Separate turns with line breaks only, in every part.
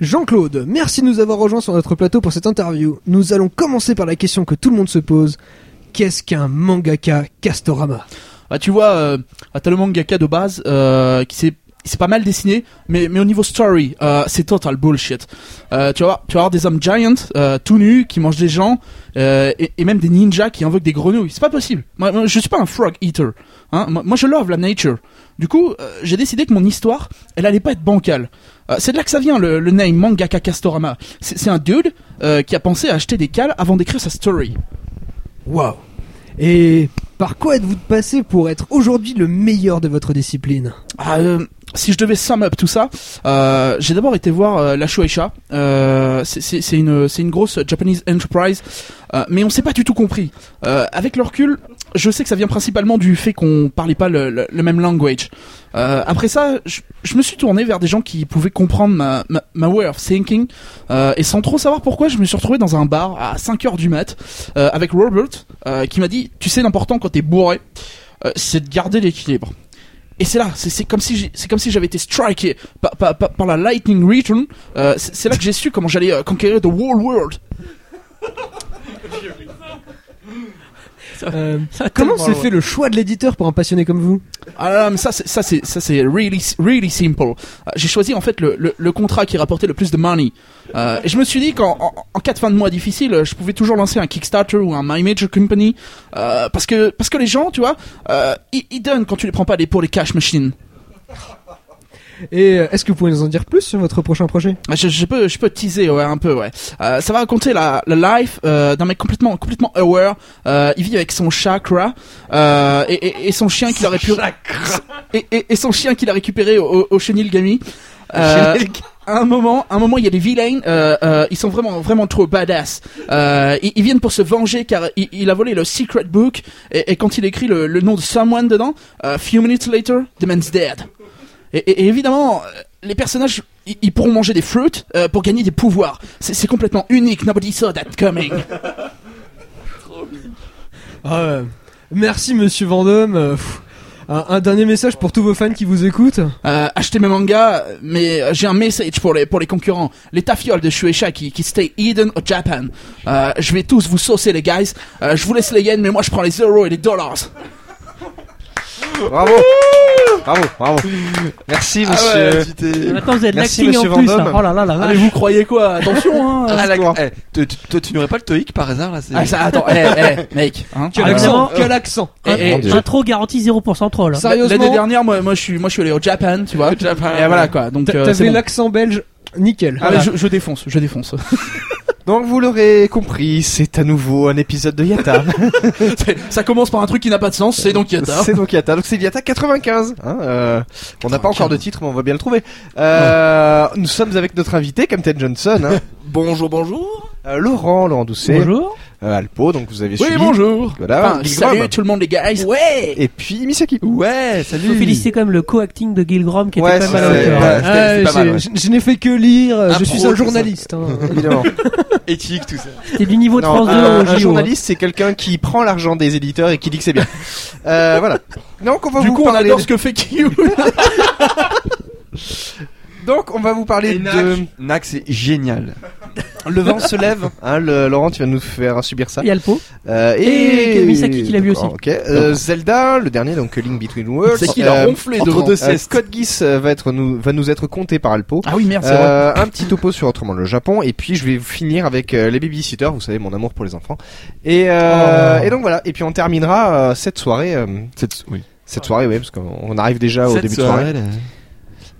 Jean-Claude, merci de nous avoir rejoints sur notre plateau pour cette interview. Nous allons commencer par la question que tout le monde se pose. Qu'est-ce qu'un mangaka Castorama
Ah, tu vois, euh, Atalo Mangaka de base, euh, qui s'est c'est pas mal dessiné, mais, mais au niveau story, euh, c'est total bullshit. Euh, tu, vas voir, tu vas avoir des hommes giants, euh, tout nus, qui mangent des gens, euh, et, et même des ninjas qui invoquent des grenouilles. C'est pas possible. Moi, moi, je suis pas un frog eater. Hein. Moi, moi, je love la nature. Du coup, euh, j'ai décidé que mon histoire, elle allait pas être bancale. Euh, c'est de là que ça vient, le, le name Mangaka Castorama. C'est c'est un dude euh, qui a pensé à acheter des cales avant d'écrire sa story.
Waouh Et par quoi êtes-vous passé pour être aujourd'hui le meilleur de votre discipline
Ah, euh, si je devais sum up tout ça, euh, j'ai d'abord été voir euh, la Shueisha. Euh, c'est- c'est c'est une, c'est une grosse Japanese enterprise, euh, mais on s'est pas du tout compris. Euh, avec le recul, je sais que ça vient principalement du fait qu'on parlait pas le, le- le même language. Euh, après ça, je, je me suis tourné vers des gens qui pouvaient comprendre ma, ma, ma way of thinking, euh, et sans trop savoir pourquoi, je me suis retrouvé dans un bar à 5 heures du mat euh, avec Robert, euh, qui m'a dit, tu sais l'important quand t'es bourré, euh, c'est de garder l'équilibre. Et c'est là, c'est c'est comme si j'ai- c'est comme si j'avais été striké par, par, par, par la Lightning Return. Euh, c'est c'est là que j'ai su comment j'allais euh, conquérir the whole world.
Euh,
Ça,
Comment
tellement
s'est
loin.
fait le choix de l'éditeur pour un passionné comme vous
Ah là là, mais ça c'est ça c'est ça c'est really really simple. Euh, J'ai choisi en fait le, le, le contrat qui rapportait le plus de money. Euh, et je me suis dit qu'en en, en cas de fin de mois difficile, euh, je pouvais toujours lancer un Kickstarter ou un My Major Company euh, parce que parce que les gens, tu vois, euh, ils, ils donnent quand tu les prends pas les- pour les cash machines.
Et euh, est-ce que vous pouvez nous en dire plus sur votre prochain projet
Ah, Je, je peux, je peux teaser, ouais, un peu, ouais. Euh, ça va raconter la, la life euh, d'un mec complètement, complètement aware. Euh, il vit avec son chakra euh, et, et, et son chien qu'il a récupéré. Et, et, et son chien qu'il a récupéré au, au Shenilgami. Euh, à un moment, à un moment, il y a des vilains. Euh, euh, ils sont vraiment, vraiment trop badass. Euh, ils, ils viennent pour se venger car il, il a volé le secret book et, et quand il écrit le, le nom de someone dedans, euh, few minutes later, the man's dead. Et, et- et évidemment, euh, les personnages, ils ils pourront manger des fruits euh, pour gagner des pouvoirs. C'est c'est complètement unique. Nobody saw that coming.
Ah, euh, Merci monsieur Vendôme. Euh, pff, un, un dernier message pour tous vos fans qui vous écoutent.
Euh, achetez mes mangas, mais euh, j'ai un message pour les pour les concurrents. Les tafioles de Shueisha qui qui stay hidden au Japan. Euh, je vais tous vous saucer les guys. Euh, je vous laisse les yens, mais moi je prends les euros et les dollars.
Bravo Bravo, bravo Merci
Ah ouais,
monsieur
tu t'es-
Maintenant, vous êtes
Merci,
l'acting
monsieur
en plus.
Van Damme.
hein. Oh là là, la
Allez,
vache.
vous croyez quoi Attention. Hein.
Ah, la-
Histoire.
eh, te- te- toi, tu n'aurais pas le TOEIC par hasard là c'est-
Ah, ça, attends, eh, eh, mec. Hein
Quel
Ah,
accent
vraiment
Quel accent hein.
Un-
Eh, eh,
mon Dieu.
Intro garantie 0% troll. hein.
Ça- Sérieusement
L'année dernière, moi, moi je suis moi je suis allé au Japan, tu vois.
Au Japan.
Et voilà quoi. Donc
T'a-
euh,
T'avais
c'est bon.
l'accent belge, nickel.
Ah, mais je, je défonce, je défonce.
Donc vous l'aurez compris, c'est à nouveau un épisode de Yata.
ça commence par un truc qui n'a pas de sens, c'est donc Yata.
c'est donc Yata. Donc c'est Yata 95. Hein, euh, on n'a pas encore de titre, mais on va bien le trouver. Euh, nous sommes avec notre invité, Captain Johnson. hein.
Bonjour, bonjour.
Euh, Laurent, Laurent Doucet.
Bonjour.
Euh, Alpo, donc vous avez
Oui,
suivi.
bonjour.
Voilà,
Enfin,
Big
salut
Drum.
tout le monde les guys. Ouais.
Et puis Misaki.
Ouais, salut.
Faut féliciter quand même le co-acting de Gilgram qui
Hmm. Ouais,
était pas mal à
c'est-
la hauteur.
ouais.
hein.
c'était- c'était
Ah,
pas mal,
j'ai-
ouais.
je je n'ai fait que lire, euh,
Un
je suis
pro,
un
c'est ça.
journaliste. hein.
Évidemment.
Éthique, tout ça.
C'était du niveau de
Non,
France 2
un,
au
un
JO, hein.
journaliste, c'est quelqu'un qui prend l'argent des éditeurs et qui dit que c'est bien. Euh, voilà. Donc on va
Du
vous
coup, on
parler.
adore ce que fait Kiyu.
Donc on va vous parler
Et
de.
Nax, Nax, c'est génial.
Le vent se lève. Hein, le- Laurent, tu vas nous faire subir ça.
Il y a le pot.
Euh,
Et Misaki qui l'a vu
D'accord, Ok.
aussi.
Euh, Zelda, le dernier donc Link Between Worlds. Euh,
C'est qu'il a ronflé
entre
devant.
deux siestes. Code Geass euh, va être nous va nous être compté par Alpo.
Ah oui, merde, c'est vrai.
Euh, un petit topo sur autrement le Japon et puis je vais finir avec euh, les babysitters, vous savez mon amour pour les enfants. Et euh,
Oh.
et donc voilà et puis on terminera euh, cette soirée euh,
Cette, oui.
cette soirée oui parce qu'on on arrive déjà au
Cette
début de soirée
soirée,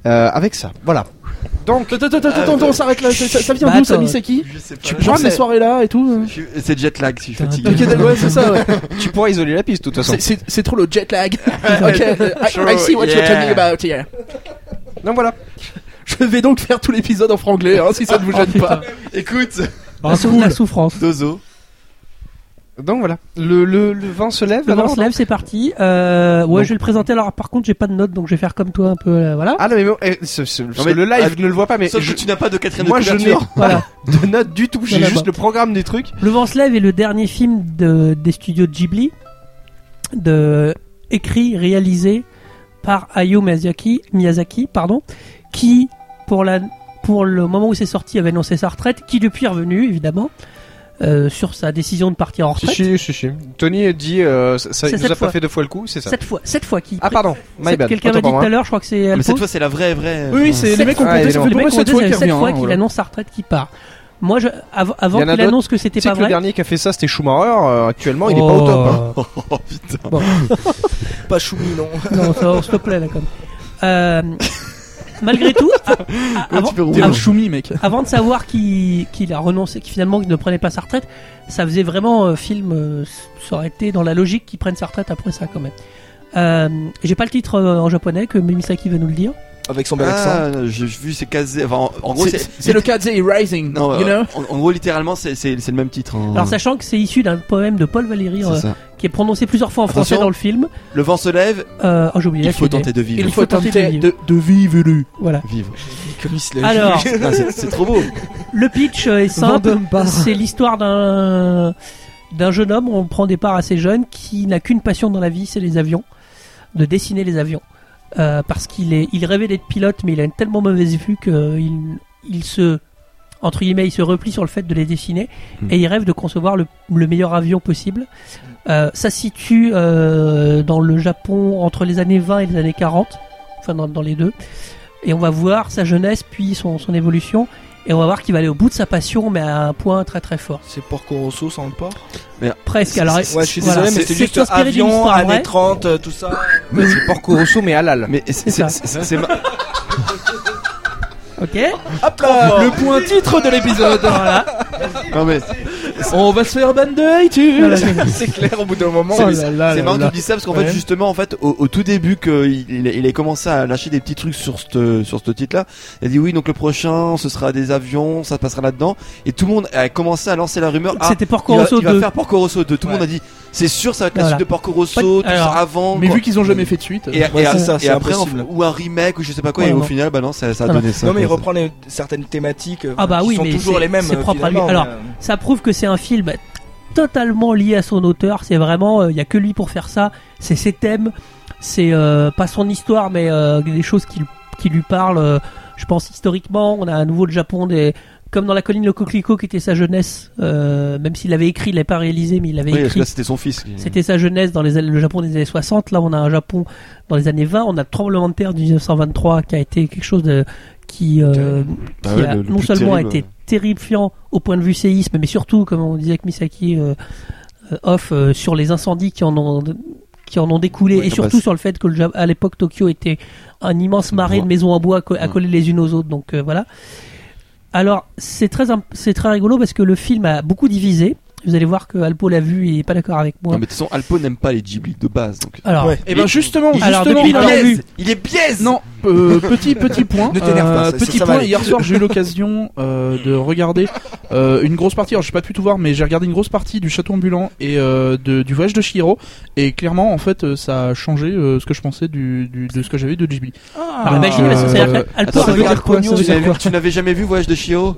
là.
euh, avec ça. Voilà.
Donc,
Attends, attends, attends, attends, on s'arrête là. Ça, ça- ça vient
Bah,
d'où, ça
attends.
c'est qui
Je sais pas.
Tu
Je
prends
sais-
ces soirées-là et tout
je suis- C'est jet lag si je suis fatigué.
Ok, d'accord, ouais, c'est ça, ouais.
tu pourras isoler la piste, de toute façon.
C'est- C'est c'est trop le jet lag. ok, I, I see what you're
Yeah.
talking about here.
Donc voilà.
Je vais donc faire tout l'épisode en franglais, hein, si ça ne vous gêne pas.
Écoute,
La sou- la souffrance.
Dozo.
Donc voilà. Le, le, le vent se lève,
Le
alors
vent se lève, c'est parti. Euh, ouais, je vais le présenter. Alors, par contre, j'ai pas de notes, donc je vais faire comme toi un peu. euh, voilà.
Ah non, mais bon, eh, ce- ce- parce
mais-
que le live ne le voit pas, mais
Sauf
je-
que tu n'as pas de quatrième
moi
de
je n'ai
couverture.
Voilà.
de notes du tout. J'ai
Voilà,
juste le
bah.
programme des trucs.
Le vent se lève est le dernier film de, des studios Ghibli, de, écrit, réalisé par Hayao Miyazaki, Miyazaki pardon, qui, pour, la, pour le moment où c'est sorti, avait annoncé sa retraite, qui depuis est revenu, évidemment, euh, sur sa décision de partir en retraite.
si, si, si. Tony dit, euh, ça, ça il
C'est
nous
cette
a pas
fois.
fait deux fois le coup, c'est ça.
Cette fois, cette fois qui.
Ah pardon, my
cette-
bad.
Quelqu'un
Autant
m'a dit
pour
tout
moi.
à l'heure, je crois que c'est.
Mais
Alpo.
cette fois, c'est la vraie, vraie. euh,
Oui, oui, c'est les
Sept
mecs
fois.
ont compté,
Ouais,
ça
évidemment.
fait pour moi
Cette
cette fois
fois,
qu'il revient. hein,
qu'il
voilà.
annonce sa retraite qui part. Moi, je, av- avant
Il y en a
qu'il
d'autres.
annonce que c'était
Tu sais
pas
que le
vrai.
dernier qui a fait ça, c'était Schumacher. euh, actuellement, il est pas au top. hein.
Oh.
Oh putain.
Pas choumi, non.
Non, ça, va, s'il te plaît, là, quand même. Euh, malgré tout, a- a- avant,
T'es un choumi, mec.
avant de savoir qu'il qu'il a renoncé, qu'il finalement il ne prenait pas sa retraite, ça faisait vraiment euh, film. euh, ça aurait été dans la logique qu'il prenne sa retraite après ça, quand même. Euh, J'ai pas le titre euh, en japonais que Mimisaki va nous le dire.
Avec son bel accent.
Ah, j'ai vu, c'est casé. Enfin, en, en gros,
C'est-
c'est.
C'est le cas de The Rising,
Non,
you
euh,
know
en, en gros, littéralement, c'est c'est- c'est le même titre. hein.
Alors sachant que c'est issu d'un poème de Paul Valéry euh,
C'est ça.
qui est prononcé plusieurs fois en français
Attention.
dans le film.
Le vent se lève,
Euh, oh, j'ai oublié
il
la
faut
suite,
tenter de vivre.
Il faut tenter de, de vivre lui.
Voilà.
Vivre.
Comme il se lève.
Alors,
Ah, c'est- c'est trop beau.
Le pitch euh, est simple.
Vendôme part.
C'est l'histoire d'un d'un jeune homme, on prend des parts assez jeunes, qui n'a qu'une passion dans la vie, c'est les avions, de dessiner les avions. Euh, parce qu'il est, il rêvait d'être pilote, mais il a une tellement mauvaise vue qu'il il se, entre guillemets, il se replie sur le fait de les dessiner
Hmm.
et il rêve de concevoir le, le meilleur avion possible. Euh, ça se situe euh, dans le Japon entre les années 20 et les années 40, enfin dans, dans les deux. Et on va voir sa jeunesse puis son, son évolution. Et on va voir qu'il va aller au bout de sa passion, mais à un point très très fort.
C'est Porco Rosso sans le porc.
Presque. Alors,
Ouais, je suis
voilà.
désolé, mais c'est juste
inspiré d'une
avion,
histoire
années
vraie.
30, euh, tout ça.
Oh.
Mais c'est Porco Rosso, mais halal.
Mais c'est-
ça.
c'est c'est- c'est ma-
Ok.
Ah,
Hop là Le point titre de l'épisode
Voilà.
non, mais
On va se faire ban de
Voilà,
iTunes
c'est ça.
C'est clair au bout d'un moment.
Oh
C'est-
mais-
c'est-
Ah
c'est marrant que tu dis ça parce qu'en
Ouais.
fait justement en fait au, au tout début qu'il il, il a commencé à lâcher des petits trucs sur ce sur ce titre là il a dit oui donc le prochain ce sera des avions ça passera là dedans et tout le monde a commencé à lancer la rumeur ah,
C'était Porco
il va-
Rosso
il va,
2.
faire Porco Rosso 2 tout le
Ouais.
monde a dit c'est sûr ça va être la
Voilà.
suite de Porco Rosso
Pas de-
tout ça
alors,
avant
Mais
quoi.
vu qu'ils ont jamais fait de suite.
et,
Ouais,
et-
c'est ça,
et
c'est
après
impossible.
on- ou un remake ou je sais pas quoi
Ouais,
et au
non.
final bah non ça, ça a
Voilà.
donné ça
Non, mais il
quoi,
reprend les- certaines thématiques euh,
Ah bah
qui
oui,
sont
mais
toujours
c'est-
les mêmes.
c'est
euh,
propre à lui.
finalement,
Alors,
mais, euh,
Ça prouve que c'est un film totalement lié à son auteur. C'est vraiment, euh, il y a que lui pour faire ça. C'est ses thèmes. C'est euh, pas son histoire, mais euh, des choses qui, qui lui parlent. euh, je pense historiquement, on a à nouveau le Japon des. Comme dans la colline Le Coquelicot, qui était sa jeunesse, euh, même s'il avait écrit, il l'avait pas réalisé, mais il avait
Oui, parce que
écrit
là c'était son fils qui-
C'était sa jeunesse dans les, années- le Japon des années 60. Là, on a un Japon dans les années 20. On a le tremblement de terre de 1923 qui a été quelque chose de, qui, euh,
Bah
qui
ouais,
a
le- le
non
plus
seulement
terrible.
a été terrifiant au point de vue séisme, mais surtout, comme on disait avec Misaki euh, euh, off, euh, sur les incendies qui en ont qui en ont découlé
Ouais,
et
bah,
surtout
c'est-
sur le fait que le Ja- à l'époque Tokyo était un immense marais
Bois.
de maisons en bois co- à
Mm.
coller les unes aux autres donc euh, voilà alors c'est très imp- c'est très rigolo parce que le film a beaucoup divisé vous allez voir que Alpo l'a vu et est pas d'accord avec moi
non mais de toute façon Alpo n'aime pas les Ghibli de base donc
alors
ouais.
eh
Et ben justement,
Alors,
justement,
depuis, il en a
non,
vu.
il est biaise
Non, euh, petit petit point.
Ne t'énerve pas,
euh,
ça-
petit
ça va
point.
aller.
Hier soir, j'ai eu l'occasion euh, de regarder euh, une grosse partie. Alors, j'ai pas pu tout voir, mais j'ai regardé une grosse partie du Château ambulant et euh, de- du voyage de Shihiro. Et clairement, en fait, euh, ça a changé euh, ce que je pensais du, du- de ce que j'avais vu de Ghibli.
Alors ah, bah, imaginez, parce que c'est-à-dire
Euh,
qu'Alpo,
Attends,
il
regarde
quoi, ça
Ponyo,
veut
tu
dire
n'avais-
quoi
tu n'avais jamais vu Voyage de Shiro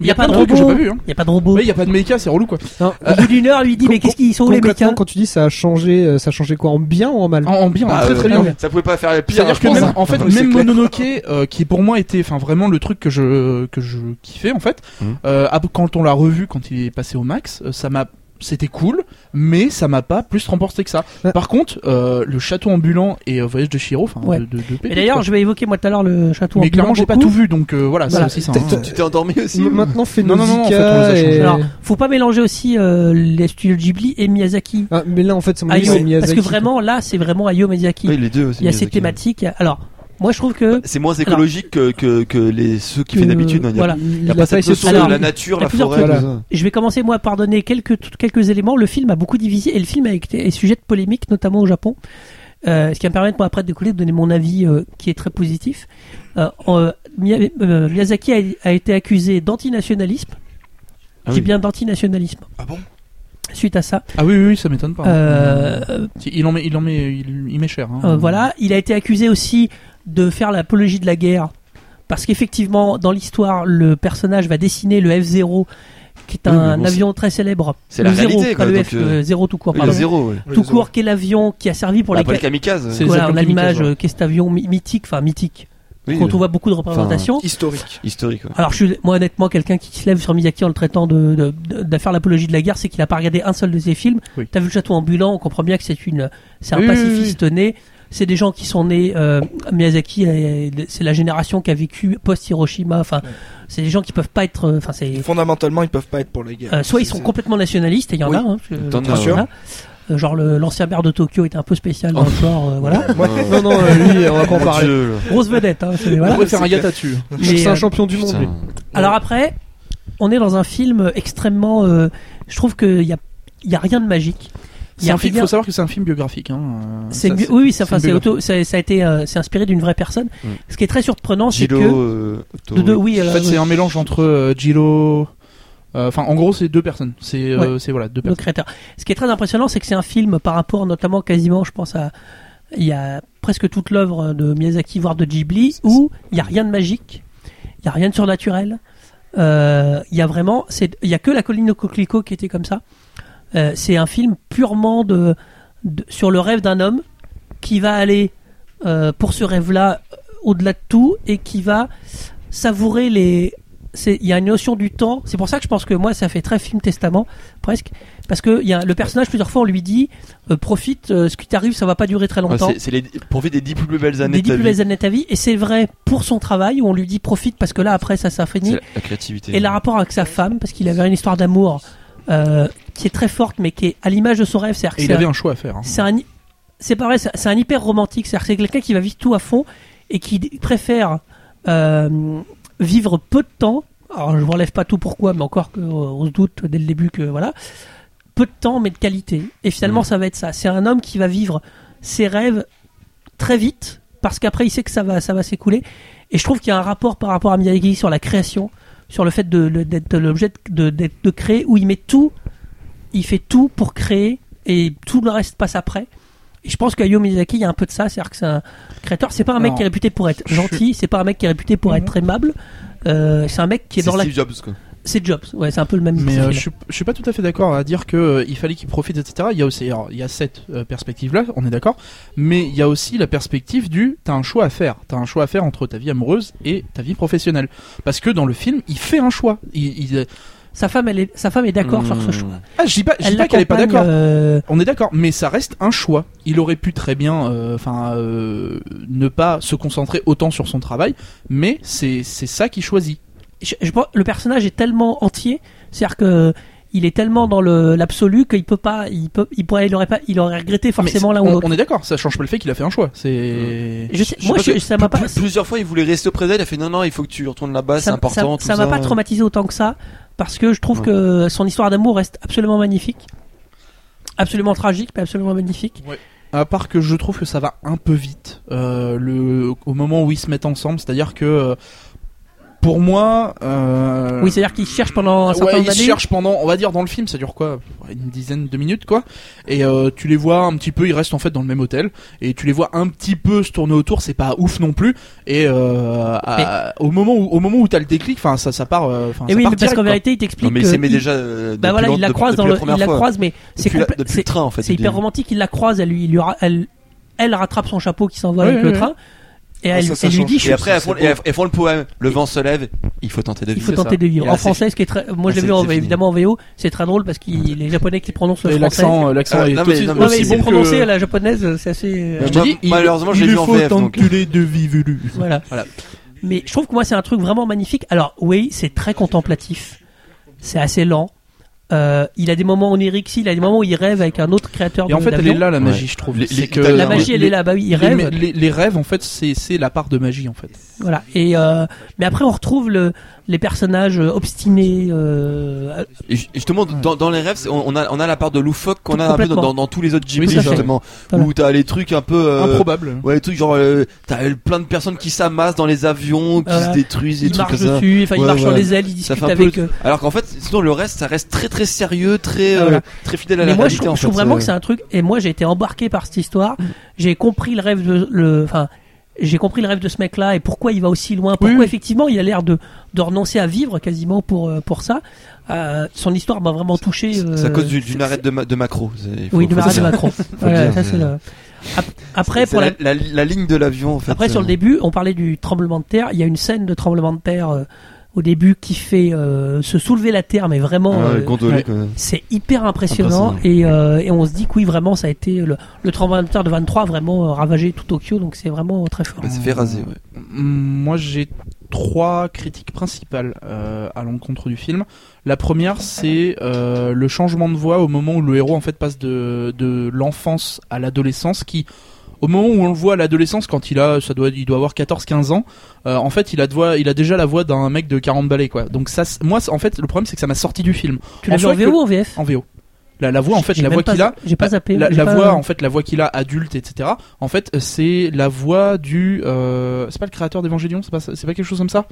n'y a pas de
truc que j'ai pas
robot.
vu. Hein.
Il n'y a pas de robot.
Ouais, y a pas de mecha, c'est relou quoi.
Non,
Au bout d'une heure, lui il dit, mais qu'est-ce qu'ils sont où les
Concrètement,
mécaniques
quand tu dis ça a changé, euh, ça a changé quoi En bien ou en mal
En, en bien,
Ah
Bah,
très
euh,
très bien.
Ça pouvait pas faire pire.
C'est-à-dire
je
que
pense,
même,
hein.
en fait,
Oui, c'est
même
clair.
Mononoke, euh, qui pour moi était, enfin, vraiment le truc que je que je kiffais en fait.
Mhm.
euh, ap- quand on l'a revu, quand il est passé au max, euh, ça m'a c'était cool, mais ça m'a pas plus remporté que ça.
Ouais.
Par contre, euh, le château ambulant et euh, voyage de Shiro, enfin,
Ouais.
de, de, de
Et
pépites,
d'ailleurs,
quoi.
je vais évoquer moi tout à l'heure le château
mais
ambulant
clairement, j'ai pas
beaucoup.
tout vu, donc euh, voilà,
Voilà.
c'est aussi ça.
T'as-
hein.
t'as-
Tu t'es endormi aussi
M-
ou-
Maintenant, fait
Non, non, non, en fait, on les a
euh,
changés.
Alors, faut pas mélanger aussi euh, les studios Ghibli et Miyazaki.
Ah, mais là, en fait, ça m'a dit,
Hayao.
c'est Miyazaki.
parce que vraiment, là, c'est vraiment Hayao Miyazaki.
Oui, les deux aussi.
il y a ces
Miyazaki.
thématiques. Alors, Moi, je trouve que
C'est moins écologique que, que, que les, ceux qui fait d'habitude. hein. Il y a-
Voilà.
Il n'y a pas cette notion
Alors,
de la nature,
il y a
la
plusieurs
forêt,
trucs.
tout ça.
Je vais commencer moi par donner quelques quelques éléments. Le film a beaucoup divisé et le film a été est sujet de polémique, notamment au Japon. Euh, ce qui va me permettre moi après de décoller de donner mon avis euh, qui est très positif. Euh, euh, Miya- euh, Miyazaki a, a été accusé d'antinationalisme.
Ah
J'ai
oui.
bien d'antinationalisme.
Ah bon
Suite à ça,
Ah oui, oui, oui, ça m'étonne pas.
euh,
Si, Il en met, il en met, il, il met cher. hein.
Euh, voilà, il a été accusé aussi de faire l'apologie de la guerre. Parce qu'effectivement, dans l'histoire, le personnage va dessiner le F-0, qui est
Ah Oui, mais
un
bon,
avion très célèbre.
c'est la
Le zéro,
réalité,
pas
quoi,
le
donc,
F,
euh,
le zéro tout court,
Oui,
pardon.
zéro. ouais.
Tout court, qui est l'avion qui a servi pour la
Bah, Après les
guerre.
kamikazes.
C'est- les
Voilà, on a
appels
l'image,
kamikazes, ouais.
euh, qu'est-ce cet avion mi- mythique, enfin mythique,
Oui,
quand on
euh,
voit beaucoup de représentations.
Historique.
historique. ouais.
Alors, je suis, moi, honnêtement, quelqu'un qui se lève sur Miyazaki en le traitant de, de, de- de faire l'apologie de la guerre, c'est qu'il a pas regardé un seul de ses films.
Oui.
T'as vu le château ambulant, on comprend bien que c'est une, c'est un
Oui, oui,
pacifiste né. C'est des gens qui sont nés, euh, Miyazaki, euh, c'est la génération qui a vécu post-Hiroshima. Enfin,
Ouais.
c'est des gens qui peuvent pas être, euh, enfin, c'est,
Fondamentalement, ils peuvent pas être pour la guerre.
euh, soit ils
C'est-
sont
c'est-
complètement nationalistes, et il y en
Oui.
a, hein, parce que-
T'en as,
il y en a. Euh, genre le- l'ancien maire de Tokyo était un peu spécial dans
Oh.
le genre, euh, voilà.
Euh,
Non, non, euh, lui, on va pas en
mon
parler.
Dieu, là.
Grosse vedette, hein, c'est-
On
voilà.
pourrait faire un
c'est clair.
gâteau dessus.
C'est
Mais,
un
euh,
champion du monde.
Putain.
lui.
Alors après, on est dans un film extrêmement. euh, je trouve qu'il y a, il y a rien de magique. Il
C'est
y a
un film.
rien-
Faut savoir que c'est un film biographique. Hein. euh,
c'est
ça,
une- oui, oui, c'est-
c'est
enfin,
une
c'est
biographie.
auto- c'est- ça a été, euh, c'est inspiré d'une vraie personne.
Mm.
Ce qui est très surprenant, c'est
Gilo,
que
euh,
de, de-
Otto-
oui,
En
euh,
fait, c'est un mélange entre euh, Gilo. euh, Enfin, en gros, c'est deux personnes. C'est euh, c'est voilà deux
le
personnes.
créateur. Ce qui est très impressionnant, c'est que c'est un film par rapport, notamment quasiment, je pense à, il y a presque toute l'œuvre de Miyazaki, voire de Ghibli, où il y a rien de magique, il y a rien de surnaturel. Euh, Il y a vraiment, c'est, il y a que la colline de Coquelicot qui était comme ça. Euh, c'est un film purement de, de- sur le rêve d'un homme qui va aller euh, pour ce rêve-là euh, au-delà de tout et qui va savourer les. c'est- Il y a une notion du temps. C'est pour ça que je pense que moi, ça fait très film testament, presque. Parce que il y a, le personnage, plusieurs fois, on lui dit euh, profite, euh, ce qui t'arrive, ça va pas durer très
Ouais,
longtemps.
c'est- C'est les profiter des dix plus belles années
des
de
dix
ta
plus
vie.
belles années de ta vie. Et c'est vrai pour son travail, où on lui dit profite parce que là, après, ça, ça finit.
C'est la, la créativité.
Et le rapport avec sa femme, parce qu'il avait une histoire d'amour euh, qui est très forte, mais qui est à l'image de son rêve. C'est-à-dire que
Et il
c'est
avait
un-
un choix à faire. hein.
c'est un, c'est pas vrai, c'est c'est un hyper romantique. C'est-à-dire que c'est quelqu'un qui va vivre tout à fond et qui d- préfère euh, vivre peu de temps. Alors je vous relève pas tout pourquoi, mais encore que, euh, on se doute dès le début que voilà, peu de temps mais de qualité. Et finalement, ça va être ça. C'est un homme qui va vivre ses rêves très vite parce qu'après il sait que ça va, ça va s'écouler. Et je trouve qu'il y a un rapport par rapport à Miyagi sur la création, sur le fait de le- d'être l'objet de, de, de créer où il met tout, il fait tout pour créer et tout le reste passe après. Et je pense qu'Ayo Miyazaki, il y a un peu de ça, c'est-à-dire que c'est un créateur, c'est pas un mec
Alors,
qui est réputé pour être
je- Mhm.
gentil, c'est pas un mec qui est réputé pour être aimable. Euh, c'est un mec qui est,
C'est
dans la.
Steve Jobs, quoi.
C'est Jobs, ouais, c'est un peu le même.
Mais
profil.
euh, je, suis, je suis pas tout à fait d'accord à dire que euh, il fallait qu'il profite, etc. Il y a aussi, alors, il y a cette perspective là, on est d'accord. Mais il y a aussi la perspective du t'as un choix à faire, t'as un choix à faire entre ta vie amoureuse et ta vie professionnelle. Parce que dans le film, il fait un choix. Il, il-
Sa femme, elle est, sa femme est d'accord sur ce
Mmh.
choix.
Ah, je dis pas, je dis
Elle
pas qu'elle est pas
l'accompagne,
d'accord.
euh,
On est d'accord, mais ça reste un choix. Il aurait pu très bien, euh, enfin, euh, ne pas se concentrer autant sur son travail, mais c'est c'est ça qu'il choisit.
je, je pense- le personnage est tellement entier, c'est-à-dire que il est tellement dans le l'absolu qu'il peut pas, il peut, il pourrait, il aurait pas, il aurait regretté forcément
Mais
l'un
on-
ou l'autre.
On est d'accord, ça change pas le fait qu'il a fait un choix. C'est.
Je sais,
je sais
moi,
pas
je-
que-
ça m'a pas.
Plus- Plusieurs fois, il voulait rester au présent. Il a fait non, non, il faut que tu retournes là-bas, c'est
ça-
important.
ça- ça m'a pas traumatisé autant que ça parce que je trouve
Ouais.
que son histoire d'amour reste absolument magnifique, absolument tragique, mais absolument magnifique.
À part que je trouve que ça va un peu vite euh, le au moment où ils se mettent ensemble, c'est-à-dire que euh, pour moi, euh,
Oui, c'est-à-dire qu'il cherche pendant un certain
ouais,
nombre
ils se
d'années.
cherchent pendant, on va dire dans le film, ça dure quoi Une dizaine de minutes quoi. Et euh, tu les vois un petit peu, ils restent en fait dans le même hôtel. Et tu les vois un petit peu se tourner autour, c'est pas ouf non plus. Et euh, à- au moment où au moment où t'as le déclic, enfin ça ça part. euh, Enfin,
Et
ça
Eh oui,
part
mais parce
direct,
qu'en
quoi.
vérité, il t'explique.
Non, mais il
que
s'aimait
il-
déjà. euh,
Bah
depuis
voilà,
longtemps-
il la croise
depuis
dans le,
première
il la
fois.
croise, mais c'est
Depuis la-
compl-
depuis
c'est-
le train, en fait.
c'est
il
hyper
dit.
romantique. Il la croise, elle lui, il lui ra- elle, elle rattrape son chapeau qui s'envole
Ouais,
avec
ouais,
le
ouais.
train et
Ah,
elle,
ça, ça
elle lui
change.
dit
Et après, elles
c'est
font,
beau.
elles- elles font le poème. Le vent se lève, il faut tenter de
il
vivre.
faut
c'est ça.
tenter de vivre.
Et là,
En
c'est-
français, ce qui est très, moi je l'ai
Ah,
vu
c'est-
en,
c'est fini.
évidemment en VO, c'est très drôle parce que les Japonais qui prononcent
Et
le français.
l'accent euh, l'accent
Ah,
est
non,
aussi, euh,
mais- non, mais
Ouais,
aussi
mais
bon
c'est
que-
prononcé à la japonaise, c'est assez. euh,
Mais
Je
moi,
te dis, il-
malheureusement, je
il
l'ai
lui
vu en
faut
VF, donc.
t'enculer de vivelu.
Voilà.
Voilà.
Mais je trouve que moi c'est un truc vraiment magnifique. Alors oui, c'est très contemplatif. C'est assez lent. euh, il a des moments oniriques, il a des moments où il rêve avec un autre créateur
Et en
de-
fait, elle est
d'avion.
là euh, la
Ouais.
magie, je trouve.
Les-
C'est
les-
que
la
La magie, elle est là, bah oui, il
les-
rêve.
Les, les rêves, en fait, c'est c'est la part de magie, en fait.
Voilà. Et euh, mais après, on retrouve le, les personnages euh, obstinés. euh,
Et ju- et justement, dans, dans les rêves, c'est- on, on a, on a la part de loufoque qu'on
Tout
a un peu dans,
complètement.
dans- dans tous les autres Ghibli,
Oui, tout à fait.
justement,
Voilà.
où t'as les trucs un peu euh,
Improbable.
Ouais, les trucs genre euh, t'as euh, plein de personnes qui s'amassent dans les avions, qui
Voilà.
se détruisent, des
ils
trucs
marchent
comme ça.
dessus, enfin ils
Ouais,
marchent sur
ouais.
les ailes, ils
Ça
discutent
fait un peu
avec.
le-
eux.
Alors qu'en fait, sinon le reste, ça reste très très sérieux, très euh,
Voilà.
très fidèle à
Mais
la
moi, je
réalité.
trouve,
en
je trouve
fait,
vraiment
euh.
que c'est un truc. Et moi, j'ai été embarqué par cette histoire. J'ai compris le rêve de le. Enfin, j'ai compris le rêve de ce mec-là et pourquoi il va aussi loin. Pourquoi
oui.
effectivement, il a l'air de de renoncer à vivre quasiment pour euh, pour ça. Euh, son histoire m'a vraiment touché.
C'est à
euh,
cause du- d'une
c'est-
arête de, ma- de macro. c'est- il faut-
Oui,
faut
du
le
marais de
dire.
Macron.
le
Voilà,
dire,
ça,
c'est-
c'est le- Ap- Après,
C'est
pour la,
la, la, la ligne de l'avion en fait.
Après, sur le
euh.
début, on parlait du tremblement de terre. Il y a une scène de tremblement de terre euh, au début qui fait euh, se soulever la terre, mais vraiment,
Ah,
euh,
gondolé, quoi.
c'est hyper impressionnant.
Impressionnant.
Et, euh, et on se dit que oui, vraiment, ça a été le, le tremblement de terre de 23 a vraiment euh, ravagé tout Tokyo, donc c'est vraiment très fort.
Bah, c'est fait raser, ouais.
Moi, j'ai trois critiques principales euh, à l'encontre du film. La première, c'est euh, le changement de voix au moment où le héros en fait passe de, de l'enfance à l'adolescence, qui au moment où on le voit à l'adolescence, quand il a, ça doit, il doit avoir 14-15 ans, euh, en fait, il a, de voix, il a déjà la voix d'un mec de 40 balais, quoi. Donc ça, c'est- moi, c'est- en fait, le problème, c'est que ça m'a sorti du film
Tu l'as vu en
Ensuite,
VO ou en VF
en VO. La, la voix, en fait,
J'ai
la
même
voix
pas-
qu'il a,
J'ai pas zappé.
Bah, la,
j'ai
la
pas-
voix en fait la voix qu'il a adulte etc en fait c'est la voix du euh, c'est pas le créateur d'Evangélion c'est pas ça- c'est pas quelque chose comme ça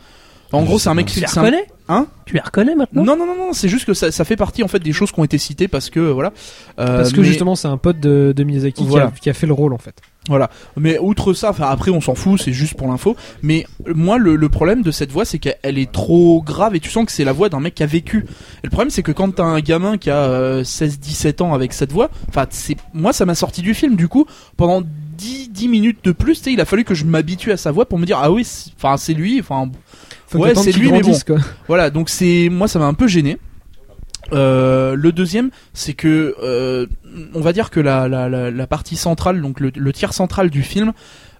en
Je
gros
sais
c'est un
pas.
mec
Tu les
c'est un-
reconnais
Hein
Tu les reconnais maintenant
non non non non c'est juste que ça, ça fait partie en fait des choses qui ont été citées parce que voilà Euh,
Parce que
mais-
justement, c'est un pote de, de Miyazaki qui a-
Voilà.
qui, a, fait le rôle en fait.
mais outre ça enfin après on s'en fout c'est juste pour l'info mais euh, moi le, le problème de cette voix c'est qu'elle est trop grave et tu sens que c'est la voix d'un mec qui a vécu et le problème c'est que quand t'as un gamin qui a 16 17 ans avec cette voix enfin c'est moi ça m'a sorti du film du coup pendant 10, 10 minutes de plus, tu sais, il a fallu que je m'habitue à sa voix pour me dire ah oui, c'est- enfin c'est lui, enfin
Faut
Ouais,
attendre
c'est
qu'il
lui, mais
grandisse, quoi.
voilà, donc c'est moi ça m'a un peu gêné. Euh, le deuxième, c'est que euh, on va dire que la, la, la, la partie centrale, donc le, le tiers central du film,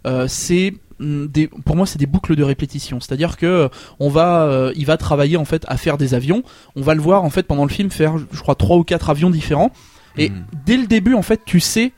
euh, c'est mm, des, pour moi c'est des boucles de répétition. C'est-à-dire que euh, on va, euh, il va travailler en fait à faire des avions. On va le voir en fait pendant le film faire, je crois, trois ou quatre avions différents. Et
Mhm.
dès le début en fait, tu sais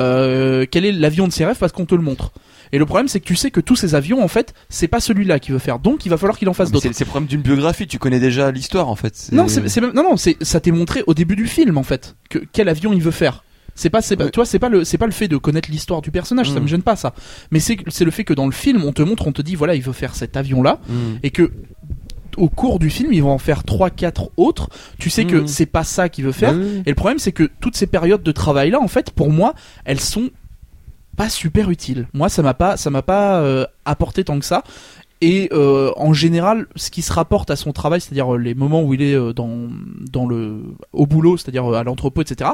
euh, quel est l'avion de ses rêves parce qu'on te le montre. Et le problème c'est que tu sais que tous ces avions en fait, c'est pas celui-là qu'il veut faire. Donc il va falloir qu'il en fasse
Ah, Mais
d'autres.
C'est c'est le problème d'une biographie, tu connais déjà l'histoire en fait.
Non, c'est c'est même non non, c'est ça t'est montré au début du film en fait que quel avion il veut faire. C'est pas c'est pas
Ouais.
tu vois, c'est pas le c'est pas le fait de connaître l'histoire du personnage, ça
Mm.
me gêne pas ça. Mais c'est c'est le fait que dans le film, on te montre, on te dit voilà, il veut faire cet avion là
Mm.
et que au cours du film, ils vont en faire trois quatre autres. Tu sais que
Mm.
c'est pas ça qu'il veut faire. Et le problème, c'est que toutes ces périodes de travail là, en fait, pour moi, elles sont pas super utiles. Moi, ça m'a pas, ça m'a pas euh, apporté tant que ça. Et euh, en général, ce qui se rapporte à son travail, c'est-à-dire euh, les moments où il est euh, dans, dans le, au boulot, c'est-à-dire euh, à l'entrepôt, etc.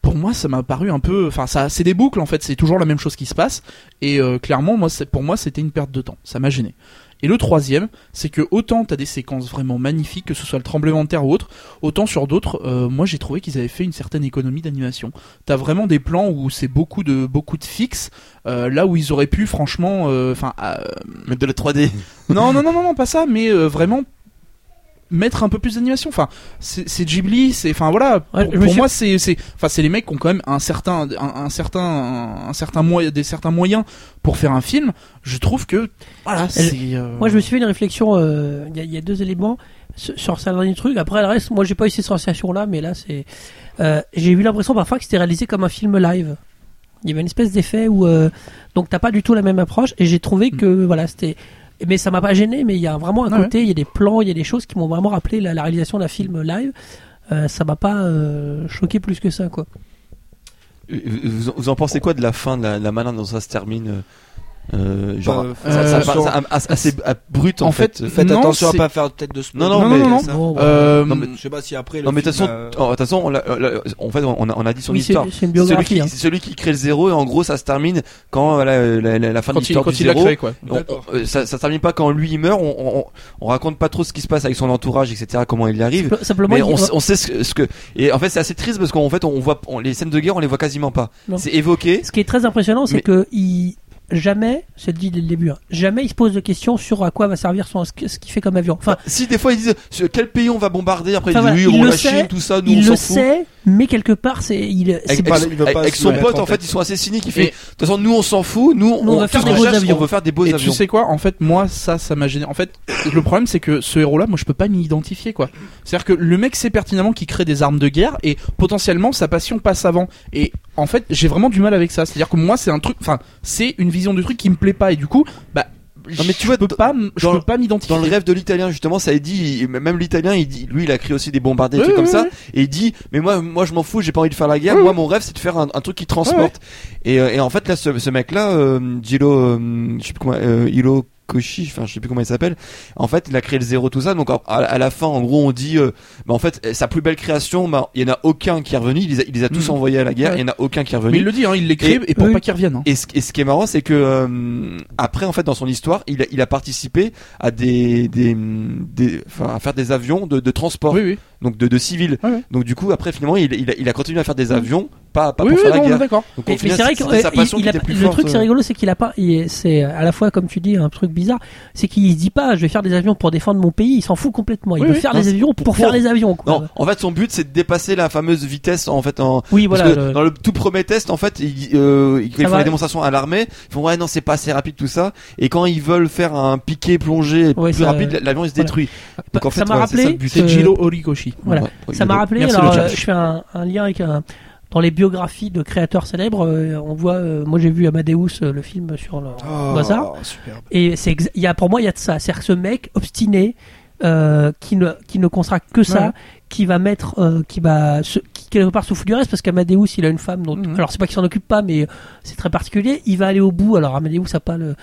Pour moi, ça m'a paru un peu, enfin, ça, c'est des boucles en fait. C'est toujours la même chose qui se passe. Et euh, clairement, moi, c'est- pour moi, c'était une perte de temps. Ça m'a gêné. Et le troisième, c'est que autant t'as des séquences vraiment magnifiques, que ce soit le tremblement de terre ou autre. Autant sur d'autres, euh, moi j'ai trouvé qu'ils avaient fait une certaine économie d'animation. T'as vraiment des plans où c'est beaucoup de beaucoup de fixes, euh, là où ils auraient pu franchement, euh, enfin
Mais de la 3D.
non, non, non, non, non, pas ça, mais euh, vraiment mettre un peu plus d'animation. Enfin, c'est c'est Ghibli, c'est, enfin voilà. Pour,
Ouais, je me
pour
suis-
moi, c'est, c'est, enfin, c'est les mecs qui ont quand même un certain, un, un certain, un, certain moyen, des certains moyens pour faire un film. Je trouve que, voilà,
Elle-
c'est. euh,
Moi, je me suis fait une réflexion. euh, Il y, a- il y a deux éléments sur sur certains des trucs. Après, le reste, moi, j'ai pas eu ces sensations-là, mais là, c'est. euh, j'ai eu l'impression parfois que c'était réalisé comme un film live. Il y avait une espèce d'effet où euh, donc t'as pas du tout la même approche. Et j'ai trouvé
Mm.
que voilà, c'était. Mais ça m'a pas gêné. Mais il y a vraiment un
Ah ouais.
côté. Il y a des plans, il y a des choses qui m'ont vraiment rappelé la, la réalisation d'un film live. Euh, ça m'a pas euh, choqué plus que ça, quoi.
Vous, vous en pensez quoi de la fin, de la, la manière dont ça se termine euh, euh, Genre,
Enfin,
ça, ça
euh,
part-
sur-
ça- assez, assez brut en,
en fait,
Faites
non,
attention à
c'est-
pas faire peut-être de spoil.
Non, non,
Non, mais- non, non.
Ça-
Bon, bah,
euh,
Non, mais-
Je sais pas si après. le
Non mais de toute
film,
façon,
euh,
oh, de toute façon, on l'a- euh, la- en fait, on a, on a dit son
oui, c'est
histoire.
c'est une
C'est Celui
biographie.
qui,
hein.
c'est celui qui crée le zéro et en gros ça se termine quand euh, la, la- la- la fin de
quand il,
l'histoire
quand
du
il l'a
zéro,
créé, quoi.
on- on- euh, ça, ça se termine pas quand lui il meurt, on, on, on raconte pas trop ce qui se passe avec son entourage, etc. Comment il y arrive.
Simplement,
Mais
il-
on, s- on sait ce, que- ce que et en fait c'est assez triste parce qu'en fait on voit on- les scènes de guerre on les voit quasiment pas.
Non.
C'est évoqué.
Ce qui est très impressionnant, c'est
Mais-
que il, jamais, c'est dit dès le début, hein, jamais il se pose de questions sur à quoi va servir son, ce que- ce qu'il fait comme avion. Enfin,
Bah, Si des fois ils disent sur quel pays on va bombarder, après
Enfin,
ils disent
voilà,
oui,
il
on
le
la
sait,
Chine, tout ça, nous
il
on
le
s'en fout.
sait, mais quelque part, c'est il, c'est-
Avec,
pas-
avec-
il veut pas
avec
se
son
mettre
pote,
en
en fait,
tête.
ils sont assez cyniques. Il
Et-
fait, de toute façon, nous on s'en fout, nous on,
Nous, on va
tout
faire
ce
des
qu'on
beaux
cherche,
avions.
on veut faire des beaux
Et
avions.
tu sais quoi En fait, moi, ça, ça m'a gêné. En fait, le problème, c'est que ce héros-là, moi, je peux pas m'y identifier, quoi. C'est-à-dire que le mec sait pertinemment qu'il crée des armes de guerre et potentiellement sa passion passe avant. Et en fait, j'ai vraiment du mal avec ça. C'est-à-dire que moi, c'est un truc. Enfin, c'est une vision du truc qui me plaît pas et du coup, bah.
Non, mais tu vois,
je peux
dans-
pas, m- je
dans-
peux pas m'identifier.
Dans le rêve de l'italien, justement, ça est dit, il- même l'italien, il dit, lui, il a créé aussi des bombardiers, des
Oui,
trucs
oui,
comme
oui.
ça, et il dit, mais moi, moi, je m'en fous, j'ai pas envie de faire la guerre,
Oui,
moi, mon rêve, c'est de faire un, un truc qui transporte. Et, euh, et en fait, là, ce, ce mec-là, euh, Jilo, euh, je sais plus comment, euh, Hilo Koshi, enfin, je sais plus comment il s'appelle, en fait, il a créé le zéro, tout ça, donc à, à la fin, en gros, on dit, euh, bah, en fait, sa plus belle création, bah, il y en a aucun qui est revenu, il les a, il les a tous
Mhm.
envoyés à la guerre,
Ouais.
il y en a aucun qui est
Mais
revenu.
il le dit, hein, il l'écrit et, pour
oui.
pas qu'il revienne. hein.
Et ce, et ce qui est marrant, c'est que euh, après, en fait, dans son histoire, il a, il a participé à des, des, des- enfin, à faire des avions de, de transport,
Oui, oui.
donc de, de civils.
Ouais, ouais.
Donc du coup, après, finalement, il, il, a, il a continué à faire des avions, pas, pas
oui,
pour
oui,
faire
non,
la
on est
guerre.
d'accord.
Donc, au
Mais, mais
final,
c'est vrai que
c'était
euh,
sa
il-
passion
il
qui
a-
était plus
le
forte. euh.
truc c'est rigolo c'est qu'il a pas il- c'est à la fois comme tu dis un truc bizarre c'est qu'il se dit pas je vais faire des avions pour défendre mon pays il s'en fout complètement il
Oui,
veut
oui.
faire
Non,
des
c'est
avions pour,
pour-
faire les avions quoi.
Non, en fait, son but, c'est de dépasser la fameuse vitesse, en fait, en
oui
parce
voilà
que
le- Ah
dans le tout premier test, en fait, ils, euh, ils- quand ils
Ça
font
va.
les démonstrations à l'armée, ils font ouais non c'est pas assez rapide tout ça, et quand ils veulent faire un piqué plongé
Ouais,
plus
ça-
rapide, l'avion il se
voilà.
détruit.
Bah,
Donc en fait,
ça m'a
ouais, c'est
rappelé
ça le but.
C'est
Euh,
Jiro Horikoshi.
Voilà.
Ouais,
Ça m'a rappelé,
Merci,
alors
le
euh,
chat.
je fais un, un lien avec un. Dans les biographies de créateurs célèbres, euh, on voit. euh, moi, j'ai vu Amadeus, euh, le film sur le au
Oh.
hasard.
superbe.
Et c'est, exa- il y a pour moi, il y a de ça. C'est-à-dire que ce mec obstiné euh, qui ne qui ne consacre que ça,
Ouais.
qui va mettre, euh, qui va se- qui quelque part souffle du reste parce qu'Amadeus, il a une femme. dont-
Mhm.
Alors c'est pas qu'il s'en occupe pas, mais euh, c'est très particulier. Il va aller au bout. Alors Amadeus a pas le,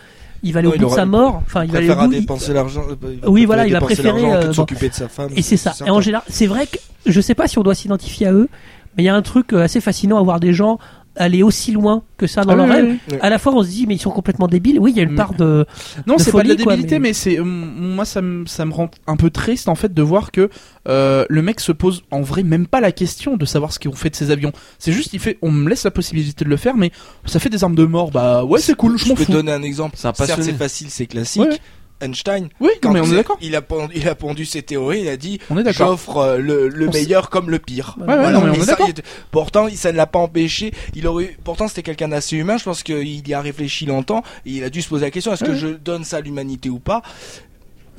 il va aller
Non,
au
il
bout de
aura-
sa mort. Enfin, il va aller au
préfère à
bout. il-
dépenser l'argent. euh,
Oui, voilà, il va
dépenser
préférer,
l'argent que
euh,
de
bon.
s'occuper de sa femme.
Et c'est ça. Et
certain.
en général, c'est vrai que je sais pas si on doit s'identifier à eux, mais il y a un truc euh, assez fascinant à voir des gens aller aussi loin que ça dans
Ah
leur
oui,
rêve.
oui, Mm. oui.
À la fois, on se dit, mais ils sont complètement débiles. Oui, il y a une
Mais-
part de.
Non,
de
c'est pas de la
folie, quoi,
débilité,
mais-
mais, c'est euh, moi ça me ça me rend un peu triste en fait de voir que euh, le mec se pose en vrai même pas la question de savoir ce qu'ils ont fait de ses avions. C'est juste il fait on me laisse la possibilité de le faire, mais ça fait des armes de mort. Bah ouais c'est cool, je
Je
m'en
peux
fous.
te donner un exemple.
C'est un
Certes,
passionné.
c'est facile, c'est classique.
Ouais.
Einstein,
Oui, non,
quand
mais on est
il-
d'accord.
il a, pendu, il a pondu ses théories, il a dit
On est d'accord.
j'offre euh, le, le
On s-
meilleur comme le pire.
Ouais, ouais, non, mais on
Et
est
ça,
d'accord.
il- pourtant, ça ne l'a pas empêché. Il aurait, eu- pourtant, c'était quelqu'un d'assez humain. Je pense qu'il y a réfléchi longtemps et il a dû se poser la question est-ce que
Ouais.
je donne ça à l'humanité ou pas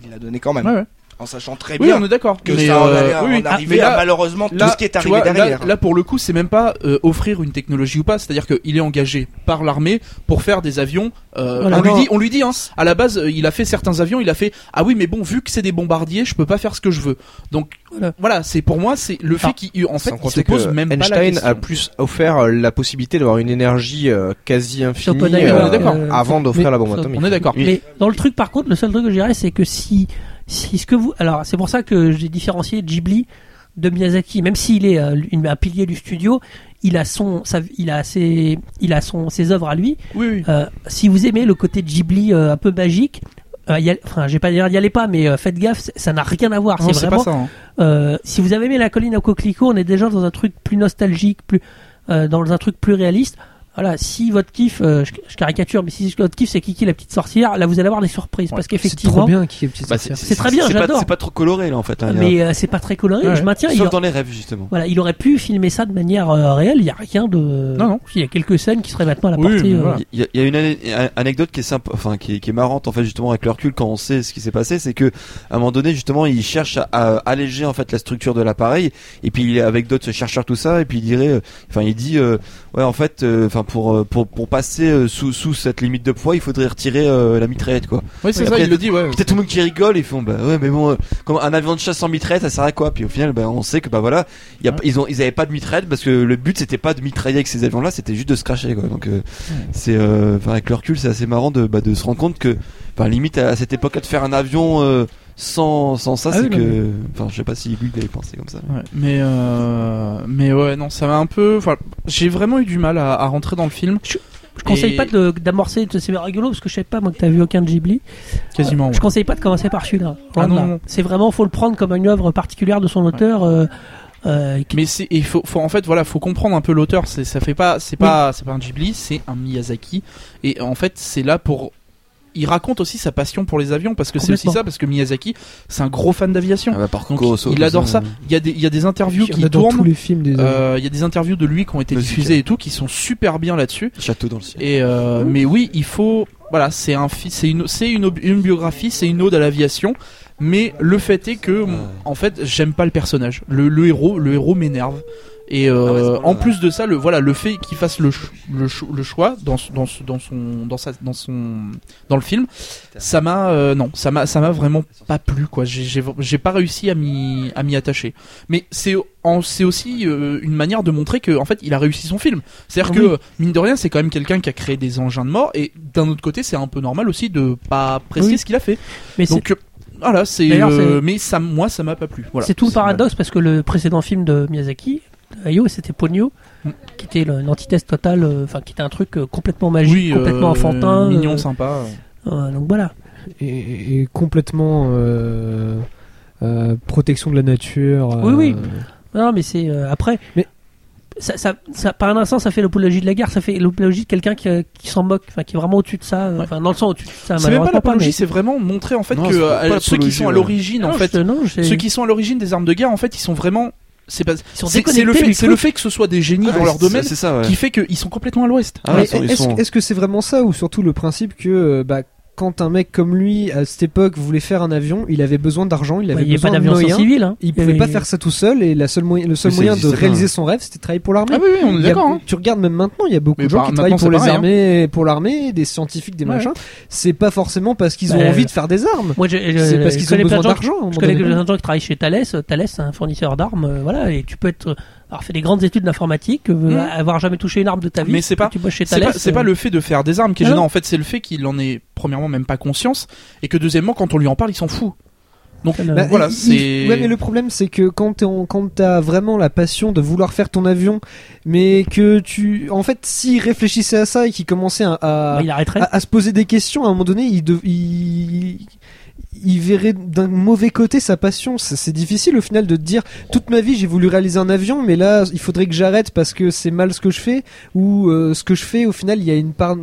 Il l'a donné quand même,
Ouais, ouais.
en sachant très
Oui,
Eh bien
on est d'accord.
que
Mais,
ça en
euh,
allait à-
oui, oui.
en arriver
Mais
à
là-
malheureusement tout ce qui est
tu
arrivé
vois, là-
derrière.
Là, pour le coup, c'est même pas euh, offrir une technologie ou pas. C'est-à-dire qu'il est engagé par l'armée pour faire des avions. euh,
Voilà.
on lui
Non.
dit, on lui dit. Hein, à la base, euh, il a fait certains avions. Il a fait. Ah oui, mais bon, vu que c'est des bombardiers, je peux pas faire ce que je veux. Donc
Voilà. Ah.
voilà, c'est pour moi, c'est le fait qu'il en fait,
Sans
il se
compter
pose
que
même pas la
Einstein
question.
a plus offert euh, la possibilité d'avoir une énergie euh, quasi infinie
Oppenheimer,
euh,
on est d'accord.
euh,
Ah,
avant d'offrir
mais-
la bombe
ça-
atomique.
On est d'accord.
Mais dans le truc, par contre, le seul truc que je dirais, c'est que si, si ce que vous, alors c'est pour ça que j'ai différencié Ghibli de Miyazaki, même s'il est euh, une- un pilier du studio, il a son, sa- il a ses, il a son, ses œuvres à lui.
Oui, oui.
Euh, si vous aimez le côté Ghibli euh, un peu magique, euh, y a- enfin, j'ai pas dire y allez pas, mais euh, faites gaffe, c- ça n'a rien à voir.
Non,
Ah, C'est
c'est
vraiment.
pas ça. hein.
euh, si vous avez aimé la colline au coquelicot, on est déjà dans un truc plus nostalgique, plus euh, dans un truc plus réaliste. Voilà, si votre kiff, euh, je, je caricature, mais si votre kiff c'est Kiki la petite sorcière, là vous allez avoir des surprises parce
C'est trop
qu'effectivement,
bien qu'il y ait petite
Bah,
sorcière.
C'est très bien,
c'est pas-
j'adore.
C'est pas trop coloré là en fait. hein, il y a-
mais euh, c'est pas très coloré.
Ouais.
Je maintiens. il
Sauf
a-
dans les rêves justement.
Voilà, il aurait pu filmer ça de manière euh, réelle. Il y a rien de.
Non, non.
Il y a quelques scènes qui seraient maintenant à la
Oui,
portée.
mais
euh,
voilà.
Il y a, il y a une ane- a- anecdote qui est sympa, enfin qui est, qui est marrante en fait justement avec le recul quand on sait ce qui s'est passé, c'est que à un moment donné justement il cherche à, à alléger en fait la structure de l'appareil et puis il est avec d'autres chercheurs tout ça et puis il dirait, euh, enfin il dit euh, ouais en fait euh, enfin pour euh, pour pour passer euh, sous sous cette limite de poids il faudrait retirer euh, la mitraillette quoi.
Oui, c'est
Oui,
ça.
après-
Il le dit. Ouais.
Peut-être tout le monde qui rigole ils font bah ouais mais bon euh, comme un avion de chasse sans mitraillette ça sert à quoi puis au final bah on sait que bah voilà il y a,
Ouais.
ils ont ils avaient pas de mitraillette parce que le but c'était pas de mitrailler avec ces avions là c'était juste de se cracher quoi donc euh, c'est euh, enfin, avec le recul c'est assez marrant de bah, de se rendre compte que enfin limite à cette époque là de faire un avion euh, sans sans ça
Ah
c'est
oui, non,
que enfin je sais pas si lui il avait pensé comme ça
Ouais, mais euh, mais ouais non ça m'a un peu enfin, j'ai vraiment eu du mal à, à rentrer dans le film
Je conseille
Et-
pas de- d'amorcer, c'est rigolo parce que je sais pas moi que t'as vu aucun de Ghibli. Euh,
quasiment ouais.
Je conseille pas de commencer par celui-là.
Ah non,
Loin de là.
non.
C'est vraiment, faut le prendre comme une œuvre particulière de son auteur. euh, euh, qui-
Mais c'est, il faut, faut- en fait, voilà, faut comprendre un peu l'auteur. C'est, ça fait pas, c'est pas, c'est pas un Ghibli, c'est un Miyazaki. Et en fait, c'est là pour. Il raconte aussi sa passion pour les avions parce que c'est aussi
Complètement.
ça parce que Miyazaki, c'est un gros fan d'aviation.
Ah bah, par
Donc,
Kurosawa,
il
comme
adore ça.
euh,
Il y a des, il y a des interviews
Il y en
qui
a dans tous
tournent.
les films des
euh, Il y a des interviews de lui qui ont été
Musical.
diffusées et tout, qui sont super bien là-dessus.
Château dans le ciel.
Et euh, mais oui, il faut. Voilà, c'est un, fi- c'est une, c'est une, ob- une biographie, c'est une ode à l'aviation. Mais le fait est que, en fait, j'aime pas le personnage. Le, le héros, le héros m'énerve. Et euh,
Ah ouais, c'est pas
en
mal.
plus de ça, le voilà, le fait qu'il fasse le, ch- le, ch- le choix dans, ce- dans, ce- dans son, dans sa, dans son, dans le film, ça m'a, euh, non, ça m'a, ça m'a vraiment pas plu quoi. J'ai- J'ai, j'ai pas réussi à m'y, à m'y attacher. Mais c'est, en- c'est aussi euh, une manière de montrer que, en fait, il a réussi son film. C'est-à-dire que, mine de rien, c'est quand même quelqu'un qui a créé des engins de mort, et d'un autre côté, c'est un peu normal aussi de pas apprécier
Oui.
ce qu'il a fait.
mais c'est
Donc, euh, voilà, c'est.
D'ailleurs,
euh, mais ça, moi, ça m'a pas plu. Voilà.
c'est tout le paradoxe parce que le précédent film de Miyazaki, Ayo, c'était Ponyo,
Mm.
qui était le- une antithèse totale, euh, enfin qui était un truc euh, complètement magique,
Oui, euh,
complètement enfantin.
Mignon,
euh,
sympa.
euh, donc voilà.
et, et complètement euh, euh, protection de la nature.
Oui,
euh,
oui. Non, mais c'est euh, après.
Mais-
Ça, ça, ça- par un instant, ça fait l'apologie de la guerre, ça fait l'apologie de quelqu'un qui, euh, qui s'en moque, enfin, qui est vraiment au-dessus de ça, euh,
Ouais.
enfin, dans le sens au-dessus de ça,
C'est même pas
malheureusement
l'apologie,
mais-
c'est vraiment montrer en fait
Non,
que
c'est pas
euh, ceux qui
l'apologie,
sont à
ouais.
l'origine, en
Non,
fait,
je- non, j'ai-
ceux qui sont à l'origine des armes de guerre, en fait, ils sont vraiment. C'est pas.
ils sont
c'est- c'est
déconnectés
le fait,
du
c'est le
truc.
fait que ce soit des génies dans
Ouais,
leur
Ah, c'est-
domaine
C'est ça, ouais.
qui fait qu'ils sont complètement à l'ouest.
Ah,
Mais
ils sont- ils
est-ce,
sont-
est-ce que c'est vraiment ça ou surtout le principe que euh, bah, quand un mec comme lui à cette époque voulait faire un avion, il avait besoin d'argent, il
Ouais,
avait
Il n'y a pas
besoin de
d'avion sans
moyens.
civil. Hein.
Il pouvait
avait-
pas faire ça tout seul et la seule moyen- le seul
Mais ça
moyen de
existait pas,
réaliser
hein.
son rêve, c'était de travailler pour l'armée.
Ah oui, oui, on est
Il y a-
d'accord. hein.
Tu regardes même maintenant, il y a beaucoup
Mais
de gens
par-
qui travaillent pour
maintenant,
les
c'est pareil,
armées, pour l'armée, des scientifiques, des
Ouais.
machins. C'est pas forcément parce qu'ils
Bah,
ont envie de faire des armes.
Moi, j'ai- j'ai-
C'est parce
je
qu'ils ont
connais plein
besoin
de gens qui-
d'argent. à un moment
Je connais
donné.
plein de gens qui travaillent chez Thales. Euh, Thales, c'est un fournisseur d'armes, euh, voilà, et tu peux être, euh, avoir fait des grandes études d'informatique, euh,
Mm.
avoir jamais touché une arme de ta vie.
Mais c'est pas-
tu bosses chez
C'est
Thales.
pas, c'est
euh,
pas le fait de faire des armes qui est
Ah
gênant.
non.
En fait, c'est le fait qu'il en ait premièrement même pas conscience et que deuxièmement, quand on lui en parle, il s'en fout. Donc
Bah,
Bah,
Euh, voilà,
il-
c'est.
il- ouais, mais le problème, c'est que quand t'es en- quand t'as vraiment la passion de vouloir faire ton avion, mais que tu, en fait, s'il réfléchissait à ça et qu'il commençait à, à,
bah, il arrêterait.
Ah,
à- à se poser des questions, à un moment donné, il, dev- il, il verrait d'un mauvais côté sa passion. C'est c'est difficile au final de te dire toute ma vie j'ai voulu réaliser un avion, mais là il faudrait que j'arrête parce que c'est mal ce que je fais ou euh, ce que je fais au final il y a une part.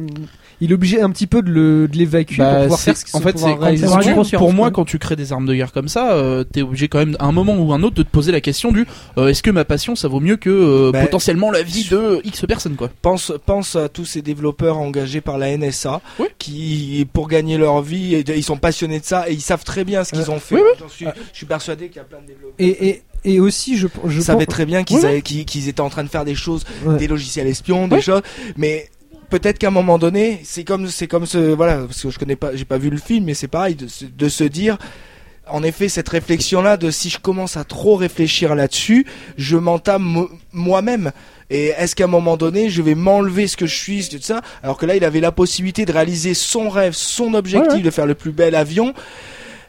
Il est obligé un petit peu de le- de l'évacuer
Bah,
pour pouvoir
c'est-
faire ce qu'il
en fait, c'est
pouvoir
quand
réaliser
tu-
son
avoir
rêve.
une conscience,
pour moi,
quoi.
quand tu crées des armes de guerre comme ça, euh, t'es obligé quand même à un moment ou un autre de te poser la question du euh, est-ce que ma passion ça vaut mieux que euh,
Bah,
potentiellement la vie de X personnes quoi.
Pense, pense à tous ces développeurs engagés par la NSA
Oui.
qui, pour gagner leur vie, et- ils sont passionnés de ça et ils savent très bien ce qu'ils ont fait.
Euh, oui,
J'en suis, je suis persuadé qu'il y a plein de développeurs.
Et, et, et aussi, je, je
Ils
pense.
savaient très bien qu'ils
Oui,
avaient- qu'ils- qu'ils étaient en train de faire des choses,
Ouais.
des logiciels espions, des
Oui.
choses, mais peut-être qu'à un moment donné, c'est comme c'est comme ce voilà parce que je connais pas, j'ai pas vu le film, mais c'est pareil de, se- de se dire. En effet, cette réflexion-là de si je commence à trop réfléchir là-dessus, je m'entame mo- moi-même. Et est-ce qu'à un moment donné, je vais m'enlever ce que je suis, tout ça Alors que là, il avait la possibilité de réaliser son rêve, son objectif,
Ouais, ouais.
de faire le plus bel avion.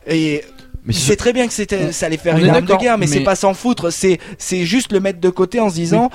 Et
Mais
il
c'est-
sait très bien que c'était, ça allait faire
On
une
est
arme de
d'accord,
guerre, mais, c'est
mais-
pas s'en foutre, c'est, c'est juste le mettre de côté en se disant,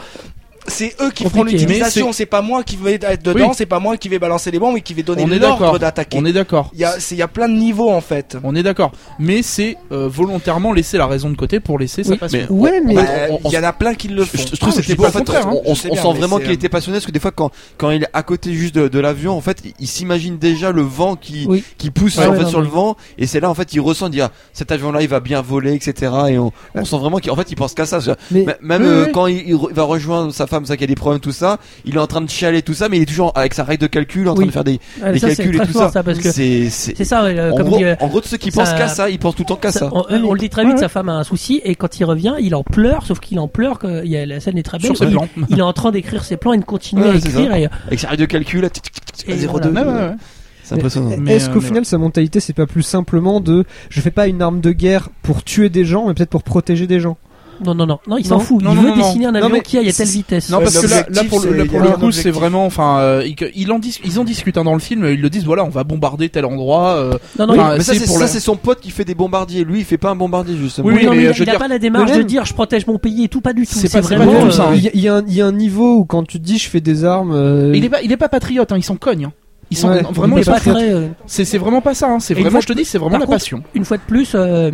c'est eux qui feront
Compliqué.
l'utilisation,
Mais
c'est pas moi qui vais être dedans,
Oui.
c'est pas moi qui vais balancer les bombes et qui vais donner
On est
l'ordre
d'accord.
d'attaquer.
On est d'accord.
Il y a, c'est- il y a plein de niveaux en fait.
On est d'accord. Mais c'est euh, volontairement laisser la raison de côté pour laisser sa passion.
mais-
Ouais, mais.
Bah,
on- on-
Il y en a plein qui le
Je,
font.
je trouve
Ah,
que
je dis
c'était
pas
pas
le contraire, hein.
on, on-
Je sais
on
bien,
sent
mais
vraiment
c'est,
qu'il
euh,
était passionné parce que des fois quand quand il est à côté juste de, de l'avion en fait il, il s'imagine déjà le vent qui
Oui.
qui pousse
Ouais,
en
ouais,
fait
non,
sur
mais-
le vent et c'est là en fait il ressent il dit ah, cet avion là il va bien voler etc et on, on
Ouais.
sent vraiment qu'en fait il pense qu'à ça C'est-à-dire,
Mais-
m- même
Oui,
euh,
oui.
quand il, il re- va rejoindre sa femme ça qui a des problèmes tout ça il est en train de chialer tout ça mais il est toujours avec sa règle de calcul en train
Oui.
de faire des,
Ouais,
des
ça, c'est
calculs et
très
tout
fort,
ça,
ça, parce que
c'est c'est-
c'est ça, ouais, euh,
en
comme
gros
dit, euh,
en gros de ceux qui
ça-
pensent qu'à ça ils pensent tout le temps qu'à
ça-
ça
on, euh, on le dit très vite,
Ouais,
sa femme a un souci, et quand il revient, il en pleure, sauf qu'il en pleure, que, il y a- la scène est très belle.
Sur ses
il,
plans.
il est en train d'écrire ses plans, il continue
Ouais,
à
c'est
écrire, et, euh,
avec sa règle de calcul là, tic, tic, tic, tic,
Et
0,2.
voilà.
Ouais, ouais, ouais.
c'est impressionnant
Mais,
Est-ce
euh,
qu'au
mais
final, sa mentalité, c'est pas plus simplement de je fais pas une arme de guerre pour tuer des gens, mais peut-être pour protéger des gens
non, non, non, non, il
Non,
s'en fout,
non,
il
non,
veut
non,
dessiner un
non,
avion
mais
qui aille à telle
c'est-
vitesse.
Non, parce que là,
l'objectif,
là pour le,
c'est-
là,
il y
pour
a
le
un
coup, c'est
objectif.
vraiment, enfin, euh, ils, ils en dis- ils en discutent hein, dans le film. Ils le disent, voilà, on va bombarder tel endroit. euh,
Non, non,
Oui,
il-
Enfin,
mais ça,
c'est
c'est
pour
ça,
la-
c'est son pote qui fait des bombardiers. Lui, il fait pas un bombardier, justement.
Oui,
Oui, non,
mais, euh,
mais il a-
je veux
il n'a
dire-
pas la démarche de
même-
dire je protège mon pays et tout, pas du tout.
C'est
C'est
pas- c'est
Il
pas
vraiment.
du tout
euh,
ça, hein.
y, a- il y a un- il y a un niveau où quand tu te dis je fais des armes. euh,
Il est pas, il est pas patriote. Hein, ils s'en cognent. hein. Ils sont
Ouais.
vraiment.
il est
ils s'en
pas
foutent.
très, euh,
C'est c'est vraiment pas ça. hein, C'est
Et une
vraiment,
fois-
je te dis, c'est vraiment
par
la
contre,
passion.
une fois de plus, euh,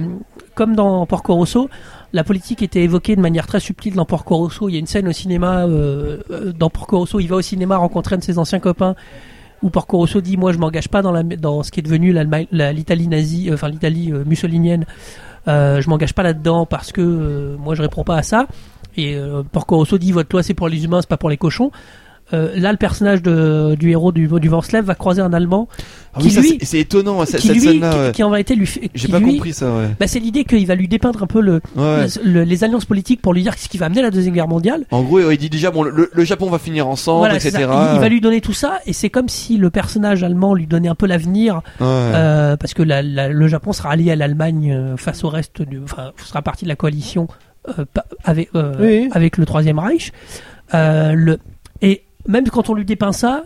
comme dans Porco Rosso, la politique était évoquée de manière très subtile dans Porco Rosso. Il y a une scène au cinéma, euh, euh, dans Porco Rosso, il va au cinéma rencontrer un de ses anciens copains, où Porco Rosso dit, moi je m'engage pas dans, la, dans ce qui est devenu l'Allemagne- la- l'Italie nazie, euh, enfin l'Italie euh, mussolinienne, Euh, je m'engage pas là-dedans parce que euh, moi je réponds pas à ça. Et euh, Porco Rosso dit, votre loi c'est pour les humains, c'est pas pour les cochons. Euh, là, le personnage de- du héros du, du Vanslev va croiser un Allemand
Ah oui,
Qui
ça,
lui-
c'est- c'est étonnant hein, cette,
qui,
cette
lui, qui-
scène-là. ouais.
qui en réalité lui fait.
J'ai
qui
pas
lui-
compris ça. Ouais.
bah, c'est l'idée qu'il va lui dépeindre un peu le, le-
Ouais.
le- les alliances politiques pour lui dire ce qui va amener à la deuxième guerre mondiale.
En gros, il dit déjà bon, le, le Japon va finir ensemble,
Voilà, c'est
etc.
ça. Il, il va lui donner tout ça et c'est comme si le personnage allemand lui donnait un peu l'avenir
Ouais.
euh, parce que la- la- le Japon sera allié à l'Allemagne euh, face au reste du, enfin sera partie de la coalition euh, pa- avec euh,
Oui.
avec le troisième Reich. Euh, le et même quand on lui dépeint ça,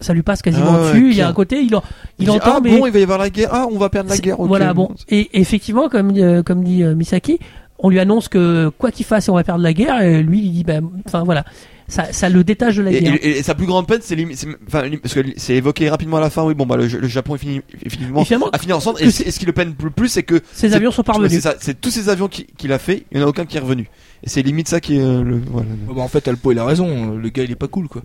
ça lui passe quasiment
Ah ouais,
dessus. Il y a
ok.
un côté, il, en- il
dit,
entend
ah,
mais
bon, il va y avoir la guerre. Ah, on va perdre la
C'est-
guerre. ok.
Voilà, bon. Et effectivement, comme, euh, comme dit euh, Misaki, on lui annonce que quoi qu'il fasse, on va perdre la guerre. Et lui, il dit, ben, enfin voilà, ça, ça le détache de la
Et,
guerre.
et- et sa plus grande peine, c'est limi- c'est- enfin, lim- parce que li- c'est évoqué rapidement à la fin. Oui, bon, bah le, le Japon est fini,
Et
effectivement
finalement,
a fini ensemble.
que
Et,
c'est-
c'est- et ce qui le peine le plus, c'est que
Ces
c'est-
avions sont
c'est
parvenus.
ça, c'est tous ces avions qui- qu'il a fait, il n'y en a aucun qui est revenu. Et c'est limite ça qui est euh, le. Voilà.
Ouais, bah, en fait, Alpo, il a raison. Le gars, il est pas cool, quoi.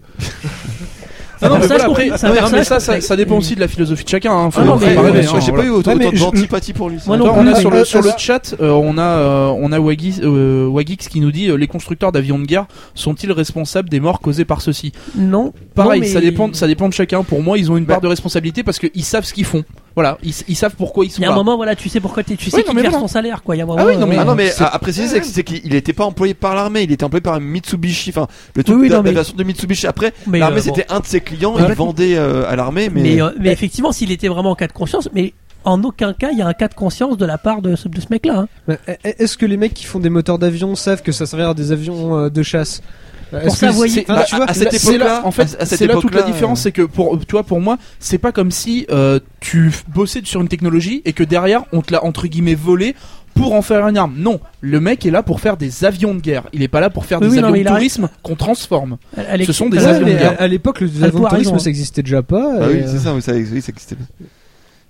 Ah non, mais
Ça,
voilà,
je
après,
comprends. Ça,
non,
ça,
mais
ça,
ça, ça, ça dépend aussi de la philosophie de chacun. hein. Faut-
Ah non,
faut
mais-
pas
Ouais,
rêver,
mais
hein,
j'ai
voilà.
pas eu autant,
Ouais, mais
autant
je-
d'antipathie pour lui. ça.
Moi non
Non,
plus,
on a
mais-
sur
euh,
le, sur le
euh,
chat, euh, on a, euh, on a Wagix, euh, Wagix qui nous dit euh, les constructeurs d'avions de guerre sont-ils responsables des morts causées par ceci
Mm, Non.
Pareil,
Non, mais- Bah.
ça dépend, ça dépend de chacun. Pour moi, ils ont une part de responsabilité parce qu'ils savent ce qu'ils font. Voilà, ils, ils savent pourquoi ils sont
Il y a un
là.
moment, voilà, tu sais pourquoi t'es- tu sais
Oui, non,
qui
mais
te verse
voilà.
ton salaire, quoi. Il y a un moment,
Ah oui, non, mais-
euh,
Ah non mais
c'est-
à, à préciser c'est que- c'est qu'il était pas employé par l'armée, il était employé par Mitsubishi, enfin le truc
Oui, oui,
de
non,
la
mais-
version de Mitsubishi. Après
mais, euh,
l'armée
bon.
c'était un de ses clients,
Ouais.
il vendait euh, à l'armée, mais,
Mais, euh, mais effectivement, s'il était vraiment en cas de conscience, mais en aucun cas, il y a un cas de conscience de la part de ce, de ce mec-là. hein.
Bah, Est-ce que les mecs qui font des moteurs d'avions savent que ça servira à des avions euh, de chasse Est-ce que
savoir-
c'est- enfin,
Bah,
tu vois,
à cette
Là, c'est
époque-là,
là, en fait,
à- à cette
c'est là toute la
époque-là,
différence,
euh,
c'est que pour, tu vois, pour moi, c'est pas comme si euh, tu f- bossais sur une technologie et que derrière on te l'a entre guillemets volé pour en faire une arme. Non, le mec est là pour faire des avions de guerre. Il est pas là pour faire
Oui,
des
oui, non,
avions
mais il
de
a-
tourisme qu'on transforme.
Alex-
Ce sont des
ouais,
Alors,
avions de
mais
guerre.
à, à l'époque, le
Alpo a raison,
aventurisme,
hein.
ça existait déjà pas.
Ah
et,
oui,
euh,
c'est ça, oui, ça, oui, ça existait pas.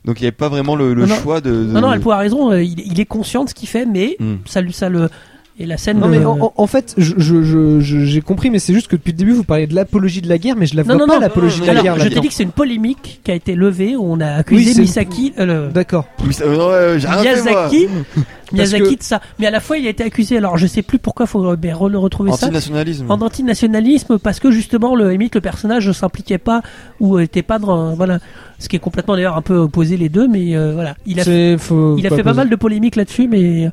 Donc il n'y avait pas vraiment le, le
Non, non.
choix de. de-
Non, non, Alpo a raison. euh, Il, il est conscient de ce qu'il fait, mais
Mm.
Hmm.
ça, lui- ça le. Et la scène.
Non mais
euh,
en, en- en fait, je- je- je- je- j'ai compris, mais c'est juste que depuis le début, vous parlez de l'apologie de la guerre, mais je la vois
Non, non,
pas
non,
l'apologie de la
Alors,
guerre
je t'ai
là-dedans.
dit que c'est une polémique qui a été levée. On a accusé
Oui, c'est-
Misaki, euh, le-
D'accord.
Ah, Mais ça- ouais, ouais, j'ai rien fait, moi.
Miyazaki, Miyazaki
que-
de ça. Mais à la fois, il a été accusé. Alors, je sais plus pourquoi. Faut re- ben, re- le retrouver ça.
Antinationalisme.
En antinationalisme, parce que justement, le limite, le personnage ne s'impliquait pas ou était pas dans. Voilà, ce qui est complètement d'ailleurs un peu opposé les deux. Mais euh, voilà, il a,
C'est- faut
il a fait pas
poser-
mal de polémiques là-dessus, mais. euh,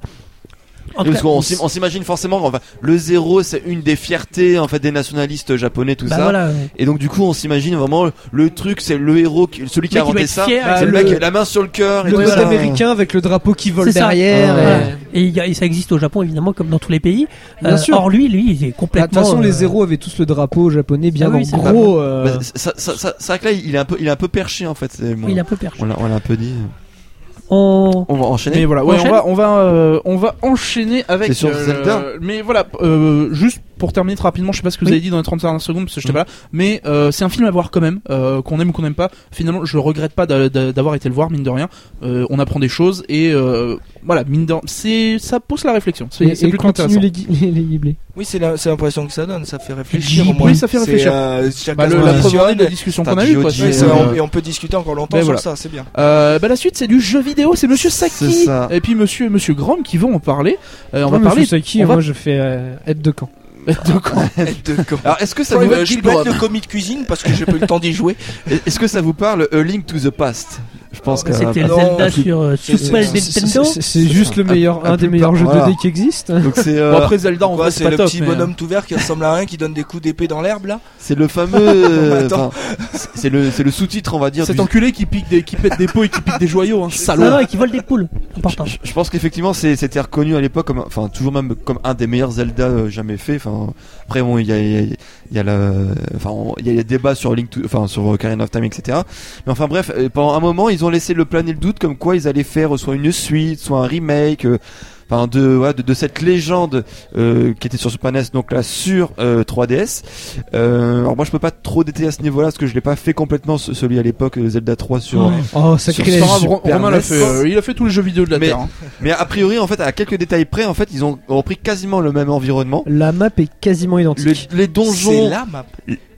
En
Oui,
tout
parce
cas,
qu'on s'im- on s'imagine forcément, enfin, le zéro, c'est une des fiertés en fait des nationalistes euh, japonais, tout
bah
ça.
voilà.
Et donc du coup, on s'imagine vraiment le truc, c'est le héros, qui- celui qui
Mais
a
qui doit
inventé
être
ça.
fier, euh,
C'est le
le-
mec qui a la main sur le cœur et
Le
tout
monde
ça.
américain avec le drapeau qui vole
C'est ça.
derrière.
Ouais.
et-
Voilà. Et, il y a- et ça existe au Japon, évidemment, comme dans tous les pays. Euh,
Bien sûr.
Or, lui, lui, il est
Bah, De toute
complètement.
façon, les
euh,
zéros avaient tous le drapeau japonais bien
Ah oui, c'est
en gros. euh,
Bah, c'est- ça, ça, ça, c'est vrai que là, il est un peu, il est un peu perché en fait. c'est- bon,
Il a un peu perdu.
on l'a, on l'a un peu dit.
On...
On va
Mais
enchaîner.
voilà,
On
ouais, on
enchaîne
va, on va, euh, on va enchaîner avec. euh,
C'est sur Zelda.
Mais voilà, euh, juste pour terminer très rapidement, je sais pas ce que vous
Oui.
avez dit dans les 30 dernières secondes parce que j'étais
Mm.
pas là, mais euh, c'est un film à voir quand même, euh, qu'on aime ou qu'on n'aime pas. Finalement, je regrette pas d'a- d'a- d'avoir été le voir, mine de rien. Euh, on apprend des choses et euh, voilà, mine de, c'est, ça pousse la réflexion.
et-
C'est c'est
et
plutôt
continue
intéressant.
les, gui- les, les giblés.
Oui, c'est la- c'est l'impression que ça donne. Ça fait réfléchir,
Oui,
au moins.
oui, ça fait
C'est,
réfléchir.
euh, chacun
Bah,
se
le- la
positionne.
preuve de la discussion qu'on a eue, quoi.
Putain,
c'est,
Ouais, ça,
euh,
on- et on peut discuter encore longtemps
ben
sur
voilà.
ça, c'est bien.
Euh, bah, la suite c'est du jeu vidéo, c'est Monsieur
C'est
Saki
ça.
et puis Monsieur Monsieur Grom qui vont en parler. Euh, on va
Moi,
parler
monsieur Saki,
on va-
moi je fais euh, aide de camp.
de quoi
Alors, est-ce que ça vous,
Private
Euh, je peux être le commis de cuisine parce que j'ai pas eu le temps d'y jouer.
est-ce que ça vous parle A Link to the Past Je
Ah,
pense
bah,
que.
C'était
non,
Zelda
c'est-
sur euh,
c'est-
Super
C'est- c'est-
Nintendo.
C'est c'est juste le meilleur, un
un
des
plus
meilleurs
par-
jeux
voilà.
2D qui existe.
Donc c'est euh,
Bon, après Zelda, on
Quoi,
voit
c'est
pas
le
top,
petit
mais, euh,
bonhomme tout vert qui ressemble à rien qui donne des coups d'épée dans l'herbe là.
c'est le fameux
Attends.
enfin, c'est- c'est le c'est le sous-titre on va dire
Cet
du-
enculé qui pique des, qui pète des pots et qui pique des joyaux, hein.
Non, non,
Salaud.
et qui vole des poules. Important.
Je- Je pense qu'effectivement c'est- c'était reconnu à l'époque comme un- enfin toujours même comme un des meilleurs Zelda euh, jamais fait. Enfin après bon il y a il y a- il y a la enfin on- il y a les débats sur Link to- enfin sur euh, Ocarina of Time etc. Mais enfin bref euh, pendant un moment ils ont laissé le planer le doute comme quoi ils allaient faire soit une suite soit un remake. euh, enfin de, ouais, de de cette légende euh, qui était sur Super NES donc là sur euh, 3DS. Euh, alors moi je peux pas trop détailler à ce niveau-là parce que je l'ai pas fait complètement ce- celui à l'époque euh, Zelda 3 sur
Oh,
Sur
sacrilège.
Sora, Ro-
Super
Romain l'a
NES.
fait. euh, il a fait tous les jeux vidéo de la
Mais-
Terre. hein.
Mais a priori, en fait, à quelques détails près, en fait, ils ont repris quasiment le même environnement.
La map est quasiment
Le-
identique.
les
C'est
donjons,
là ma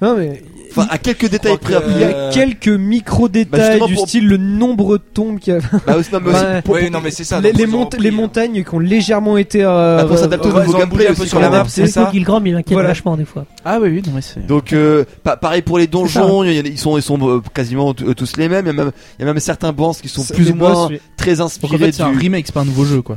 Non, mais
enfin, à quelques détails près.
crois
a
que-
il
priori.
y
Euh,
a quelques micro détails
justement
du
pour-
style le nombre de tombes qu'il y a.
Bah, aussi, non, mais aussi,
Ouais.
pour- Oui, non, mais c'est ça,
Les,
donc
les
ils ont
mont-
repris,
les
hein.
montagnes qui ont légèrement été. euh,
Ah, pour s'adapter au
Ouais,
nouveau
ils ont
gameplay
bougé un
aussi,
peu sur
quand
la
même.
map, c'est ça.
Gilgram, il inquiète
Voilà.
vachement des fois.
Ah oui, oui, non mais c'est.
Donc, euh, pa- pareil pour les donjons, il y en a- ils sont, ils sont euh, quasiment t- euh, tous les mêmes. Il y a même, il y a même certains boss qui sont
c'est-
plus
les
ou moins
boss, oui.
très
Donc en fait,
inspirés
c'est un
du.
remake, c'est pas un nouveau jeu quoi.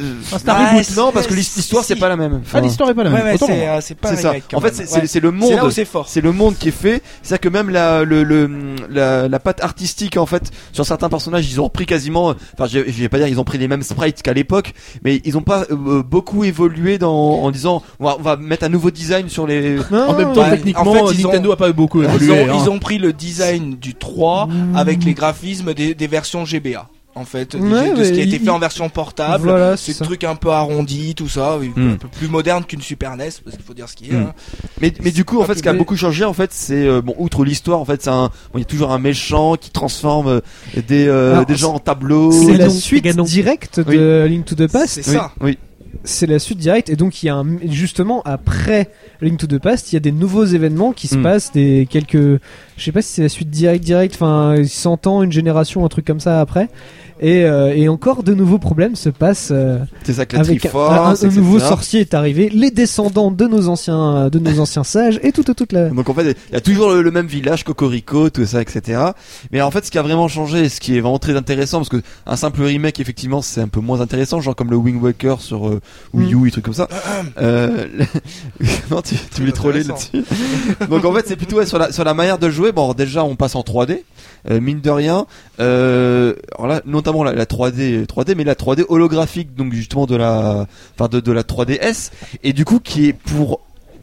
Euh,
Ah, c'est un reboot.
non, parce que
Si,
l'histoire
si.
c'est pas la même.
Ah,
Enfin,
l'histoire est pas la même.
Ouais, ouais,
autant pour
c'est
moi.
euh, c'est pas
c'est
un
ça.
remake, quand
En fait,
même.
c'est
Ouais.
c'est- c'est le
C'est là où
monde
c'est fort.
C'est le monde qui est fait. C'est-à-dire que même la, le, le- la, la patte artistique, en fait, sur certains personnages, ils ont repris quasiment. euh, Enfin, je, je vais pas dire ils ont pris les mêmes sprites qu'à l'époque, mais ils ont pas euh, beaucoup évolué dans, en disant on va, on va mettre un nouveau design sur les.
Non,
En même
non,
temps,
Ouais,
techniquement,
en fait, ils ont-
Nintendo a pas beaucoup
Ils
évolué.
ont,
hein.
ils ont pris le design du 3 avec les graphismes des, des versions GBA. En fait, de-
Ouais,
de ce qui
mais
a été
il-
fait en version portable.
Voilà,
C'est
c'est
ce
ça.
truc un peu arrondi, tout ça, oui,
Mm.
un peu plus moderne qu'une Super NES, parce qu'il faut dire ce qu'il y a.
Mm.
hein.
Mais, mais du
Ah,
coup, en
pas
fait, ce qui a
publié.
beaucoup changé, en fait, c'est euh, bon, outre l'histoire, en fait, c'est un. Bon, il y a toujours un méchant qui transforme euh, des euh,
Alors,
des gens en tableau.
C'est la
Ganon,
suite
Ganon.
directe de Link to the Past.
C'est
Oui,
ça.
oui.
C'est la suite directe et donc il y a un, justement après Link to the Past, il y a des nouveaux événements qui se
Hmm.
passent, des quelques, je sais pas si c'est la suite directe directe, enfin 100 ans, une génération, un truc comme ça après, et, euh, et encore de nouveaux problèmes se passent euh,
C'est ça que la
avec un-
Triforce,
un, un
etc.
nouveau sorcier est arrivé, les descendants de nos anciens, de nos anciens sages et tout, tout, toute la.
Donc en fait, il y a toujours le, le même village, Cocorico, tout ça, etc. Mais en fait, ce qui a vraiment changé, et ce qui est vraiment très intéressant, parce que un simple remake, effectivement, c'est un peu moins intéressant, genre comme le Wing Waker sur euh, Wii U et trucs comme ça. Euh, non, tu, tu voulais troller
intéressant.
là-dessus. Donc en fait, c'est plutôt ouais, sur la sur la manière de jouer. Bon, déjà, on passe en 3D, euh, mine de rien. Euh, alors là, notamment la, la 3D, 3D, mais la 3D holographique, donc justement de la, enfin de de la 3DS, et du coup qui est pour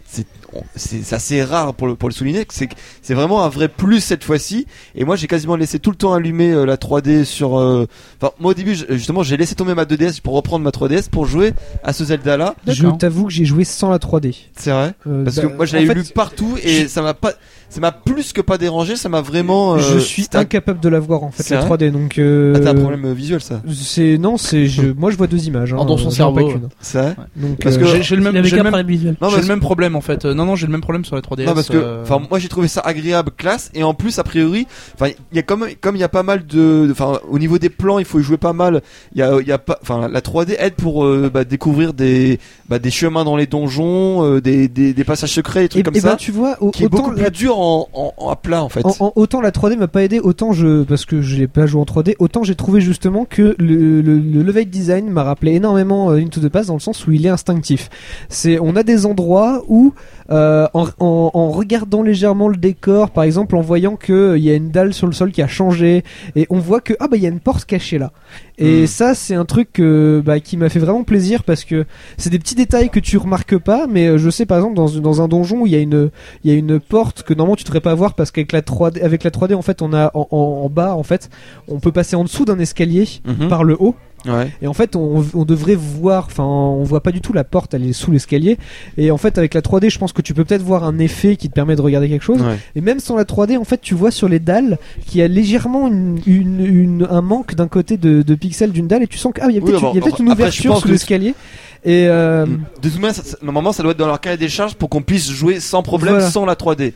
c'est- on- c'est c'est assez rare pour le, pour le souligner, que c'est que c'est vraiment un vrai plus cette fois-ci. Et moi j'ai quasiment laissé tout le temps allumer euh, la 3D sur... euh, Enfin moi au début je- justement j'ai laissé tomber ma 2DS pour reprendre ma 3DS pour jouer à ce Zelda là.
Je t'avoue que j'ai joué sans la 3D.
C'est vrai.
Euh,
Parce
bah,
que moi je
en
l'avais
fait,
lu partout et ça m'a pas... Ça m'a plus que pas dérangé, ça m'a vraiment... euh,
je suis
c'était un-
incapable de la voir en fait
C'est
la
vrai
3D donc. euh,
Ah, t'as un problème euh, visuel ça.
C'est non, c'est je, moi je vois deux images. Hein,
Ah, dans son
euh, j'en vois
cerveau,
pas qu'une.
C'est vrai
Donc
Parce
euh,
que-
J'ai j'ai le
Il
même,
avait
j'ai
qu'un
le même,
problème visuel.
Non,
j'ai
parce
le même problème en fait. Euh, non, non, j'ai le même problème sur la 3DS.
Non parce que
euh,
enfin moi j'ai trouvé ça agréable classe et en plus a priori enfin il y a comme comme il y a pas mal de de- enfin au niveau des plans il faut y jouer pas mal il y a il y a pas enfin la 3D aide pour euh, bah, découvrir des bah, des chemins dans les donjons euh, des, des des passages secrets des
et,
trucs comme
et
ça
ben tu vois, au-
qui est
autant
beaucoup
la,
plus dur en, en, en- à plat en fait
en- en- autant la 3D m'a pas aidé, autant je parce que je l'ai pas joué en 3D, autant j'ai trouvé justement que le, le, le level design m'a rappelé énormément euh, Into the Past dans le sens où il est instinctif. C'est on a des endroits où euh, en, en, en regardant légèrement le décor, par exemple en voyant que il y a une dalle sur le sol qui a changé et on voit que ah bah il y a une porte cachée là. Et
Hmm.
ça c'est un truc euh, bah, qui m'a fait vraiment plaisir parce que c'est des petits détails que tu remarques pas, mais euh, je sais par exemple dans, dans un donjon où il y a une il y a une porte que normalement tu devrais pas voir parce qu'avec la 3D avec la 3D en fait on a en, en- en bas en fait on peut passer en dessous d'un escalier
Mhm.
par le haut
ouais
et en fait on, on devrait voir enfin on voit pas du tout la porte elle est sous l'escalier et en fait avec la 3D je pense que tu peux peut-être voir un effet qui te permet de regarder quelque chose
ouais
et même sans la 3D, en fait, tu vois sur les dalles qu'il y a légèrement une, une- une- un manque d'un côté de, de pixels d'une dalle et tu sens qu'il y a
Oui,
peut-être
alors,
il y a peut-être une
après, je
ouverture
pense
sous
que- Mm.
l'escalier. Et euh,
de toute manière ça- ça- normalement ça doit être dans leur cahier des charges pour qu'on puisse jouer sans problème
Voilà.
sans la 3D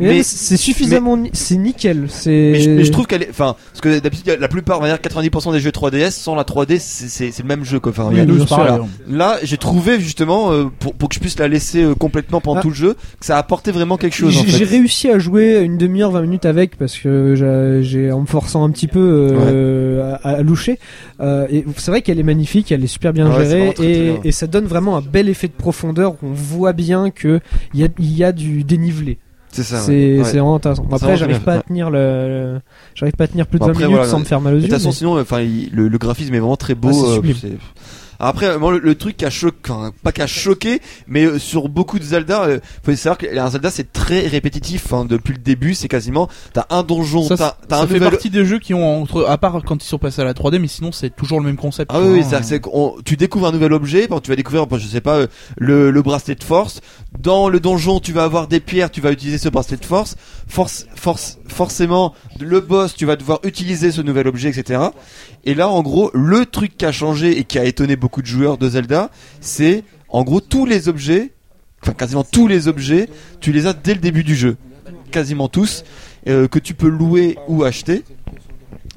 mais c'est suffisamment, ni- c'est nickel. C'est.
Mais je, mais je trouve qu'elle est, enfin, parce que d'habitude, la plupart, on va dire 90% des jeux 3DS sans la 3D, c'est- c'est c'est le même jeu, quoi. Enfin, il y a-
Oui,
Windows,
bien
pareil,
voilà.
hein.
Là, j'ai trouvé justement euh, pour, pour que je puisse la laisser euh, complètement pendant
Ah.
tout le jeu, que ça a apporté vraiment quelque chose. En
J'ai j'ai
fait.
réussi à jouer une demi-heure, 20 minutes avec parce que j'a- j'ai en me forçant un petit peu euh, à, à loucher. Euh, et c'est vrai qu'elle est magnifique, elle est super bien
Ah ouais, c'est
gérée
vraiment très, très
et,
bien.
et ça donne vraiment un bel effet de profondeur où on voit bien que il y a, il y a du dénivelé.
C'est ça.
c'est
ouais. Ouais.
c'est vraiment intéressant. Bon,
C'est
après
vraiment
j'arrive
bien,
pas à
ouais.
tenir le, le- j'arrive pas à tenir plus de
Bon,
20
après,
minutes
voilà,
sans me faire mal aux
Mais De
yeux.
toute façon, euh,
mais-
sinon, enfin, il- le, le graphisme est vraiment très beau.
Ah, c'est
euh,
sublime.
c'est- Après, moi, le, le truc qui a choqué, enfin, pas qu'à choqué, mais euh, sur beaucoup de Zelda, euh, faut savoir qu'un Zelda c'est très répétitif. hein. depuis le début, c'est quasiment t'as un donjon,
Ça,
t'as t'as
ça
un
fait
nouvel
partie des jeux qui ont entre à part quand ils sont passés à la 3D, mais sinon c'est toujours le même concept. hein.
Ah oui, oui, c'est-à-dire que c'est qu'on- tu découvres un nouvel objet, par exemple, tu vas découvrir, par exemple, je sais pas, euh, le, le bracelet de force. Dans le donjon, tu vas avoir des pierres, tu vas utiliser ce bracelet de force. Force, force, forcément, le boss, tu vas devoir utiliser ce nouvel objet, etc. Et là, en gros, le truc qui a changé et qui a étonné beaucoup de joueurs de Zelda, c'est, en gros, tous les objets, enfin quasiment tous les objets, tu les as dès le début du jeu, quasiment tous, euh, que tu peux louer ou acheter.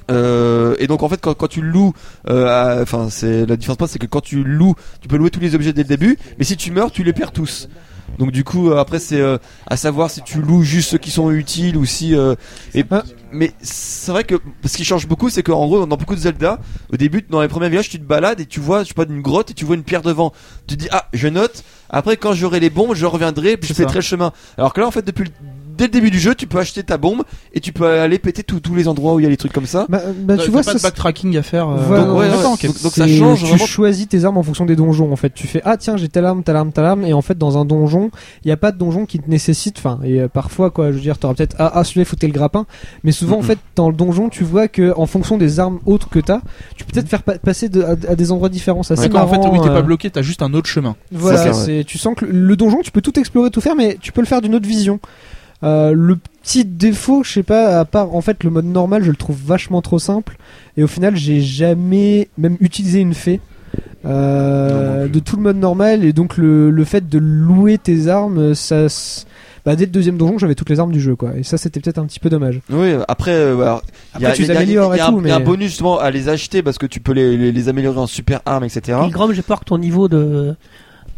Euh, et donc en fait quand, quand tu loues euh, à- enfin c'est la différence pas c'est que quand tu loues tu peux louer tous les objets dès le début mais si tu meurs tu les perds tous donc du coup euh, après c'est euh, à savoir si tu loues juste ceux qui sont utiles ou si euh, et
Hein
Ah.
mais c'est vrai que ce qui change beaucoup c'est qu'en gros dans beaucoup de Zelda au début dans les premiers villages tu te balades et tu vois je sais pas une grotte et tu vois une pierre devant tu te dis ah je note après quand j'aurai les bombes je reviendrai puis je
C'est ça.
fais le chemin alors que là en fait depuis le- dès le début du jeu tu peux acheter ta bombe et tu peux aller péter tous tous les endroits où il y a les trucs comme ça
Bah, bah,
T'as-
tu
t'as
vois,
pas
ça,
de backtracking à faire. euh,
Voilà,
donc-
ouais,
d'accord,
ouais.
ok.
Donc- donc ça
c'est-
change
Tu
vraiment.
choisis tes armes en fonction des donjons en fait. Tu fais ah tiens j'ai telle arme, telle arme, telle arme et en fait dans un donjon il n'y a pas de donjon qui te nécessite. Enfin et euh, parfois quoi je veux dire t'auras peut-être ah, ah celui-là il faut tel grappin mais souvent en
Mhm.
fait dans le donjon tu vois que en fonction des armes autres que t'as tu peux peut-être faire pa- passer de- à, à des endroits différents. Ça c'est
en fait,
marrant,
oui, t'es
euh,
pas bloqué, t'as juste un autre chemin.
C'est
Voilà,
ça, ouais.
c'est tu sens que le- le donjon, tu peux tout explorer, tout faire, mais tu peux le faire d'une autre vision. Euh, le petit défaut, je sais pas, à part en fait le mode normal, je le trouve vachement trop simple. Et au final, j'ai jamais même utilisé une fée euh,
Non, non plus.
de tout le mode normal. Et donc le, le fait de louer tes armes, ça, s- bah, dès le deuxième donjon, j'avais toutes les armes du jeu, quoi. Et ça, c'était peut-être un petit peu dommage.
Oui, après, euh, alors, il y a,
Après, tu
il y
les
a- il y a-
améliores et
il y a un-
tout,
il y a un
mais-
bonus justement à les acheter parce que tu peux les, les, les améliorer en super armes, etc.
Hein
Pilgrim, j'ai peur que ton niveau de,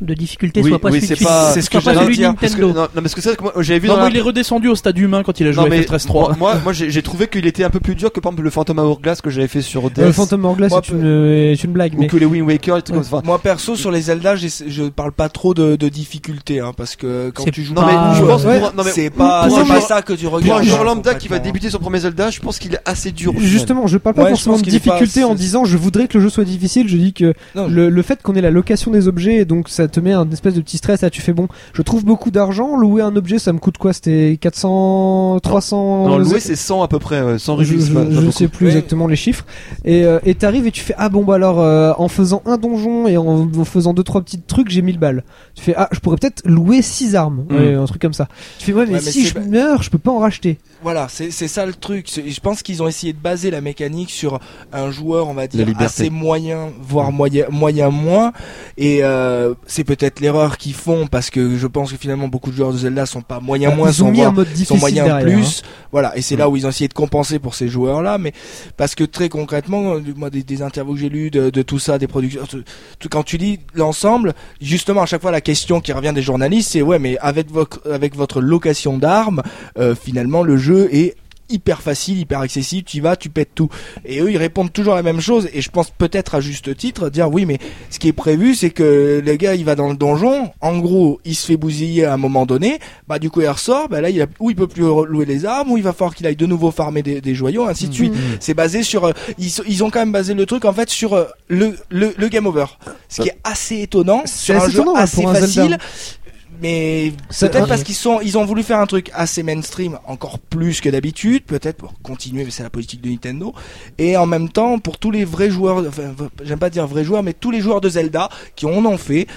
de difficulté
Oui,
soit pas
oui,
celui
c'est
de-
pas,
soit
c'est ce que
pas
j'allais
celui de
dire, parce que-
Nintendo.
non, non, parce que ça, moi, j'avais vu
Non,
dans
mais
la-
il est redescendu au stade humain quand il a joué
Non,
à
mais
FF13 3.
moi, moi, moi, j'ai j'ai trouvé qu'il était un peu plus dur que par exemple le Phantom Hourglass que j'avais fait sur DS
Le Euh, Phantom Hourglass
Moi,
c'est une, est une blague,
ou
mais
que les Wind Waker, et tout comme ça. Enfin,
Moi perso sur les Zelda, j'essa- je parle pas trop de, de difficultés hein, parce que quand
C'est
tu joues,
Non mais
pas-
je pense
ouais.
pour, non, mais,
c'est pas,
pour un
Ah, c'est pas
joueur-
ça que tu
pour un
regardes.
joueur
hein,
lambda qui va
complètement.
débuter son premier Zelda, je pense qu'il est assez dur. au final.
Justement, je parle pas
Ouais, je
forcément
pense
de
qu'il est pas
difficulté en
assez-
disant je voudrais que le jeu soit difficile. Je dis que
Non.
le, le fait qu'on ait la location des objets, et donc ça te met un espèce de petit stress. Là, tu fais bon, je trouve beaucoup d'argent. Louer un objet, ça me coûte quoi C'était 400, 300
Non,
euros
louer c'est 100 à peu près, ouais, 100
je,
rupies. c'est pas-
je-
pas
je
beaucoup.
sais plus
Ouais.
exactement les chiffres et euh, et t'arrives et tu fais ah bon bah alors euh, en faisant un donjon et en, en faisant deux trois petits trucs j'ai 1000 balles tu fais ah je pourrais peut-être louer six armes
Mm.
Ouais, un truc comme ça tu fais ouais mais,
Ouais, mais
si
c'est
je
pas-
meurs je peux pas en racheter
Voilà, c'est c'est ça le truc. C'est- Je pense qu'ils ont essayé de baser la mécanique sur un joueur, on va
La
dire,
liberté.
assez moyen, voire moyen, moyen moins. Et euh, c'est peut-être l'erreur qu'ils font parce que je pense que finalement beaucoup de joueurs de Zelda sont pas moyen moins,
Ah, Bah, ils ont
sont,
mis
voire-
un mode
sont
difficile
moyen
derrière, hein.
plus. Voilà, et c'est là où ils ont essayé de compenser pour ces joueurs-là. Mais parce que très concrètement, euh, moi, des, des interviews que j'ai lues de, de tout ça, des producteurs, tout- tout- quand tu lis l'ensemble, justement à chaque fois la question qui revient des journalistes, c'est ouais, mais avec votre avec votre location d'armes, euh, finalement le jeu est hyper facile, hyper accessible, tu y vas, tu pètes tout. Et eux, ils répondent toujours la même chose, et je pense peut-être à juste titre, dire oui, mais ce qui est prévu, c'est que le gars, il va dans le donjon, en gros, il se fait bousiller à un moment donné, bah du coup, il ressort, bah là, il a, ou il peut plus louer les armes, ou il va falloir qu'il aille de nouveau farmer des, des joyaux, ainsi
Mm.
de suite. C'est basé sur, euh, ils, sont- ils ont quand même basé le truc, en fait, sur euh, le, le, le game over. Ce qui est assez étonnant, sur
Euh, assez
un jeu
étonnant, hein,
assez
pour un Zelda.
facile, mais
C'est-
peut-être
ah.
parce qu'ils sont, ils ont voulu faire un truc assez mainstream, encore plus que d'habitude, peut-être pour continuer, mais c'est la politique de Nintendo. Et en même temps, pour tous les vrais joueurs, enfin, v- j'aime pas dire vrais joueurs, mais tous les joueurs de Zelda qui en ont fait,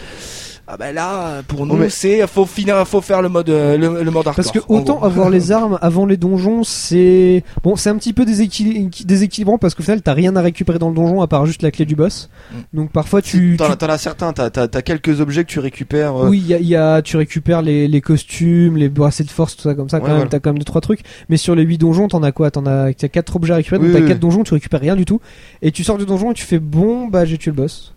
ah bah là, pour nous,
Oh, mais-
c'est faut finir, faut faire le mode, euh, le, le mode hardcore.
Parce que
en
autant
gros.
Oh,
avoir les armes avant les donjons, c'est bon, c'est un petit peu déséquil- déséquilibrant parce qu'au final t'as rien à récupérer dans le donjon à part juste la clé du boss.
Mm.
Donc parfois tu,
T'en
tu-
t'en as certains, t'as- t'as t'as quelques objets que tu récupères. euh,
oui, il y a, il y a- tu récupères les, les costumes, les bracelets de force, tout ça comme ça. Quand
Ouais,
même,
voilà.
t'as quand même deux trois trucs. Mais sur les huit donjons, t'en as quoi T'en as, t'as quatre objets à récupérer.
Oui,
donc t'as
oui,
quatre
oui.
donjons, tu récupères rien du tout. Et tu sors du donjon et tu fais bon, bah j'ai tué le boss.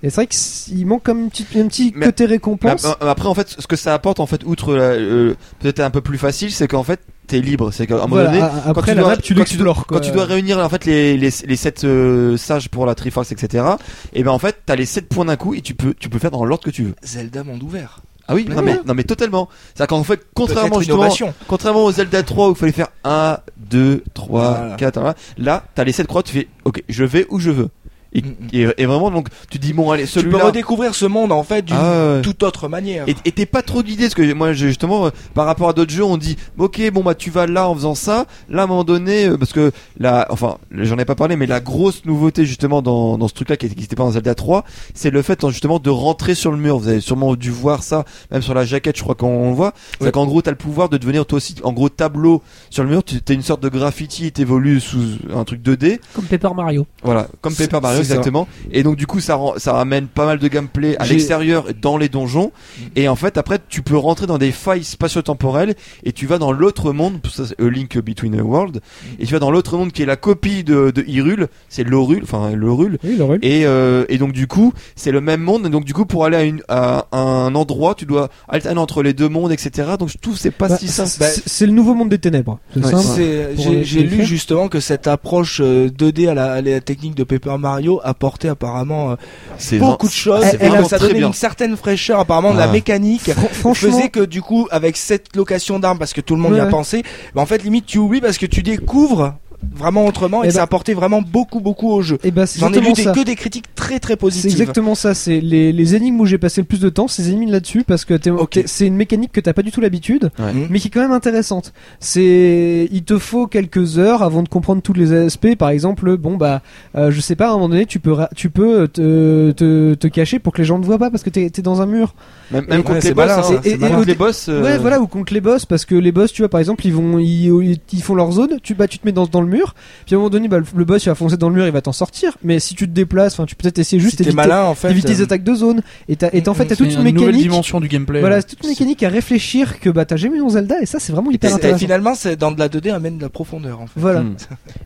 Et c'est vrai qu'il manque comme une petite- un petit
Mais-
côté récompense.
Mais ap- euh, Après, en fait, ce que ça apporte, en fait, outre la- euh, peut-être un peu plus facile, c'est qu'en fait, t'es libre. C'est qu'à un moment
Voilà,
donné,
a- a-
quand
après
tu
la
dois-
map, tu
quand tu dois-
l'explores.
quand
quoi.
tu dois réunir en fait les les, les sept euh, sages pour la Triforce, etc. Et ben en fait, t'as les sept points d'un coup et tu peux tu peux faire dans l'ordre que tu veux.
Zelda monde ouvert.
Ah oui, non mais non mais totalement. C'est qu'en fait, contrairement
Peut-être une
justement,
innovation.
contrairement aux Zelda 3 où il fallait faire 1, 2, 3,
Voilà.
4, là, t'as les sept croix, tu fais OK, je vais où je veux. Et Et,
Mm, mm.
et- et vraiment, donc, tu dis, bon, allez,
Tu peux
celui-là.
redécouvrir ce monde en fait d'une
Ah, ouais.
toute autre manière.
Et et t'es pas trop guidé, parce que moi, j'ai- justement, euh, par rapport à d'autres jeux, on dit, ok, bon bah tu vas là en faisant ça, là à un moment donné, euh, parce que la, enfin, j'en ai pas parlé, mais la grosse nouveauté justement dans, dans ce truc-là qui n'existait pas dans Zelda 3, c'est le fait hein, justement de rentrer sur le mur. Vous avez sûrement dû voir ça, même sur la jaquette, je crois qu'on on le voit. C'est
Ouais.
qu'en gros, t'as le pouvoir de devenir toi aussi, en gros, tableau sur le mur. Tu t'es une sorte de graffiti, t'évolues sous un truc 2D.
Comme Paper Mario.
Voilà, comme
C'est-
Paper Mario
c'est ça.
exactement. Et donc du coup, ça rend- ça ramène pas mal de gameplay à
J'ai- Mm.
l'extérieur, dans les donjons. Et en fait, après, tu peux rentrer dans des failles spatio-temporelles et tu vas dans l'autre monde. Ça, c'est A Link Between a World.
Mm.
Et tu vas dans l'autre monde qui est la copie de, de Hyrule. C'est l'Orule, enfin l'Orule.
Oui, l'horreur.
Et, euh, et donc du coup, c'est le même monde. Et donc du coup, pour aller à, une, à un endroit, tu dois alterner entre les deux mondes, etc. Donc je trouve que c'est pas
Bah,
si simple.
c'est- C'est le nouveau monde des ténèbres. C'est
Ouais,
simple.
C'est-
Pour
J'ai
les-
j'ai
les
lu
faire.
justement que cette approche euh, 2D à la, à la technique de Paper Mario apportait apparemment euh,
C'est
beaucoup de choses
c'est
et que
vraiment
ça
très
donnait
bien.
une certaine fraîcheur apparemment de
Ah.
la mécanique.
Fran- Franchement,
faisait que du coup avec cette location d'armes parce que tout le monde y a
Ouais.
pensé bah, en fait limite tu oublies parce que tu découvres vraiment autrement et,
Eh
que ça
ben-
apportait vraiment beaucoup beaucoup au jeu
eh ben, c'est
j'en ai lu
exactement
des,
ça.
que des critiques très très
C'est
positives
exactement ça. C'est les, les énigmes où j'ai passé le plus de temps, ces énigmes là-dessus, parce que t'es-
Ok.
t'es- c'est une mécanique que t'as pas du tout l'habitude,
Ouais.
Mhm.
mais qui est quand même intéressante. C'est, il te faut quelques heures avant de comprendre tous les aspects. Par exemple, bon bah, euh, je sais pas, à un moment donné, tu peux, ra- tu peux te, te, te cacher pour que les gens ne voient pas parce que t'es t'es dans un mur.
Même, même
Et-
contre
ouais,
les
c'est
boss.
malin,
hein,
c'est-
c'est
et- et
malin.
au-
Contre les boss. euh,
Ouais, voilà, ou contre les boss, parce que les boss, tu vois, par exemple, ils vont, ils, ils font leur zone, tu, bah, tu te mets dans, dans le mur, puis à un moment donné, bah, le, le boss, il va foncer dans le mur, il va t'en sortir, mais si tu te déplaces, enfin, tu peux peut-être essayer
juste
juste
si t'es
d'éviter
malin en fait
d'éviter les
euh,
attaques de zone, et, t'as- et t'as- en fait, t'as
C'est
toute une
une nouvelle
mécanique,
dimension du gameplay.
voilà, c'est toute une mécanique à réfléchir que, bah, t'as jamais eu dans Zelda, et ça, c'est vraiment
et-
hyper
et
intéressant.
finalement c'est dans de la 2D amène de la profondeur en fait
Voilà.
Hmm.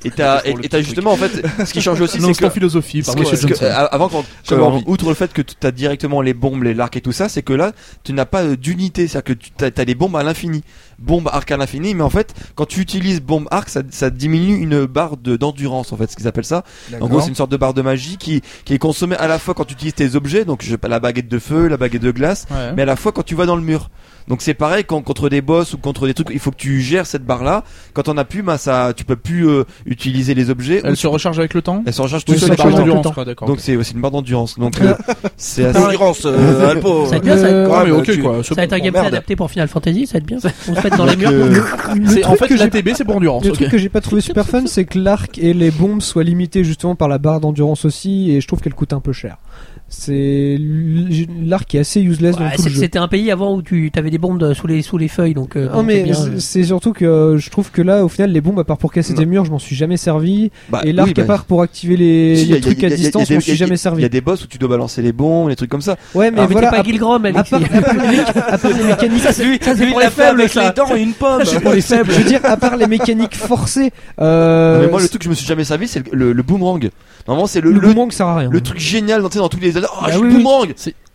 Et t'as, et, et t'as justement en fait, ce qui change aussi,
Non,
c'est
c'est
que
en philosophie par
Parce que-
Monsieur
parce que,
Johnson.
euh, avant qu'on-
J'avais
que,
envie.
outre le fait que tu as directement les bombes, les larcs et tout ça, c'est que là, tu n'as pas euh, d'unité, c'est-à-dire que tu as, des bombes à l'infini, bombe arc à l'infini, mais en fait, quand tu utilises bombe arc, ça, ça diminue une barre de- d'endurance, en fait, ce qu'ils appellent ça. En
D'accord.
gros, c'est une sorte de barre de magie qui, qui est consommée à la fois quand tu utilises tes objets, donc je sais pas, la baguette de feu, la baguette de glace,
Ouais.
Hein mais à la fois quand tu vas dans le mur. Donc c'est pareil quand contre des boss ou contre des trucs, il faut que tu gères cette barre là. Quand on a plus, bah ça, tu peux plus euh, utiliser les objets. ou
Elle se recharge avec le temps.
elle se recharge tout
Oui,
seul
c'est
par
par
le temps.
endurance, quoi, d'accord.
Donc c'est aussi une barre d'endurance. Donc euh, c'est assez.
Endurance, euh, Alpo.
Ça va être bien, ça va être-
Euh, ouais, mais
bah,
ok,
tu-
quoi. c'est
Ça va être un
bon,
gameplay
merde.
adapté pour Final Fantasy, ça va être bien. On se fait dans les
Donc,
murs.
euh,
C'est- en
truc
fait
que j'ai-
l'ATB c'est pour endurance.
Le
ok.
truc que j'ai pas trouvé super fun, c'est que l'arc et les bombes soient limités justement par la barre d'endurance aussi, et je trouve qu'elle coûte un peu cher. C'est l'arc est assez useless
Ouais,
dans tout
c'est-
le jeu.
C'était un pays avant où tu avais des bombes de- sous les, sous les feuilles, donc.
Non
euh, donc c'est
Oh, mais
bien,
c'est-
euh.
c'est surtout que euh, je trouve que là, au final, les bombes, à part pour casser
Non.
des murs, je m'en suis jamais servi.
bah,
et l'arc
oui, bah,
à part pour activer les,
si,
les
y a- y a-
trucs
y a-
à
y a- y a
distance,
des-
je suis
y a-
jamais
Il y
servi.
a des boss où tu dois balancer les bombes, les trucs comme ça.
Ouais, mais
Ah, mais t'es
voilà.
pas
à-
Gilgrom,
à part-
Alexis.
à part les méca- à part les mécaniques
Ça, c'est
Lui,
pour
il
les
l'a fait
faibles,
avec
ça.
les dents et une pomme.
C'est pour les faibles.
Je veux dire, à part les mécaniques forcées,
Non,
euh,
mais moi, le truc que je me suis jamais servi, c'est le, le- le boomerang. Normalement, c'est le,
le
le,
boomerang sert à rien.
le truc génial dans, tu sais, dans tous les. Ah,
Bah
je suis
oui, oui.
boomerang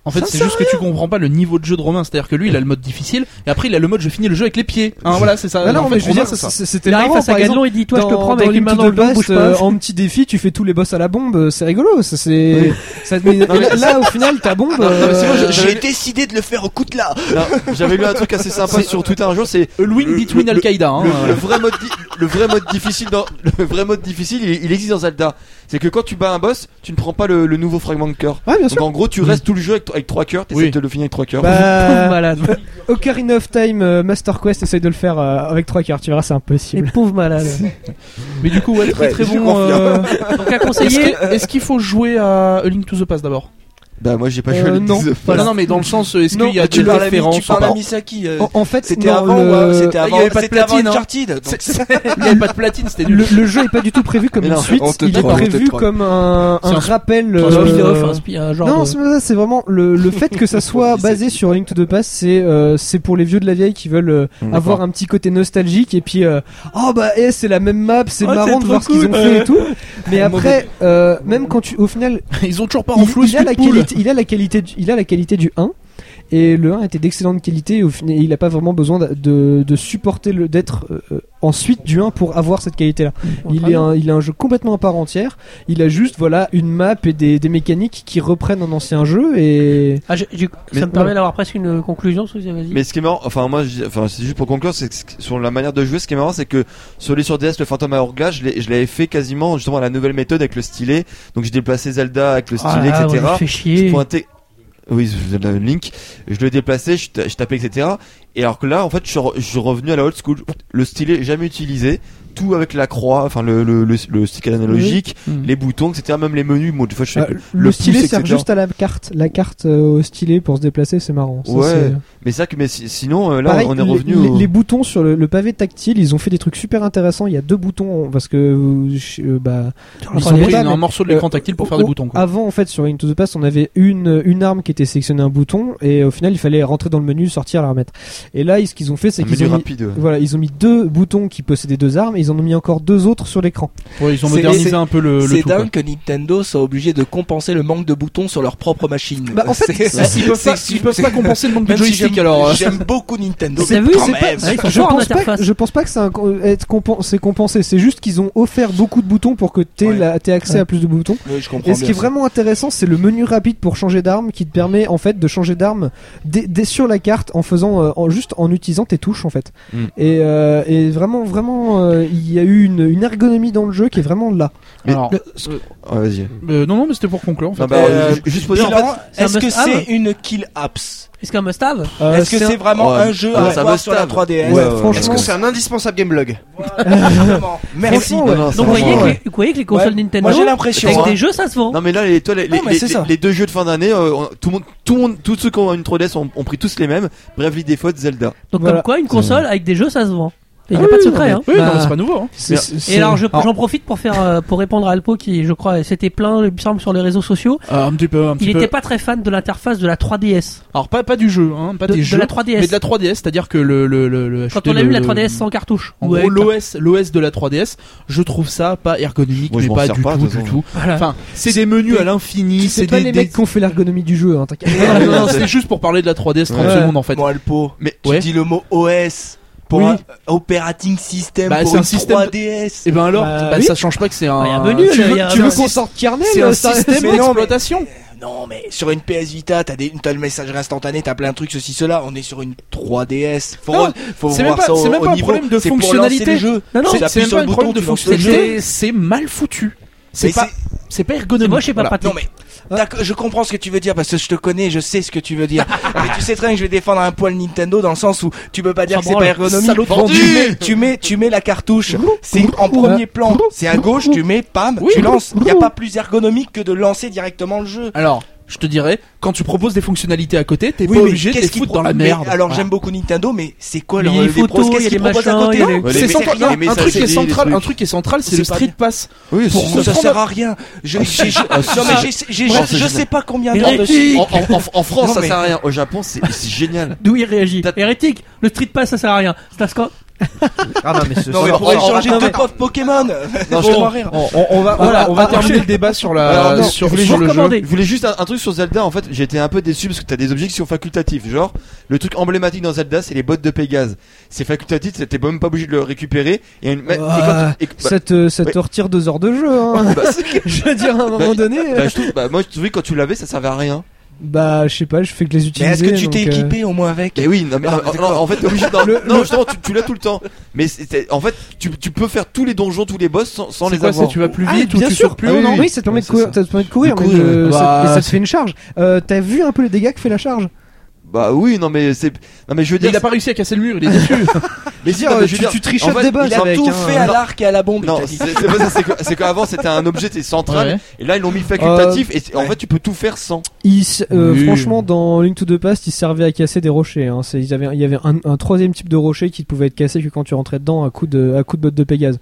En fait,
Ça
c'est
sert
juste que tu comprends pas le niveau de jeu de Romain. C'est-à-dire que lui, il a le mode difficile, et après, il a le mode je finis le jeu avec les pieds. Hein, voilà, c'est ça.
Ah,
Non,
En
non,
fait,
mais je veux
Romain,
dire,
c'est
c'est-
ça.
c'était
Il arrive
marrant,
face à
par exemple.
Gadlon, il dit Toi, je te
dans-
prends
dans
avec une
Link
main
to
dans le
the
dos,
Past,
bouge
euh,
pas.
en petit défi, tu fais tous les boss à la bombe, euh, c'est rigolo. ça, C'est ça te met-
Non, mais-
là, là, au final, ta bombe.
non, mais c'est moi,
euh,
je-
J'ai décidé de le faire au coup de là.
Non, J'avais lu un truc assez sympa sur Twitter un jour, c'est
A win between
le-
Al-Qaïda. hein,
le,
voilà.
le vrai mode di- le vrai mode difficile dans le vrai mode difficile il, il existe dans Zelda c'est que quand tu bats un boss tu ne prends pas le, le nouveau fragment de cœur
Ouais, bien
donc
sûr.
en gros tu restes tout le jeu avec, avec trois cœurs t'essaies
Oui.
de le finir avec trois cœurs
Pauvre
Bah,
malade.
Ocarina of Time, euh, Master Quest, essaye de le faire euh, avec trois quarts, tu verras, c'est
Les
impossible.
pauvres malades.
Mais du coup, ouais, très
Ouais,
très
je
bon.
confirme.
euh,
Donc à
Est-ce
conseiller.
que- est-ce qu'il faut jouer à A Link to the Past d'abord
bah moi j'ai pas joué
Euh,
à Link's
non.
Awakening.
Non, non, mais dans le sens, est-ce
Non,
qu'il y a
Tu
des
parles à Mi- tu
références
parles à
en-
Misaki. euh,
En, en fait,
C'était
Oh, non,
avant,
le,
ouais, c'était
il y
avant,
avait pas de
c'était avant
platine, hein.
Uncharted, donc
C'est- c'est- Il n'y avait pas de platine, c'était nul.
le- le jeu est pas du tout prévu comme
Mais
une
non,
suite,
on te
il est
troll, on te
prévu
troll.
comme un, un
C'est un-
rappel.
Un
euh,
spin-off, un spi- un genre.
Non,
de-
c'est pas ça, c'est vraiment le, le fait que ça soit basé sur Link to the Past, c'est euh, c'est pour les vieux de la vieille qui veulent euh,
Mm,
D'accord.
avoir un petit côté nostalgique et puis euh, oh bah eh, c'est la même map, c'est
Oh, c'est
marrant de voir
trop
ce qu'ils ont
cool,
fait
ouais.
et tout. Mais après euh, même quand tu au final
Ils ont toujours pas
il,
renfloué
il
ce
a
coup
la
de poule.
qualité, il a la qualité du, il a la qualité du 1 Et le 1 était d'excellente qualité. et Au final, il n'a pas vraiment besoin de, de- de supporter le d'être euh, ensuite du 1 pour avoir cette qualité-là. Il est, un, il est un jeu complètement à part entière. Il a juste voilà une map et des, des mécaniques qui reprennent un ancien jeu et
Ah, j'ai- j'ai-
Mais-
ça me permet d'avoir presque une conclusion, Souzy, vas-y.
Mais ce qui est marrant, enfin moi, je- enfin c'est juste pour conclure, c'est que sur la manière de jouer, ce qui est marrant, c'est que sur les sur DS, le Phantom Hourglass, je l'ai- je l'avais fait quasiment justement à la nouvelle méthode avec le stylet. Donc j'ai déplacé Zelda avec le stylet,
Ah,
etc.
on nous fait
je
chier.
pointais. Oui, Zelda Link. Je le déplaçais, je, ta- je tapais, etc. Et alors que là, en fait, je suis, re- je suis revenu à la old school. Le stylet jamais utilisé, tout avec la croix, enfin le, le, le, le stick analogique,
Mhm.
les boutons, etc. Même les menus. Moi, des fois, je fais
Hmm. euh, le,
pouce,
stylet sert
etc.
juste à la carte. La carte euh, au stylet pour se déplacer, c'est marrant. Ça,
Ouais.
c'est-
Mais c'est vrai que, mais si- sinon, euh, là,
Pareil,
on est
les-
revenu.
les,
au-
les boutons sur le, le pavé tactile, ils ont fait des trucs super intéressants. Il y a deux boutons parce que euh, je- euh, bah
Ils
sont
ont pris
métal,
un
mais-
morceau de l'écran tactile pour faire des
au-
boutons. quoi.
Avant, en fait, sur Into the Past, on avait une, une arme qui était sélectionnée un bouton, et au final, il fallait rentrer dans le menu, sortir, la remettre. Et là, ils- ce qu'ils ont fait, c'est
un
qu'ils
menu
ont mis,
rapide. ouais.
voilà, ils ont mis deux boutons qui possédaient deux armes, et ils en ont mis encore deux autres sur l'écran.
Ouais, ils ont
c'est-
modernisé
c'est-
un peu le, le
C'est
tout. quoi.
dingue que Nintendo soit obligé de compenser le manque de boutons sur leur propre machine.
Bah, en fait,
C'est-
Ah, Ils peuvent pas,
c'est-
ils peuvent pas compenser le manque de
Même hein. si
joystick
j'aime-
alors. euh.
J'aime beaucoup Nintendo.
C'est-
mais
oui,
quand
c'est
même.
pas- ouais, ils sont
Je
forts en
pense, pas,
interface.
je pense pas que c'est un co- être compen- c'est compensé, c'est juste qu'ils ont offert beaucoup de boutons pour que t'aies
Ouais.
la- t'aies accès
Ouais.
à plus de boutons.
Oui, je comprends
Et ce qui
bien
est
ça.
vraiment intéressant, c'est le menu rapide pour changer d'arme qui te permet en fait de changer d'arme dès- dès sur la carte en faisant euh, en, juste en utilisant tes touches en fait.
Mm.
Hmm.
Et, euh, et vraiment, vraiment, euh, il y a eu une, une ergonomie dans le jeu qui est vraiment là.
Mais
Alors,
le- ce- ouais, Ah, vas-y.
euh, non, non, mais c'était pour conclure en fait.
Non, bah,
euh,
ju- juste pour dire, en fait,
Bilan,
c'est un
est-ce que
must-have
c'est une kill apps
Est-ce qu'un
Ah,
must-have
Euh,
Est-ce que
un-
c'est vraiment
Ouais.
un jeu
Ouais,
à
c'est un
avoir sur la
must-have.
Ouais,
Ouais,
3DS
ouais, ouais.
Est-ce
franchement,
que c'est un indispensable gameblog
Vraiment. Merci.
Franchement,
Non,
ouais.
non, ça
Donc, vous
va,
voyez,
ouais.
que, vous voyez que les consoles
Ouais.
Nintendo,
Moi j'ai l'impression.
Sur
avec
un-
des jeux, ça se vend.
Non mais là les, toi, les,
Non, mais
les-
c'est
les-
ça.
les deux jeux de fin d'année, euh, on- tout le monde, tout le monde, tous ceux qui ont une 3DS ont, ont pris tous les mêmes. Bravely Default, Zelda.
Donc,
Voilà.
comme quoi, une console avec des jeux, ça se vend. Et Il n'y a
Ah
pas de
oui,
secret,
non,
hein.
mais- Oui, non,
Bah,
mais c'est pas nouveau. hein.
c'est- c'est-
Et
c'est- Ah,
alors, je- j'en profite pour faire, euh, pour répondre à Alpo qui, je crois, s'était plaint, il me semble, sur les réseaux sociaux.
Euh, un petit peu, un
Il
petit peu.
n'était pas très fan de l'interface de la 3DS.
Alors pas pas du jeu, hein, pas
De,
des
de
jeux,
la 3DS.
mais de la 3DS, c'est-à-dire que le le le, le
Quand
acheter
on a
le-
eu la
le-
3DS sans cartouche.
En
Ouais,
gros, l'OS, l'OS de la 3DS, je trouve ça pas ergonomique,
Moi, je
mais
m'en
pas
sers
du
pas, de
tout,
toute
du
façon.
tout.
Voilà.
Enfin, c'est des menus à l'infini,
c'est
c'est
pas
des,
les
des-
mecs qui ont fait l'ergonomie du jeu, hein, t'inquiète.
Non, non, non, c'est juste pour parler de la 3DS 30
Ouais.
secondes en fait.
Bon, Alpo,
Mais
tu
Ouais.
dis le mot OS pour
hein. Oui.
un operating system
Bah,
pour
c'est un
une
système de-
3DS.
Et ben alors,
Bah,
bah,
oui.
ça change pas que c'est un.
Ouais, y a un menu,
tu
là,
veux-
y a-
tu
Tu
veux
veux
un
qu'on-
qu'on euh, sorte Kernel
C'est un
ça-
système
mais non, mais-
d'exploitation.
Non mais sur une PS Vita, t'as des t'as le message instantané, t'as plein de trucs ceci cela. On est sur une 3DS. Faut,
Non,
faut
c'est
voir
même pas-
ça au,
c'est même
au
pas un
niveau.
problème de
C'est pour
fonctionnalité.
lancer le jeu.
Non, non,
C'est
C'est
t'appuies
même pas
sur le
un
bouton,
problème de
tu lances le jeu.
fonctionnalité, c'est mal foutu. C'est
Mais
pas,
c'est-
c'est pas ergonomique.
Moi, je sais pas
Voilà.
pratique.
Non mais d'accord, je comprends ce que tu veux dire parce que je te connais, je sais ce que tu veux dire. mais tu sais très bien que je vais défendre un poil Nintendo dans le sens où tu peux pas dire
Ça
que c'est
branle.
pas ergonomique.
Salaud de vendu.
Tu mets, tu mets, tu mets la cartouche. C'est en premier plan. C'est à gauche, tu mets, pam,
Oui.
tu lances. Y a pas plus ergonomique que de lancer directement le jeu.
Alors, je te dirais, quand tu proposes des fonctionnalités à côté, t'es
Oui,
pas
mais
obligé de les
qu'est-ce qu'ils
foutre dans
pro-
la
mais
merde.
Alors
Voilà.
j'aime beaucoup Nintendo, mais c'est quoi
Mais
leur
il y a
les
les photos,
pros
il y a
Qu'est-ce
les
qu'ils proposent à
machins,
côté
il y a les-
Ouais,
C'est
les
central-
messages,
non,
les
un truc qui est
messages,
central,
les
un truc qui est central, c'est
C'est
le
pas
Street
bien.
Pass.
oui,
Pour
c'est
vous,
ça.
Ça
prendre-
sert à rien. Je- j'ai- j'ai-
Ah, si,
Non
si,
mais
si.
j'ai- j'ai-
Oh, c'est
je
génial.
sais pas combien
Mais
d'heures
les-
de
En,
Hérétique
en- en- en France,
Non,
ça
mais-
sert à rien. Au Japon, c'est c'est génial.
D'où il réagit.
T'as-
Hérétique, le street pass, ça sert à rien. C'est parce que-
Ah non, mais ce
Non mais
Non,
pour
on-
échanger
non,
deux
mais-
pauvres Pokémon.
Non, je-
Fais-moi rire.
On, on- on va, voilà, on va terminer le débat sur la,
Alors, non,
sur,
je voulais
sur
juste
le jeu.
commander.
Je voulais juste un, un truc sur Zelda. En fait, j'étais un peu déçu parce que t'as des objets qui sont facultatifs. Genre, le truc emblématique dans Zelda, c'est les bottes de Pégase. C'est facultatif, t'es même pas obligé de le récupérer. Et, une- et quand- et- bah,
Ça te, ça te
Ouais.
retire deux heures euh, de jeu, hein.
bah,
je veux dire, à un moment
Bah,
donné, euh,
bah, je trouve, bah, moi, je trouvais que quand tu l'avais, ça servait à rien.
bah, je sais pas, je fais que les
Mais
utiliser.
est-ce que tu
donc,
t'es
euh,
équipé au moins avec
Et oui, non, mais,
Mais non,
euh,
mais c'est
non,
quoi
en fait, t'es obligé. Non, non, justement, tu, tu l'as tout le temps. Mais c'est- c'est- en fait, tu, tu peux faire tous les donjons, tous les boss sans, sans
C'est
les
quoi, c'est
avoir.
tu vas plus
Ah,
vite ou
bien
tu
sûr.
sors plus
Ah
haut,
oui,
non
oui, ça te permet
Ouais,
de
c'est
courir,
ça.
ça te permet de courir,
De
mais
courir,
de-
ouais.
ça-
Bah,
et ça te
c'est-
fait une charge. Euh, T'as vu un peu les dégâts que fait la charge
Bah oui, non, mais c'est. Non, mais je veux
Mais
dire.
il a pas réussi à casser le mur, il est déçu.
mais
dire,
non, mais je
tu-
veux dire,
tu triches
en
à
fait,
des bases
il
Il
a-
a
avec
tout
un-
hein.
fait à l'arc et à la bombe.
Non,
t'as dit.
c'est c'est pas ça, c'est que- c'est qu'avant c'était un objet c'est central
Ouais.
et là ils l'ont mis facultatif et c'est- en fait tu peux tout faire sans.
Ils s- euh,
Oui.
Franchement, dans Link to the Past, ils servaient à casser des rochers. Hein. C'est- Ils avaient, il y avait un, un troisième type de rocher qui pouvait être cassé que quand tu rentrais dedans à coup de, à coup de botte de Pégase.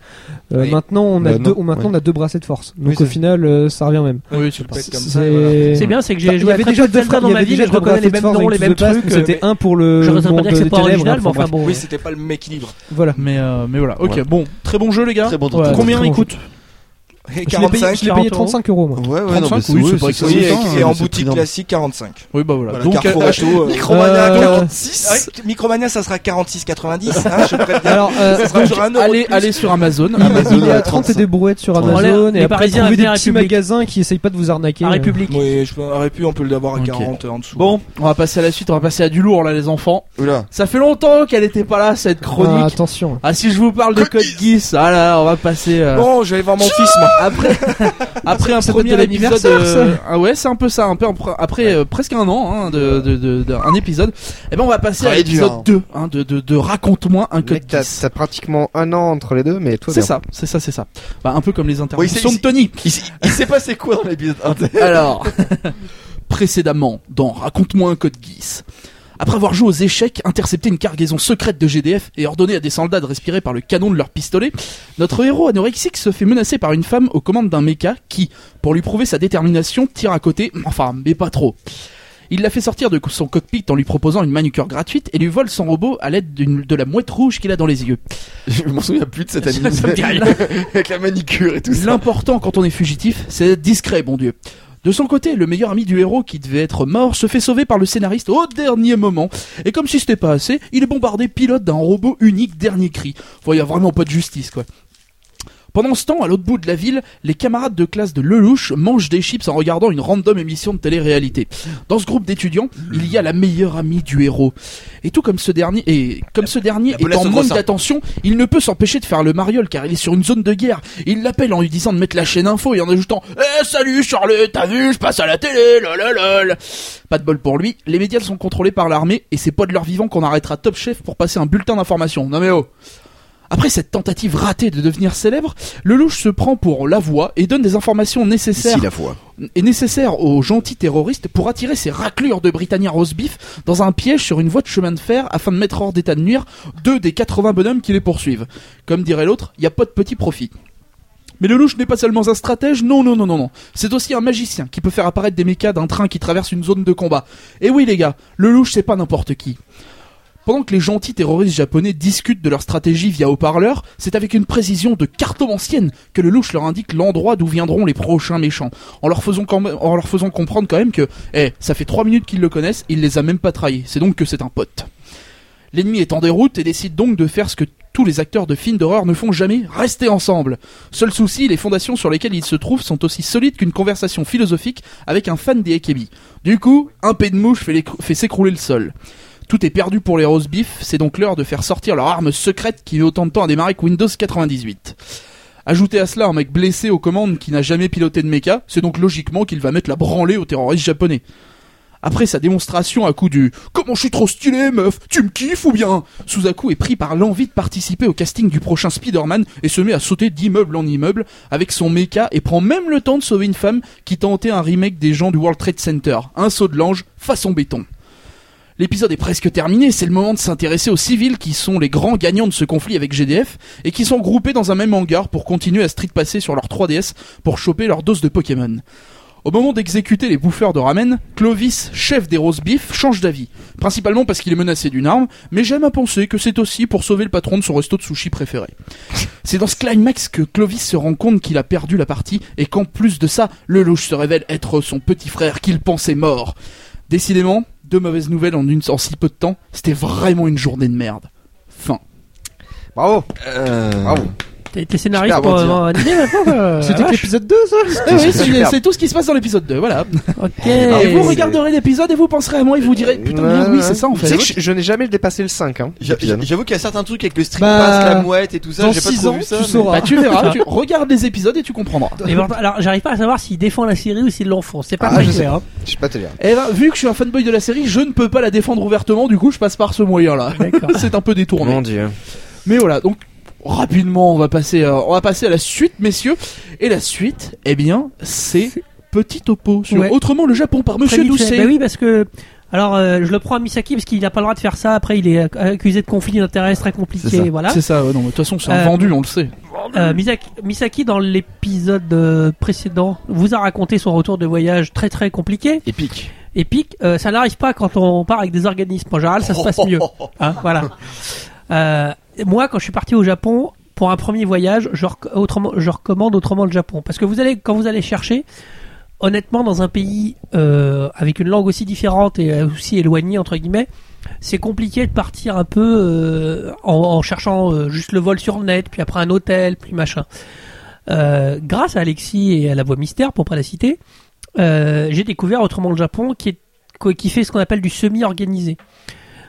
Euh,
Oui.
Maintenant, on a
Bah,
deux,
non.
maintenant on a deux brassées de force.
Oui,
Donc
c'est-
au final, euh, ça revient au même.
Oui, c'est pas-
Peut-être comme
C'est-
ça, voilà.
C'est bien, c'est que
Bah,
j'ai
il y
joué à
avait
très
déjà
peu de
deux
Zelda
fra-
dans
il y
ma
avait
vie,
déjà
mais je
deux
reconnais
brassées
les
de
mêmes
force
noms,
dans
les
Link to the
mêmes
Past,
trucs.
donc C'était un pour le.
Je ne
monde
pas dire que c'est
des
pas
ténèbres,
original, mais
enfin,
enfin
bref.
bon.
Oui, c'était pas le mec libre.
Voilà.
Mais, euh, mais voilà. Ok,
Ouais.
bon, très bon jeu, les gars.
Très bon
Combien
très bon
il coûte
Et
Je l'ai payé-
45
je l'ai payé
45
35 euros, moi.
Ouais, ouais,
35,
non, mais c'est
oui,
ouais,
c'est pas
ça,
excellent.
oui,
c'est
et,
ça,
et
hein,
en
c'est
boutique
énorme.
classique 45.
Oui, bah voilà.
Voilà,
Donc,
Carrefour
euh,
Auto, euh,
Euh,
Micromania 46. Ouais, Micromania ça sera 46,90. hein, je préviens.
Alors, euh,
ça sera sur un euro.
allez,
de plus.
allez sur Amazon.
il,
Amazon
il est
à
à 30 et des brouettes sur
Voilà,
Amazon
les
et après
Parisiens
trouver des
aiment bien la
petits
République.
magasins qui essayent pas de vous arnaquer.
à
euh.
République.
Oui, je aurais pu, on peut le d'avoir à
Ok.
40 en dessous.
Bon,
On va passer à la suite, on va passer à du lourd là, les enfants.
oula.
Ça fait longtemps qu'elle était pas là, cette
Ah,
chronique.
attention.
Ah, si je vous parle de Code Geass, ah là, là, on va passer. euh,
Bon, je vais voir mon fils, moi.
Après, après un
Ça date de
premier épisode,
l'anniversaire,
euh, ah ouais, c'est un peu ça, un peu après, après, euh, presque un an hein, de, de, de- d'un- un épisode. Et ben on va passer à
Très dur,
l'épisode
hein.
2 hein, de, de, de raconte-moi un code
Mec, t'as
Geass.
t'as pratiquement un an entre les deux, mais toi,
C'est
bien.
ça, c'est ça, c'est ça. Bah, un peu comme les
Oui,
interventions
c'est-
de Tony.
Il, s- il s'est passé quoi dans l'épisode 1
Alors, précédemment, dans Raconte-moi un code Geass. Après avoir joué aux échecs, intercepté une cargaison secrète de GDF et ordonné à des soldats de respirer par le canon de leur pistolet, notre héros anorexique se fait menacer par une femme aux commandes d'un mecha qui, pour lui prouver sa détermination, tire à côté, enfin, mais pas trop. Il la fait sortir de son cockpit en lui proposant une manucure gratuite et lui vole son robot à l'aide d'une- de la mouette rouge qu'il a dans les yeux.
Je m'en souviens plus de cette anime.
Ça me dit rien.
Avec la manicure et tout ça.
L'important quand on est fugitif, c'est d'être discret, bon Dieu. De son côté, le meilleur ami du héros qui devait être mort se fait sauver par le scénariste au dernier moment. Et comme si c'était pas assez, il est bombardé pilote d'un robot unique dernier cri. Enfin, il y a vraiment pas de justice, quoi. Pendant ce temps, à l'autre bout de la ville, les camarades de classe de Lelouch mangent des chips en regardant une random émission de télé-réalité. Dans ce groupe d'étudiants, il y a la meilleure amie du héros. Et tout comme ce dernier, et comme ce dernier
La
est
boulasse
en
au
manque
grossard.
d'attention, il ne peut s'empêcher de faire le mariole car il est sur une zone de guerre. Il l'appelle en lui disant de mettre la chaîne info et en ajoutant Eh salut Charlotte, t'as vu, je passe à la télé, lololol Pas de bol pour lui, les médias sont contrôlés par l'armée et c'est pas de leur vivant qu'on arrêtera Top Chef pour passer un bulletin d'information. Non mais oh après cette tentative ratée de devenir célèbre, Lelouch se prend pour la voix et donne des informations nécessaires
voix.
est nécessaire aux gentils terroristes pour attirer ces raclures de Britannia Rosbif dans un piège sur une voie de chemin de fer afin de mettre hors d'état de nuire deux des 80 bonhommes qui les poursuivent. Comme dirait l'autre, il n'y a pas de petit profit. Mais Lelouch n'est pas seulement un stratège, non, non, non, non, non. C'est aussi un magicien qui peut faire apparaître des mécas d'un train qui traverse une zone de combat. Et oui, les gars, Lelouch, c'est pas n'importe qui. Pendant que les gentils terroristes japonais discutent de leur stratégie via haut-parleur, c'est avec une précision de cartomancienne que Lelouch leur indique l'endroit d'où viendront les prochains méchants en leur faisant quand même- en leur faisant comprendre quand même que eh ça fait trois minutes qu'ils le connaissent, il les a même pas trahis. C'est donc que c'est un pote. L'ennemi est en déroute et décide donc de faire ce que tous les acteurs de films d'horreur ne font jamais, rester ensemble. Seul souci, les fondations sur lesquelles ils se trouvent sont aussi solides qu'une conversation philosophique avec un fan des Akebi. Du coup, un pet de mouche fait, les- fait s'écrouler le sol. Tout est perdu pour les rose beef, c'est donc l'heure de faire sortir leur arme secrète qui met autant de temps à démarrer que Windows 98. Ajoutez à cela un mec blessé aux commandes qui n'a jamais piloté de mecha, c'est donc logiquement qu'il va mettre la branlée aux terroristes japonais. Après sa démonstration à coup du Comment je suis trop stylé, meuf Tu me kiffes ou bien Suzaku est pris par l'envie de participer au casting du prochain Spider-Man et se met à sauter d'immeuble en immeuble avec son mecha et prend même le temps de sauver une femme qui tentait un remake des gens du World Trade Center. Un saut de l'ange, façon béton. L'épisode est presque terminé, c'est le moment de s'intéresser aux civils qui sont les grands gagnants de ce conflit avec GDF et qui sont groupés dans un même hangar pour continuer à street passer sur leur 3DS pour choper leur dose de Pokémon. Au moment d'exécuter les bouffeurs de ramen, Clovis, chef des roast beef, change d'avis, principalement parce qu'il est menacé d'une arme, mais j'aime à penser que c'est aussi pour sauver le patron de son resto de sushi préféré. C'est dans ce climax que Clovis se rend compte qu'il a perdu la partie et qu'en plus de ça, le louche se révèle être son petit frère qu'il pensait mort. Décidément, deux mauvaises nouvelles en, une, en si peu de temps, c'était vraiment une journée de merde. Fin.
Bravo,
Euh...
bravo.
Ah.
T'es t'es scénariste
Super bon
pour euh,
dire.
un animé, maintenant, euh,
C'était que
vache.
l'épisode 2, ça
Ah oui, c'est
superbe.
c'est tout ce qui se passe dans l'épisode 2, voilà.
Ok.
Et vous
c'est-
regarderez l'épisode et vous penserez à moi et vous direz putain merde, oui,
Ouais,
c'est ça en
Tu sais
fait.
que je, je n'ai jamais dépassé le 5, hein.
J'a-
Épisode.
J'avoue qu'il y a certains trucs avec le strip
Bah,
pass, la mouette et tout ça,
Dans
j'ai pas
6
trop
ans,
vu ça.
tu
mais-
sauras.
Bah tu verras, tu regardes les épisodes et tu comprendras.
Et voilà, alors, j'arrive pas à savoir s'il défend la série ou s'il l'enfant. C'est pas
Ah,
très
je
clair. hein.
Je sais pas te dire.
Et ben, vu que je suis un fanboy de la série, je ne peux pas la défendre ouvertement, du coup je passe par ce moyen là.
D'accord.
C'est un peu détourné.
Mon dieu.
Mais voilà, donc rapidement on va passer à, on va passer à la suite messieurs et la suite eh bien c'est petit topo sur
Ouais.
autrement le Japon par monsieur
Très vite fait.
Doucet.
Bah oui, parce que. Alors, euh, je le prends à Misaki parce qu'il n'a pas le droit de faire ça. Après, il est acc- accusé de conflit d'intérêts très
C'est
compliqué. Voilà.
C'est ça, ouais, non, mais de toute façon c'est un
Euh,
vendu, on le sait.
Euh, Misaki, Misaki, dans l'épisode euh, précédent, vous a raconté son retour de voyage très très compliqué,
Épique.
épique. Euh, ça n'arrive pas quand on part avec des organismes. En général, ça se passe mieux. Hein, voilà. Euh, moi, quand je suis parti au Japon, pour un premier voyage, je, rec- autrement, je recommande autrement le Japon. Parce que vous allez, quand vous allez chercher, honnêtement, dans un pays euh, avec une langue aussi différente et euh, aussi éloignée, entre guillemets, c'est compliqué de partir un peu euh, en, en cherchant euh, juste le vol sur le net, puis après un hôtel, puis machin. Euh, grâce à Alexis et à la voix mystère, pour pas la citer, euh, j'ai découvert autrement le Japon qui, est, quoi- qui fait ce qu'on appelle du semi-organisé.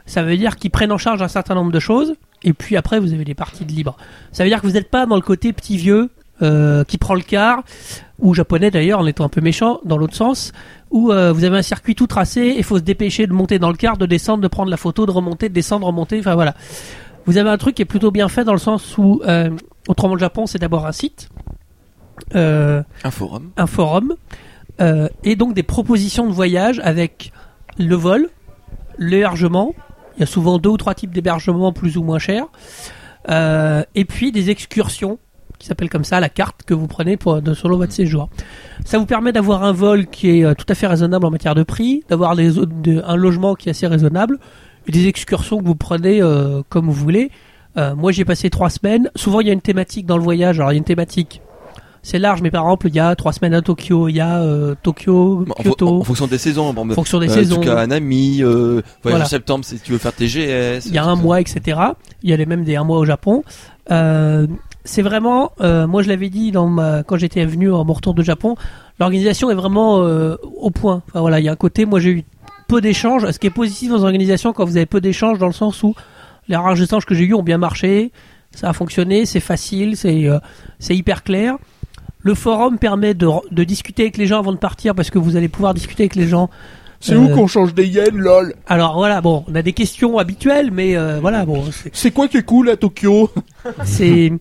Ça veut dire qu'ils prennent en charge un certain nombre de choses, et puis après vous avez des parties de libre. Ça veut dire que vous n'êtes pas dans le côté petit vieux euh, qui prend le quart, ou japonais d'ailleurs en étant un peu méchant, dans l'autre sens, où euh, vous avez un circuit tout tracé, il faut se dépêcher de monter dans le quart, de descendre, de prendre la photo, de remonter, de descendre, remonter, enfin voilà. Vous avez un truc qui est plutôt bien fait dans le sens où, euh, autrement le Japon, c'est d'abord un site. Euh,
Un forum.
un forum euh, et donc des propositions de voyage avec le vol, l'hébergement. Il y a souvent deux ou trois types d'hébergement plus ou moins chers. Euh, et puis des excursions qui s'appellent comme ça la carte que vous prenez pour, de, sur le votre séjour. Ça vous permet d'avoir un vol qui est euh, tout à fait raisonnable en matière de prix, d'avoir des, zo- de- un logement qui est assez raisonnable, et des excursions que vous prenez euh, comme vous voulez. Euh, moi j'ai passé trois semaines. Souvent il y a une thématique dans le voyage. Alors il y a une thématique c'est large, mais par exemple, il y a trois semaines à Tokyo, il y a euh, Tokyo,
En, fo-
Kyoto,
en fonction des saisons. Bon,
en
bah,
fonction des
euh,
saisons,
Tsukanami, euh, voyage
Voilà.
en septembre si tu veux faire tes GS.
il y a
tout
un
ça.
mois, etc. Il y a les mêmes des un mois au Japon. Euh, c'est vraiment, euh, moi je l'avais dit dans ma, quand j'étais venu en mon retour de Japon, l'organisation est vraiment euh, au point. Enfin voilà, il y a un côté, moi j'ai eu peu d'échanges, ce qui est positif dans une organisation quand vous avez peu d'échanges, dans le sens où les rares échanges que j'ai eus ont bien marché, ça a fonctionné, c'est facile, c'est euh, c'est hyper clair. Le forum permet de, de discuter avec les gens avant de partir parce que vous allez pouvoir discuter avec les gens.
C'est
Euh,
où qu'on change des yens, lol
Alors voilà, bon, on a des questions habituelles, mais euh, voilà, bon, c'est-
C'est quoi qui est cool à Tokyo
c'est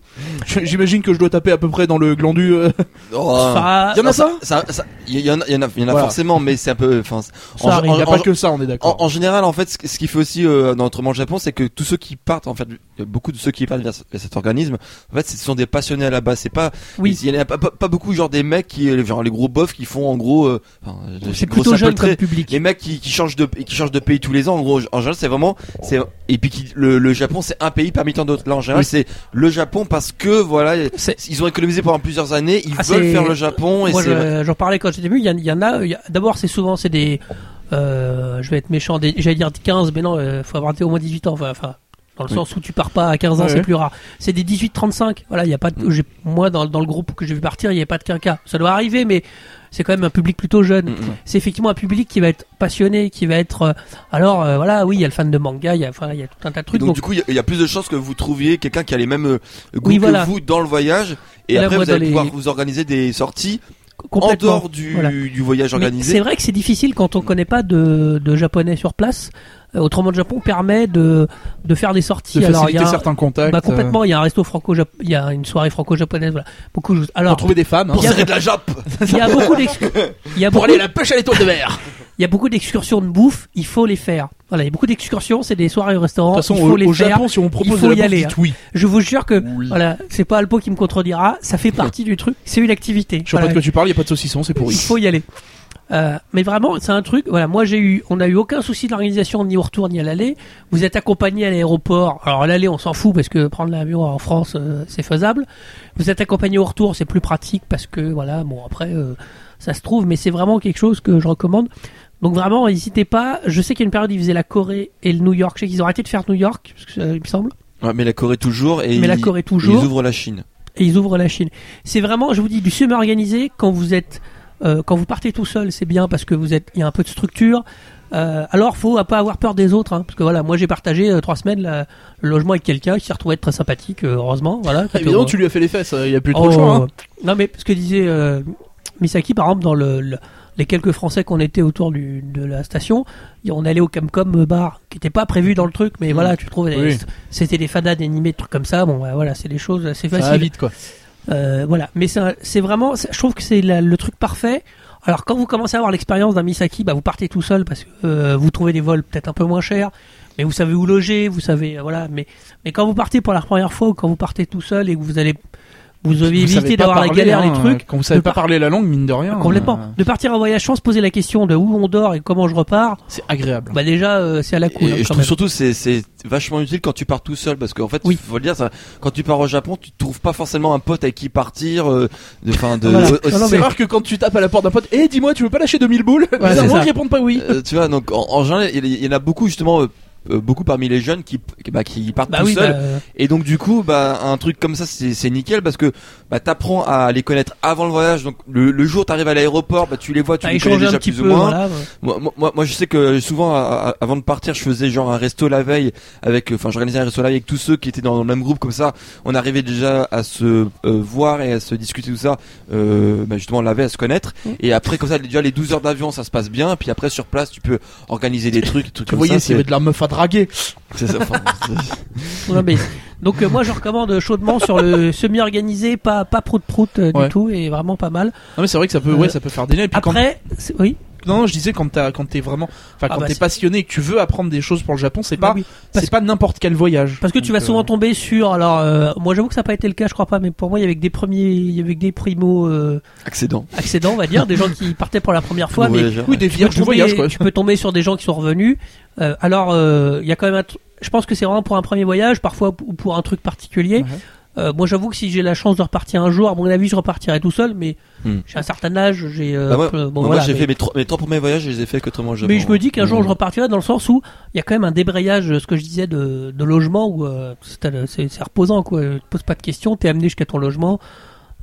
Je- J'imagine que je dois taper à peu près dans le glandu. euh,
Oh,
Enfin,
il y en
non,
a ça ça- ça- Il y en a, il y en a, il y en a
Voilà.
forcément, mais c'est un peu. Enfin,
Ça arrive,
Il n'y a
en-
pas que ça, on est
En,
d'accord.
en général, en fait, ce ce qu'il fait aussi euh, dans Autrement le Japon, c'est que tous ceux qui partent, en fait, beaucoup de ceux qui partent vers, vers cet organisme, en fait, ce sont des passionnés à la base. C'est pas,
Oui.
il y en a pas, pas- pas beaucoup genre des mecs qui, euh, genre les gros bofs qui font en gros, euh, enfin, je- je-
c'est
gros,
plutôt
ça peut
jeune
le trait.
comme public.
les mecs qui, qui changent de qui changent de pays tous les ans en gros en général c'est vraiment c'est et puis qui- le, le Japon c'est un pays parmi tant d'autres là en général c'est le Japon parce que voilà
C'est-
ils ont économisé pendant plusieurs années ils
Ah,
veulent
c'est-
faire le Japon et
Moi,
c'est
je- j'en parlais quand j'étais venu. Il y en- il y, en a. il y a- D'abord, c'est souvent c'est des. euh, je vais être méchant. des- J'allais dire 15, mais non, euh, faut avoir été au moins 18 ans. Enfin, enfin, dans le
Oui.
sens où tu pars pas à 15 ans,
Ouais.
c'est plus rare. C'est des 18-35. Voilà, il y a pas.
Mm.
De, j'ai- moi, dans, dans le groupe que j'ai vu partir, il n'y avait pas de quinca. Ça doit arriver, mais c'est quand même un public plutôt jeune.
Mm, mm.
c'est effectivement un public qui va être passionné, qui va être. euh, alors euh, voilà, oui, il y a le fan de manga, il y a, enfin, il y a tout un tas de
Et
trucs.
donc,
Donc,
du coup, il y a- il y, a plus de chances que vous trouviez quelqu'un qui a les mêmes euh, goûts
Oui,
que
voilà.
vous dans le voyage. Et
Là,
après,
moi,
vous allez
dans les-
pouvoir vous organiser des sorties en
complètement.
dehors du,
Voilà.
du voyage
Mais C'est
organisé.
vrai que c'est difficile quand on connaît pas de, de japonais sur place. Euh, Autrement, le Japon permet de, de faire des sorties.
De
Alors, il y
faciliter
a un-
certains contacts. euh,
bah, complètement, il y a un resto franco, il y a une soirée franco-japonaise, voilà. Beaucoup de choses.
euh, Pour
Alors,
trouver des femmes. hein.
Pour
Il y a-
serrer de la jappe.
il y a beaucoup d'ex- il y a
Pour
beaucoup-
aller à la pêche à l'étoile de verre.
il y a beaucoup d'excursions de bouffe, il faut les faire. Voilà, il y a beaucoup d'excursions, c'est des soirées au restaurant,
De toute façon,
il faut
au,
les
au
faire.
Japon, si on propose de
faut
la
y
bouffe,
aller, hein. Euh,
dites oui.
Je vous jure que
Oui.
voilà, c'est pas Alpo qui me contredira, ça fait partie du truc, c'est une activité.
Je sais pas
Voilà.
de quoi tu parles, il n'y a pas de saucisson, c'est pourri. Ah,
Il faut y aller. Euh, mais vraiment, c'est un truc. Voilà, moi j'ai eu, on n'a eu aucun souci de l'organisation ni au retour ni à l'aller. Vous êtes accompagné à l'aéroport. Alors à l'aller, on s'en fout parce que prendre l'avion en France, euh, c'est faisable. Vous êtes accompagné au retour, c'est plus pratique parce que voilà, bon après, euh, ça se trouve, mais c'est vraiment quelque chose que je recommande. Donc vraiment, n'hésitez pas. Je sais qu'il y a une période ils faisaient la Corée et le New York. Je sais qu'ils ont arrêté de faire New York, parce que, euh, il me semble.
Ouais, mais la Corée toujours. Et
mais la
ils-
Corée
et
toujours
Ils ouvrent la Chine.
et ils ouvrent la Chine. C'est vraiment, je vous dis, du semi-organisé. Quand vous êtes, euh, quand vous partez tout seul, c'est bien parce que vous êtes, il y a un peu de structure. Euh, alors, faut pas avoir peur des autres, hein, parce que voilà, moi j'ai partagé euh, trois semaines là, le logement avec quelqu'un qui s'est retrouvé être très sympathique, euh, heureusement, voilà. quand
Évidemment,
on-
tu lui as fait les fesses, il n'y a plus
Oh,
trop de choix. hein.
Non mais ce que disait euh, Misaki, par exemple, dans le, le- les quelques Français qu'on était autour du, de la station, y- on allait au Camcom Bar, qui n'était pas prévu dans le truc, mais voilà, tu trouves,
Mmh. Oui.
c'était des fadas animés, des trucs comme ça. Bon, ouais, voilà, c'est des choses assez
Ça va
faciles.
vite, quoi.
Euh, voilà, mais c'est un- c'est vraiment, c'est- je trouve que c'est la- le truc parfait. Alors quand vous commencez à avoir l'expérience d'un Misaki, bah vous partez tout seul parce que euh, vous trouvez des vols peut-être un peu moins chers, mais vous savez où loger, vous savez euh, voilà. Mais mais quand vous partez pour la première fois ou quand vous partez tout seul et que vous allez Vous avez
Vous savez
évité
pas
d'avoir la
parler,
galère,
hein,
les trucs.
Quand vous savez
de
pas
par-
parler la langue, mine de rien.
Complètement.
euh,
De partir en voyage sans se poser la question de où on dort et comment je repars,
C'est agréable.
bah déjà euh, c'est à la cool.
Et
hein,
je
quand
trouve
même.
surtout c'est c'est vachement utile quand tu pars tout seul parce qu'en fait
Oui.
faut le dire ça, quand tu pars au Japon tu trouves pas forcément un pote à qui partir euh, de fin de
Voilà.
au- au-
Non, non,
Euh, C'est
mais-
rare que quand tu tapes à la porte d'un pote, eh dis-moi, tu veux pas lâcher 2000 boules
Ouais,
Les
c'est
gens
ça.
répondent pas oui.
euh, tu vois donc en, en général il y- il y en a beaucoup justement euh, euh, beaucoup parmi les jeunes qui qui- bah, qui partent
Bah
tout
oui,
seuls
bah, euh,
et donc du coup bah un truc comme ça c'est c'est nickel parce que bah t'apprends à les connaître avant le voyage donc le, le jour t'arrives à l'aéroport bah tu les vois tu
t'as
les connais
échangé un
déjà
petit
plus
peu.
ou moins
voilà, bah. ouais.
Moi, moi- moi, moi, je sais que souvent, à- à- avant de partir, je faisais genre un resto la veille avec, euh, enfin, j'organisais un resto la veille avec tous ceux qui étaient dans le même groupe comme ça. On arrivait déjà à se euh, voir et à se discuter tout ça, euh, bah, justement la veille à se connaître. Et après, comme ça, déjà les 12 heures d'avion, ça se passe bien. Puis après, sur place, tu peux organiser des trucs, des trucs
Tu
comme
voyais
ça.
s'il y avait
c'est-
de la meuf à draguer.
c'est ça, enfin, c'est-
Non, mais- Donc euh, moi je recommande chaudement sur le semi-organisé, pas pas prout prout
Ouais.
du tout et vraiment pas mal.
Non mais c'est vrai que ça peut,
Euh,
ouais, ça peut faire des liens. Et puis quand-
Après, c'est- oui.
non, non, je disais quand t'as, quand t'es vraiment, enfin,
Ah
quand
bah,
t'es
c'est-
passionné et que tu veux apprendre des choses pour le Japon, c'est
Bah
pas,
oui. parce-
c'est pas n'importe quel voyage.
Parce que tu
Donc,
vas
euh,
souvent tomber sur alors euh, moi j'avoue que ça n'a pas été le cas je crois pas mais pour moi il y avait que des premiers il y avait que des primo euh,
accident.
accédants on va dire des gens qui partaient pour la première fois mais
Voyageur.
Oui, des
tu peux,
vierges du
tomber,
voyage, quoi.
tu peux tomber sur des gens qui sont revenus. Euh, alors, euh, il y a quand même un tr- je pense que c'est vraiment pour un premier voyage, parfois p- ou pour un truc particulier.
Ouais.
Euh, moi, j'avoue que si j'ai la chance de repartir un jour, à mon avis, je repartirai tout seul, mais
Hmm.
j'ai un certain âge, j'ai. euh,
Bah, moi-
peu- bon,
Moi,
voilà,
j'ai
mais,
fait mes trois, mes trois premiers voyages, je les ai fait que au Japon.
mais je me dis qu'un jour,
Mmh.
je repartirai dans le sens où il y a quand même un débrayage, euh, ce que je disais, de, de logement, où euh, c'est c'est- c'est reposant, quoi. Tu te poses pas de questions, t'es amené jusqu'à ton logement.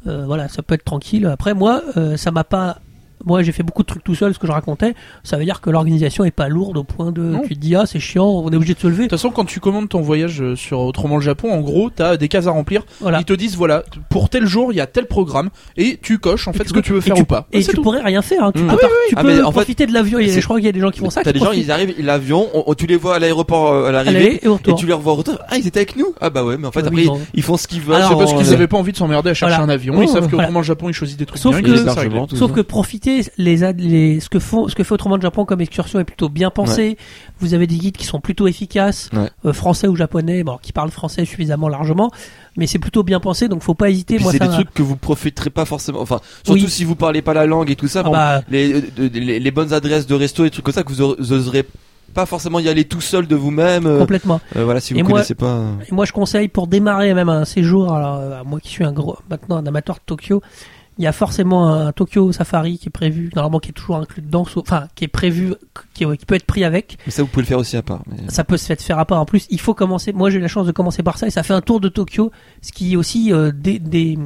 Euh, voilà, ça peut être tranquille. Après, moi, euh, ça m'a pas. Moi, j'ai fait beaucoup de trucs tout seul, ce que je racontais. Ça veut dire que l'organisation est pas lourde au point de.
Non.
Tu te dis, ah, c'est chiant, on est obligé de se lever.
De toute façon, quand tu commandes ton voyage euh, sur Autrement le Japon, en gros, t'as des cases à remplir.
Voilà.
Ils te disent, voilà, pour tel jour, il y a tel programme, et tu coches en fait
tu
ce que
peux-
tu veux
et
faire
tu-
ou pas.
Et
C'est
tu
tout.
pourrais rien faire. hein. Tu
Mmh.
peux,
Ah
par- tu
Ah,
peux
mais en fait-
profiter de l'avion. Il y a-
c'est-
Je crois qu'il y a des gens qui font ça.
T'as
qui
des gens,
profitent
ils arrivent, ils- l'avion, on, on- tu les vois à l'aéroport euh, à
à l'aller
l'arrivée,
et au
et
retour.
tu les revois au retour. Ah, ils étaient avec nous. Ah bah ouais, mais en fait
Ah oui,
après
bon.
ils, ils font ce qu'ils veulent.
Alors,
C'est parce qu'ils
euh,
avaient pas envie de s'emmerder à chercher
Voilà.
un avion.
Oh,
Ils savent
voilà.
qu'autrement le Japon, ils choisissent des trucs
Sauf
bien.
que-
ils laissent ça régler.
Largement, tout
Sauf
ça.
que profiter, les, ad- les, ce que font, ce que fait autrement le Japon comme excursion est plutôt bien pensé. Vous avez des guides qui sont plutôt efficaces,
Ouais.
euh, français ou japonais, bon, qui parlent français suffisamment largement, mais c'est plutôt bien pensé, donc faut pas hésiter.
Puis
Moi,
c'est
ça
des
m'a-
trucs que vous profiterez pas forcément. Enfin, surtout
Oui.
si vous parlez pas la langue et tout ça.
Ah
bon,
bah,
les, euh, de- les, les bonnes adresses de resto et trucs comme ça que vous aurez- vous oserez pas forcément y aller tout seul de vous-même. euh,
complètement.
euh, voilà, si vous
Et moi-
connaissez pas. euh,
Et moi, je conseille pour démarrer même un séjour. Alors, euh, moi qui suis un gros, maintenant un amateur de Tokyo, il y a forcément un Tokyo Safari qui est prévu, normalement qui est toujours inclus dedans, sauf- enfin qui est prévu, qui, qui peut être pris avec.
Mais ça, vous pouvez le faire aussi à part. mais-
Ça peut se faire- faire à part. En plus, il faut commencer. Moi, j'ai eu la chance de commencer par ça et ça fait un tour de Tokyo, ce qui aussi euh, des, des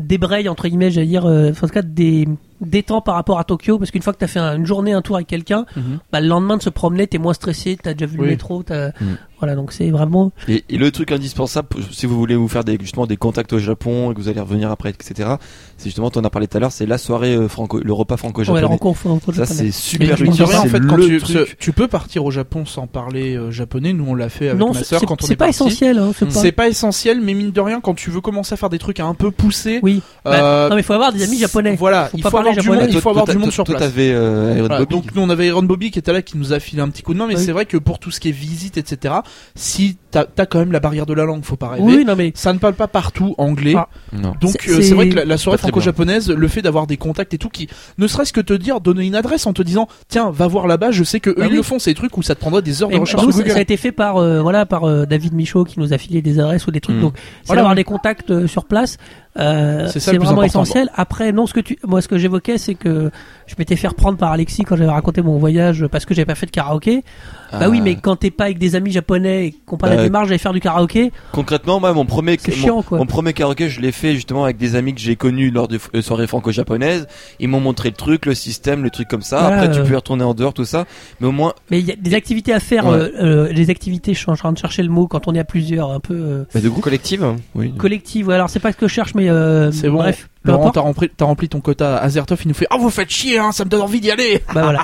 débraye entre guillemets, j'allais dire, euh, enfin, en tout cas des détend par rapport à Tokyo parce qu'une fois que t'as fait un- une journée un tour avec quelqu'un,
Mhm.
bah, le lendemain de se promener, t'es moins stressé, t'as déjà vu le
Oui. Mm.
métro, t'as-
Mhm.
voilà donc c'est vraiment
Et, et le truc indispensable, pour- si vous voulez vous faire des, justement des contacts au Japon et que vous allez revenir après, etc. C'est justement, on en a parlé tout à l'heure, c'est la soirée euh, franco, le repas
on va le
franco-japonais.
rencontrer au
ça,
japonais.
c'est
Mais mine
super
de
utile.
rien, en
c'est
fait, quand
le
tu,
truc.
ce- tu peux partir au Japon sans parler euh, japonais. Nous, on l'a fait avec
non,
ma
c'est-
sœur
c'est-
quand on est
c'est pas
parti.
essentiel. Hein, c'est
Mm.
pas-
C'est pas essentiel, mais mine de rien, quand tu veux commencer à faire des trucs un peu poussés,
Oui. Bah,
euh,
non, mais il faut avoir des amis japonais.
Voilà,
Faut
il
pas
faut avoir
parler
du
japonais.
monde, il faut
Bah, Toi-
avoir
toi,
du
t'as-
monde sur
toi,
place.
t'avais, euh, Iron
Voilà,
Bobby
donc nous on avait Iron Bobby qui était là, qui nous a filé un petit coup de main, mais
Oui.
c'est vrai que pour tout ce qui est visite, etc., si t'as as quand même la barrière de la langue, faut pas rêver.
Oui, non mais
Ça ne parle pas partout anglais,
Ah.
Non.
donc
C'est-
euh, c'est
c'est-
vrai que la, la soirée
Pas très
franco-japonaise, le fait d'avoir des contacts et tout, qui ne serait-ce que te dire, donner une adresse en te disant, tiens, va voir là-bas, je sais que eux
Ah
ils
oui.
le font, c'est des trucs où ça te prendra des heures
Et
de
nous,
recherche
ça,
sur Google.
ça a été fait par euh, voilà par euh, David Michaud qui nous a filé des adresses ou des trucs.
Mm.
Donc c'est
Voilà.
d'avoir des contacts euh, sur place. euh,
C'est ça
c'est
le plus
vraiment
important.
essentiel. Après non, ce que tu, moi ce que j'évoquais, c'est que je m'étais fait reprendre par Alexis quand j'avais raconté mon voyage parce que j'avais pas fait de karaoké. Bah
Ah.
oui, mais quand t'es pas avec des amis japonais et qu'on parle
Bah,
la démarche d'aller faire du karaoké,
Concrètement, moi, mon premier,
c'est
mon-
chiant quoi.
Mon premier karaoké, je l'ai fait justement avec des amis que j'ai connus lors de f- euh, soirées franco-japonaises. Ils m'ont montré le truc, le système, le truc comme ça.
Voilà,
Après,
euh.
tu peux y retourner en dehors, tout ça. Mais au moins,
Mais il y a des activités à faire.
Ouais.
euh, euh, les activités, je suis en train de chercher le mot quand on est à plusieurs, un peu. euh,
Bah,
de groupe.
Collective
Oui.
collective. ouais, Alors c'est pas ce que je cherche, mais euh,
C'est bon.
bref, peu
Laurent,
importe.
t'as rempli, t'as rempli ton quota à Azertov, il nous fait Ah, vous faites chier, hein, ça me donne envie d'y aller
Bah voilà.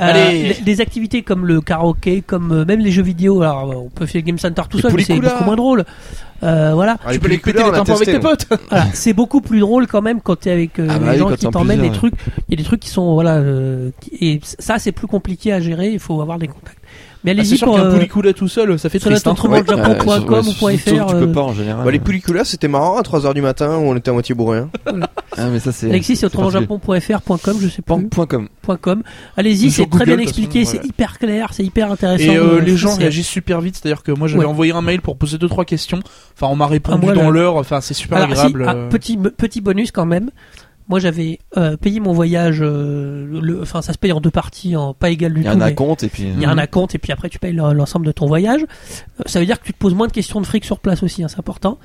Euh,
Allez.
des- des activités comme le karaoké, comme euh, même les jeux vidéo. Alors euh, on peut faire le Game Center tout
Les
seul, mais c'est
poulicoula.
beaucoup moins drôle. Euh, voilà,
Ah,
Ah,
Tu peux les péter les tampons avec tes
hein.
potes
voilà. c'est beaucoup plus drôle quand même quand t'es avec euh,
Ah bah
les
oui,
gens
quand t'es
qui
en
t'emmènent des
plusieurs,
trucs. Il y a des trucs qui sont voilà euh, qui- et ça c'est plus compliqué à gérer. Il faut avoir des contacts. Mais
Ah, c'est
allez-y
sûr
pour.
qu'un
euh,
poulicoula tout seul, ça fait
sur notre
triste. hein.
autrement
Ouais, euh,
japon.com
ouais,
ou
surtout
point
que
.fr,
tu
euh,
peux pas en général.
Bah, les pelliculas, c'était marrant à 3h du matin où on était à moitié bourré. hein.
Ah, mais ça c'est.
Alexis, c'est
c'est particulier.
autrement-japon.fr.com, je sais pas.
Pan- point com.
.com. Allez-y,
Sur
c'est
Google,
très bien
de toute façon,
expliqué, c'est
voilà.
hyper clair, c'est hyper intéressant.
Et euh,
Euh,
les gens
c'est-
réagissent super vite, c'est-à-dire que moi j'avais
Ouais.
envoyé un mail pour poser deux trois questions. Enfin, on m'a répondu
Ah, moi,
dans
le-
l'heure. Enfin, c'est super
Alors, si,
agréable.
ah,
euh.
petit, petit bonus quand même. Moi, j'avais euh, payé mon voyage. euh, le- Enfin, ça se paye en deux parties, en pas égal du
Il y a Mhm.
tout.
un
mais
acompte et puis.
Il y a un acompte et puis après tu payes le- l'ensemble de ton voyage. Euh, Ça veut dire que tu te poses moins de questions de fric sur place aussi, hein, c'est important.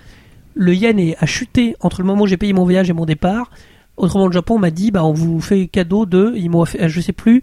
Le yen est, a chuté entre le moment où j'ai payé mon voyage et mon départ. Autrement, le Japon m'a dit bah on vous fait cadeau de, ils m'ont offert- je sais plus,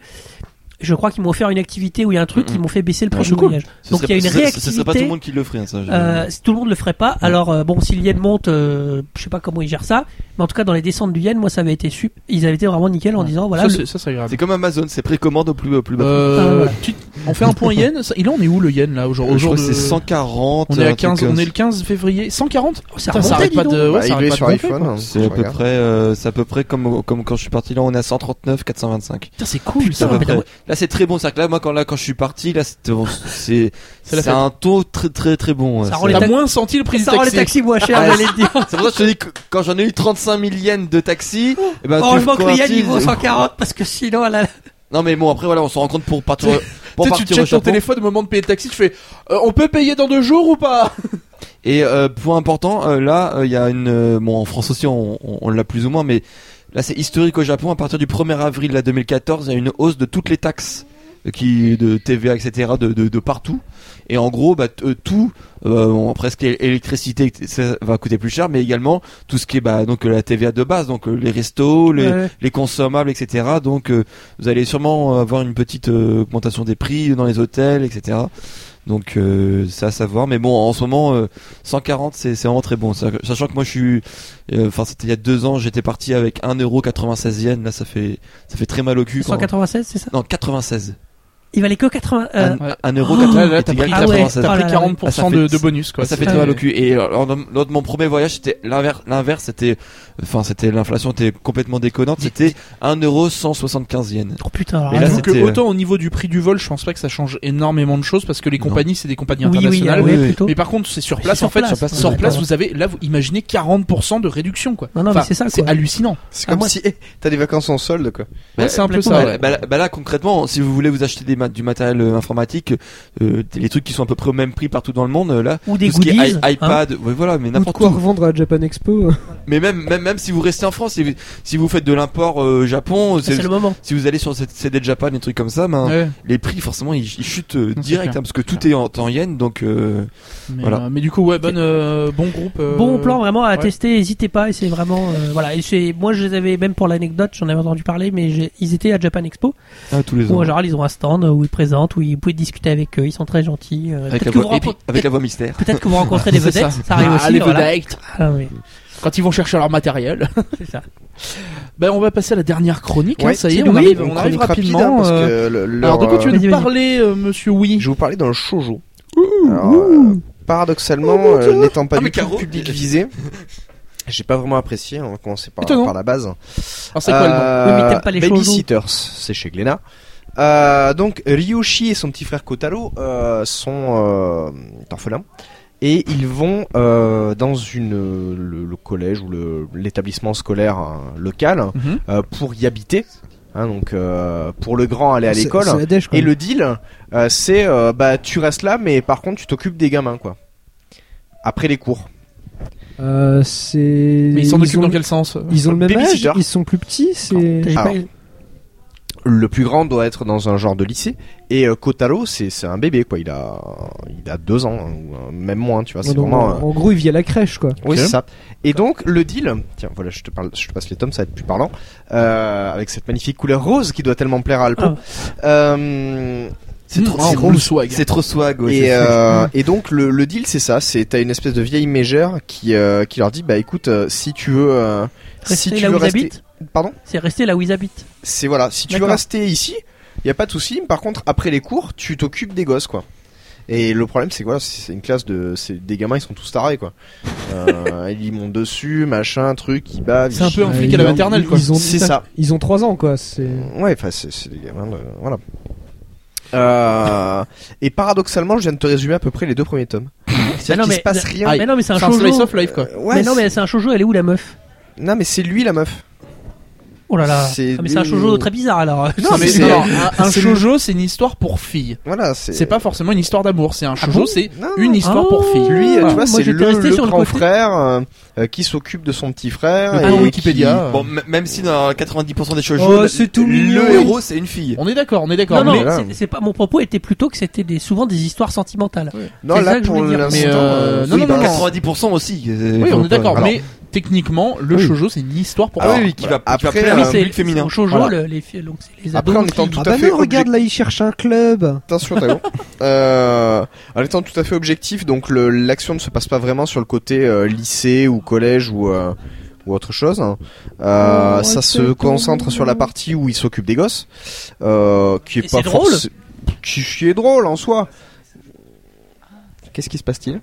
je crois qu'ils m'ont offert une activité où il y a un truc
Mhm.
qui m'ont fait baisser le prix
Ouais,
du
c'est cool.
voyage.
euh, Ce
Donc
serait
il y a
pas-
une
ce- ce- Ce serait pas tout
réactivité.
le monde qui le ferait, hein, ça. je-
Euh, si tout le monde le ferait pas, alors euh, bon, si le yen monte, euh, je sais pas comment ils gèrent ça, mais en tout cas dans les descentes du yen, moi ça avait été su, ils avaient été vraiment nickel en
Ouais.
disant voilà,
Ça,
le-
c'est- ça c'est agréable.
C'est bah. comme Amazon, c'est précommande au plus, au plus bas.
Euh,
Ah, voilà.
petite- on fait un point yen. Ça- Il en est où le yen là aujourd'hui
Euh, je crois
aujourd'hui
que
euh,
c'est 140.
On est
un
à
truc
15,
comme
on
ça.
est le 15 février. 140
Oh, ça
Putain, ça
remontait,
arrête
dis
pas
donc.
de. Euh, Ouais,
Bah,
ça
il
arrête
est
pas de
sur
gonfler,
iPhone.
quoi.
hein,
C'est à
je
peu
regarde.
près, euh, c'est à peu près comme, comme quand je suis parti là, on est à 139, 425.
Putain, c'est cool
C'est à
ça.
peu
mais
près.
non,
Là, c'est très bon. C'est que là, moi, quand là, quand je suis parti, là, c'était bon, c'est
C'est la
c'est
fête.
un taux très très très bon. ouais.
Ça rend
C'est-
les
T'as
taxes-
moins senti le prix du
Ça rend les
taxi.
taxis moins chers,
Ah,
j'allais le dire.
C'est pour ça que je te dis que quand j'en ai eu 35 000 yens de taxi, eh
Ah, Oh,
ben, tu
Heureusement que le yen il vaut
convertis-
140 parce que sinon elle
Ah,
a-
Non mais bon après voilà, on se rend compte pour partir pour
Tu sais, tu
partir au
checkes ton
Japon.
téléphone au moment de payer le taxi, tu fais euh, on peut payer dans deux jours ou pas
Et euh, point important, euh, là il y a une euh, bon en France aussi on, on, on l'a plus ou moins mais là c'est historique au Japon à partir du 1er avril là, 2014, il y a une hausse de toutes les taxes euh, qui de TVA etc de, de, de partout et en gros bah t- euh, tout euh, bon, presque é- électricité ça va coûter plus cher mais également tout ce qui est bah donc euh, la TVA de base donc euh, les restos les,
Ouais.
les consommables, etc. Donc euh, vous allez sûrement avoir une petite euh, augmentation des prix dans les hôtels, etc. Donc euh, c'est à savoir. Mais bon, en ce moment, euh, 140, c'est c'est vraiment très bon. C'est-à-dire que- Sachant que moi, je suis, euh, enfin, c'était il y a deux ans, j'étais parti avec 1,96€ yen. Là, ça fait, ça fait très mal au cul. quand-
196 c'est ça
Non, 96.
Il valait que 80 euh,
Un-
ouais.
1,96€.
Là, là, t'as
est égal
pris,
à
ah ouais,
96.
t'as
Oh
pris
là là.
40%
Ah, ça fait-
de, de bonus quoi.
Ouais, ça
C'est-
fait très
Ah
mal au
ouais.
cul. Et euh, lors de, lors de mon premier voyage, c'était l'inverse. L'inverse, c'était, enfin, c'était l'inflation était complètement déconnante. C'était 1,175€ yen.
Oh putain, alors
Et
là,
là,
J'avoue
c'est-
que
c'était-
Ah, euh,
euh,
autant au niveau du prix du vol, je pense pas que ça change énormément de choses parce que les
Non.
compagnies, c'est des compagnies
oui, oui,
internationales.
ah ouais,
Oui, oui.
plutôt.
Mais par contre, c'est sur
Mais
place
c'est
en
sur
fait.
place,
Sur place,
ouais, ouais.
vous avez là, vous imaginez 40% de réduction quoi.
Non, non, mais
Enfin,
c'est ça,
C'est
quoi.
hallucinant.
C'est
Ah,
comme
moi-
si eh, t'as des vacances en solde quoi.
Ouais,
Bah,
c'est un peu
complètement.
ça.
Bah,
ouais.
bah, là- bah là concrètement, si vous voulez vous acheter des mat- du matériel euh, informatique, euh, des- les trucs qui sont à peu près au même prix partout dans le monde, euh, là,
ou des
tout ce qui est
goodies.
i-
hein.
iPad, ouais, voilà, mais
Ou de
n'importe
quoi
quoi.
revendre à Japan Expo
Mais même même même si vous restez en France, si vous, si vous faites de l'import euh, Japon, c'est-
C'est le moment.
si vous allez sur cette CD de Japan, des trucs comme ça, ben,
Ah, Ouais,
les prix forcément ils, ils chutent euh,
c'est
direct
clair.
hein, parce que tout est en, en yens, donc euh,
mais,
Voilà.
euh, mais du coup, ouais, bonne, euh, bon groupe. euh,
Bon plan vraiment à
ouais.
tester, n'hésitez pas. Et c'est vraiment euh, voilà. Et c'est- moi je les avais même pour l'anecdote, j'en avais entendu parler, mais j'ai- ils étaient à Japan Expo.
ah, tous les
Où
ans.
en général ils ont un stand où ils présentent, où ils pouvez discuter avec eux. Ils sont très gentils. euh,
Avec
Peut-être
la,
que, vous
voix, et puis,
rencontrez-
avec la voix mystère.
peut-être que vous rencontrez des
C'est ça.
vedettes. Ça. arrive
Ah,
aussi.
les
voilà.
vedettes.
Ah, oui,
Quand ils vont chercher leur matériel.
c'est ça.
ben, on va passer à la dernière chronique. hein,
Ouais,
ça y est,
c'est
on
oui,
arrive,
une
on arrive
chronique rapide, hein,
rapidement.
parce
euh,
que le- leur,
Alors, de quoi tu
euh,
veux
Vas-y,
nous
vas-y.
parler, euh, monsieur Oui
Je vais vous parler d'un shoujo. Alors, euh,
Oh
paradoxalement, euh, n'étant pas
Ah, mais
du tout
Caro,
le public visé, j'ai pas vraiment apprécié. hein, On va commencer par,
Étonnant.
par la base.
Alors, c'est quoi le nom
Euh,
Oui, mais t'aimes pas les shoujo.
Babysitters, c'est chez Glénat. Euh, donc Ryoshi et son petit frère Kotaro euh, sont euh, orphelins et ils vont euh, dans une euh, le, le collège ou le- l'établissement scolaire euh, local
Mhm.
euh, pour y habiter. Hein, donc euh, pour le grand aller à
C'est-
l'école.
c'est la dèche, quoi.
Et le deal, euh, c'est euh, bah tu restes là, mais par contre tu t'occupes des gamins quoi. Après les cours.
Euh, c'est.
Mais ils s'en occupent
ont-
dans quel sens euh?
Ils ont le même âge,
Babysitter. Ah,
ils sont plus petits, c'est.
J'ai
Alors,
pas-
le plus grand doit être dans un genre de lycée et euh, Kotaro c'est c'est un bébé quoi il a il a deux ans hein, ou euh, même moins tu vois c'est
Donc,
vraiment
en,
euh,
en gros, ils vivent à la crèche, quoi.
oui c'est ça et donc le deal tiens voilà je te parle je te passe les tomes ça va être plus parlant euh, avec cette magnifique couleur rose qui doit tellement plaire à Alpo Euh,
C'est trop,
Ah,
c'est
gros
trop-
swag.
c'est trop swag. ouais,
et,
c'est-
euh, et donc le, le deal c'est ça, c'est t'as une espèce de vieille mégère qui euh, qui leur dit bah écoute euh, si tu veux euh, si
Rester
tu
là
veux
où ils
rester
habitent.
pardon
C'est rester là où ils habitent.
c'est voilà, si tu veux
D'accord.
rester ici, il y a pas de souci. mais Par contre, après les cours, tu t'occupes des gosses, quoi. Et le problème, c'est que voilà, c'est c'est une classe de, c'est des gamins, ils sont tous tarés, quoi. Euh, ils montent dessus, machin, truc, ils bavent.
C'est un
ils
peu un
chient.
flic à la maternelle, quoi.
Euh, Ils ont,
C'est ça.
Ils ont 3 ans, quoi. C'est.
Ouais, enfin, c'est c'est des gamins, de- voilà. Euh, et paradoxalement, je viens de te résumer à peu près les deux premiers tomes.
Mais Ah non,
C'est-à-dire qu'il
mais-
se passe rien.
Mais non, mais c'est un
C'est un slice
shoujo.
of life, quoi.
Euh, ouais,
mais non, mais c'est un shoujo, elle est où la
c'est-
meuf
non, mais c'est lui la meuf.
Oh là là.
C'est
Ah, mais c'est un
du-
shoujo très bizarre alors.
Non, mais
C'est-
c'est-
alors, un, un
c'est-
shoujo, c'est une histoire pour filles.
Voilà,
C'est pas forcément une histoire d'amour. C'est
Ah
un shoujo,
bon
c'est
Non.
une histoire
Ah.
pour filles.
Lui,
Ah,
tu vois,
moi,
c'est le,
j'étais resté
le
sur le
grand
côté.
frère euh, euh, qui s'occupe de son petit frère.
Le
Ah, et
pauvre
qui-
Wikipédia. euh,
Bon, m- même si dans 90% des choses,
Oh,
le-
c'est tout mignon.
le héros c'est une fille.
On est d'accord, on est
Non,
d'accord.
non,
mais-
là-
c'est- c'est pas mon propos était plutôt que c'était des, souvent des histoires sentimentales.
Non,
C'est ça
là,
que je
pour
voulais dire.
l'instant,
Mais, euh,
euh,
non,
oui,
non,
bah,
non, non.
90% aussi. euh,
Oui, on
faut-
est d'accord.
alors-
Mais techniquement, le shoujo, c'est une histoire pour
Ah
filles.
oui, oui,
qui va, qui va
Après,
plaire à
euh,
un
oui, c'est
public féminin.
au shoujo,
Voilà.
le- les, filles- donc c'est les
Après,
ados.
en étant
qui-
tout
Ah
à
bah
fait
non, regarde là, il cherche un club.
Attention, Théo. euh, en étant tout à fait objectif, donc le- l'action ne se passe pas vraiment sur le côté euh, lycée ou collège ou, euh, ou autre chose. hein. Euh,
Oh,
ça
c'est
se
tout
concentre sur la
mignon.
partie où il s'occupe des gosses, euh, qui est
Et
pas
c'est drôle.
forcé- qui, qui est drôle en soi. Qu'est-ce qui se passe-t-il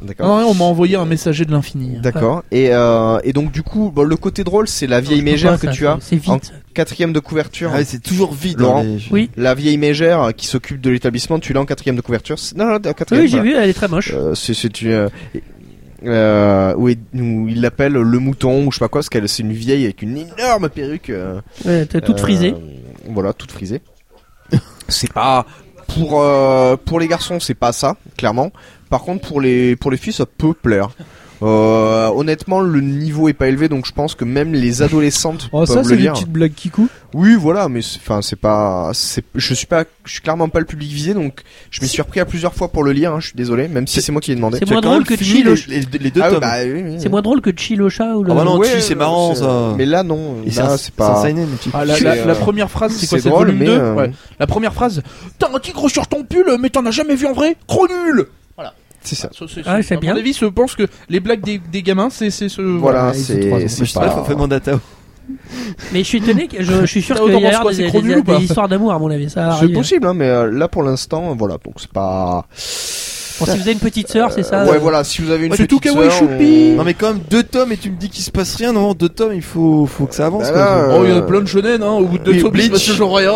D'accord.
Non, on m'a envoyé un messager de l'infini.
D'accord. Et, euh, et donc du coup, bon, le côté drôle, c'est la vieille
Je peux
mégère
pas,
que
ça,
tu as,
C'est vite.
en quatrième de couverture.
Ah ouais, c'est toujours vide.
Laurent.
hein, les-
Oui.
La vieille mégère euh, qui s'occupe de l'établissement, tu l'as en quatrième de couverture. C'est- Non, non, en quatrième.
Oui, j'ai
voilà.
vu, elle est très moche.
Euh, c'est c'est une euh, euh, où, est- où il l'appelle le mouton ou je sais pas quoi parce qu'elle c'est une vieille avec une énorme perruque euh,
Ouais, t'es toute
euh,
frisée.
voilà toute frisée c'est pas pour euh, pour les garçons c'est pas ça clairement par contre pour les pour les filles ça peut plaire Euh, honnêtement le niveau est pas élevé donc je pense que même les adolescentes
Oh,
peuvent
ça,
le
c'est des
lire
petites blagues qui coupent.
oui voilà mais c'est- enfin c'est pas c'est je suis pas je suis clairement pas le public visé donc je m'y suis surpris à plusieurs fois pour le lire hein, je suis désolé même si c'est moi qui l'ai demandé
C'est
Tu as
moins
quand
drôle
même
que
fini
Chilo.
les, les- les deux
Ah oui,
tomes.
bah, oui, oui.
C'est moins drôle que Chill au chat ou le.
Ah bah non,
Ouais,
tu, c'est marrant
c'est-
ça.
Mais là, non.
Et c'est
là,
un-
c'est pas.
un seinen, le petit.
Ah, la, la-
C'est, euh,
la première phrase, c'est quoi
c'est
C'est
drôle,
volume
mais,
2
euh,
Ouais. La première phrase, t'as un tigre sur ton pull, mais t'en as jamais vu en vrai Gros nul
C'est ça.
Ça,
Ah, c'est
à
bien.
mon avis, je pense que les blagues des, des gamins, c'est c'est ce...
Voilà,
Voilà, ils ont trois ans.
c'est.
Mais
C'est
je sais pas, faut
pas.
faut demander à Tao.
Mais je suis étonné, que je, je suis sûr
T'as
qu'il y
autant
a
pensé
l'air
quoi,
des,
c'est
des-
trop nul ou pas
des histoires d'amour à mon avis. Ça
C'est
arrive.
possible, hein, mais euh, là pour l'instant, voilà, donc c'est pas.
Bon, si vous avez une petite sœur, c'est ça.
ouais,
euh,
voilà, si vous avez une
c'est tout
petite
kawaii
sœur,
choupi.
on-
euh, Non mais quand même deux tomes et tu me dis qu'il se passe rien, non deux tomes il faut faut que ça avance.
Bah
quoi.
là,
Oh, il y en a
Euh,
plein de shonen, hein, au bout de
oui,
deux tomes, il se passe
Bleach.
toujours rien.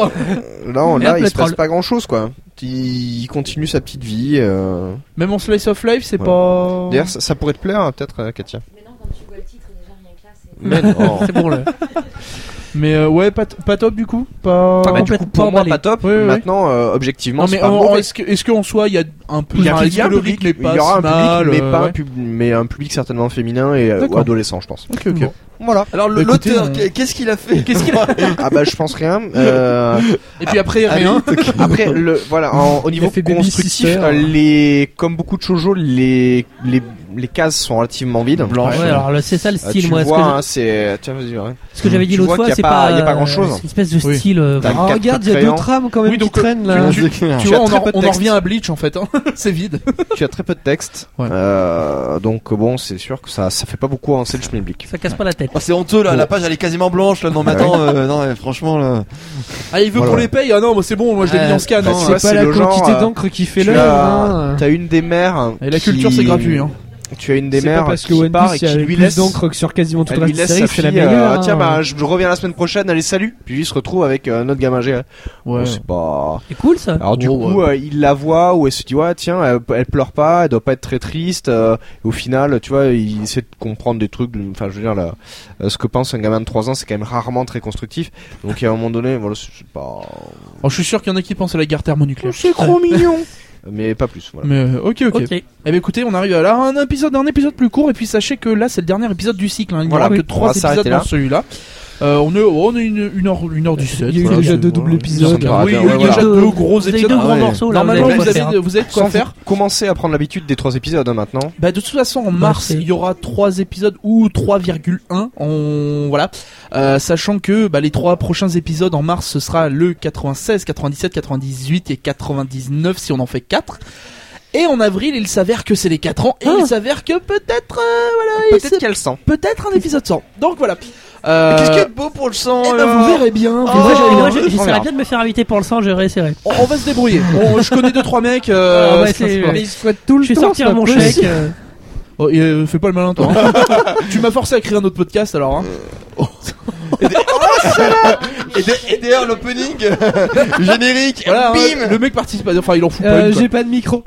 Non, là,
Merde,
il
le
se passe
troll.
pas grand chose, quoi. Il continue sa petite vie. euh.
Même en slice of life, c'est
Ouais.
pas...
D'ailleurs, ça, ça pourrait te plaire, hein, peut-être, euh, Katia.
Mais non, quand tu vois le titre, déjà rien que là, c'est.
Mais non.
C'est bon là.
Mais euh, ouais, pas, t- pas top du coup Pas...
Pas
Bah, du coup,
complètement
pour moi,
emballé.
pas top.
Ouais, ouais.
Maintenant, euh, objectivement,
Non
c'est
mais
pas
en- en-
mauvais.
est-ce que est-ce qu'en soi il y a un peu
Il y a un
est-ce que le
public,
rythme est
il y
pas
aura un
si mal,
public, mais
euh,
pas un
ouais.
pub- mais un public certainement féminin et euh,
D'accord.
adolescent, je pense.
Ok ok.
Bon.
Voilà.
Alors
Bah, écoutez,
l'auteur
hein.
on-
qu'est- qu'est-ce qu'il a fait
Qu'est-ce qu'il a
Ah bah je pense rien. Euh,
Et puis après rien.
après le voilà en- au niveau
fait Baby
constructif,
Sister.
euh, les comme beaucoup de shoujo, les les les cases sont relativement vides.
Ouais,
Blanches.
alors là, c'est ça le
Euh,
style,
tu
moi. ce que
vois,
je-
hein, c'est tiens vas-y. ouais.
Ce que j'avais dit
Tu
l'autre
vois
fois,
qu'il y a
c'est
pas-
pas.
il y a pas
euh,
grand-chose.
c'est une espèce de
Oui.
style. euh,
T'as
Ah,
quatre
regarde, il y a
crayons.
deux trames quand même
Oui, donc,
qui
euh,
traînent
Ah,
là.
tu- Tu
Ah.
Tu as
vois, on,
très
en,
peu de
on en
texte.
revient à Bleach en fait, hein. c'est vide.
tu as très peu de texte.
Ouais.
Euh, donc bon, c'est sûr que ça ça fait pas beaucoup avancer le chemin public.
Ça casse pas la tête.
Oh, c'est honteux là, la page elle est quasiment blanche là. Non
Ah
mais attends, euh, non mais franchement là.
Ah, il veut
Voilà.
qu'on les paye Ah non, moi c'est bon, moi je l'ai mis en scan. hein.
bah, tu
C'est
vois,
pas
c'est
la
le genre,
quantité
euh,
d'encre qui fait
Tu
l'œuvre.
as,
hein.
t'as une des mères. hein,
Et la
qui-
culture c'est gratuit. Hein.
Tu as une des
C'est
mères
pas parce que
qui
One
part et
Piece il y
qui
a
lui
plus
laisse.
d'encre que sur quasiment tout
Elle
le
lui
reste de la
laisse
série,
sa
c'est la
fille, euh,
meilleure.
tiens,
hein.
bah, je je reviens la semaine prochaine, allez, salut! Puis il se retrouve avec euh, notre gamin géré.
Ouais.
Bon, c'est pas.
C'est cool ça.
Alors du
Oh,
coup, euh, il la voit où elle se dit ouais tiens, elle, elle pleure pas, elle doit pas être très triste. euh, et au final, tu vois, il essaie de comprendre des trucs. de- Enfin, je veux dire, là, euh, ce que pense un gamin de 3 ans, c'est quand même rarement très constructif. Donc à un moment donné, voilà, c'est c'est pas.
Oh, je suis sûr qu'il y en a qui pensent à la guerre thermonucléaire.
C'est trop mignon. Mais pas plus. Voilà.
Mais euh, ok, ok.
Ah
Ok.
Eh bien écoutez, on arrive à là, un épisode, un épisode plus court, et puis sachez que là c'est le dernier épisode du cycle. Hein. Il n'y
Voilà,
aura
oui.
que
On
trois
va s'arrêter
épisodes
là.
dans celui-là. Euh, on est, on est une, une heure, une heure du set.
Il y a eu
voilà,
déjà
c'est-
deux
voilà.
doubles épisodes.
Ah,
Oui, il y a
ouais,
eu
voilà.
déjà deux gros
Vous avez
épisodes.
deux
Ah
grands
ouais.
morceaux là.
Normalement,
hein. vous
vous
avez.
avez, vous avez de quoi
Sans
faire.
Commencer à prendre l'habitude des trois épisodes hein, maintenant.
Bah, de toute façon, en mars, il
Merci.
y aura trois épisodes ou 3,1. On... Voilà. Euh, sachant que bah, les trois prochains épisodes en mars, ce sera le 96, 97, 98 et 99 si on en fait 4. Et en avril, il s'avère que c'est les 4 ans et il s'avère que peut-être euh, voilà, il
Peut-être
se-
qu'elle sent.
peut-être un épisode 100. Donc voilà. Euh,
Qu'est-ce qu'il y a de beau pour le sang
eh ben,
là
vous verrez
Ah,
bien. vous
Et moi,
verrez
j'ai-
bien.
moi, j'ai- j'essaierais
Voilà.
bien de me faire inviter pour le sang, je réessayerai.
On, on va se débrouiller. On- je connais deux trois mecs. euh,
Ah ouais,
ça se
c'est-
passe.
Mais
tout le
Je vais
temps,
sortir
c'est
mon
pas
chèque.
possible.
euh,
Oh, et, euh, fais pas le malin toi. hein. tu m'as forcé à créer un autre podcast alors. Hein.
Et de- et d'ailleurs, l'opening générique,
Voilà,
bim
hein, le mec participe pas, enfin il en fout pas.
Euh,
une, quoi.
J'ai pas de micro.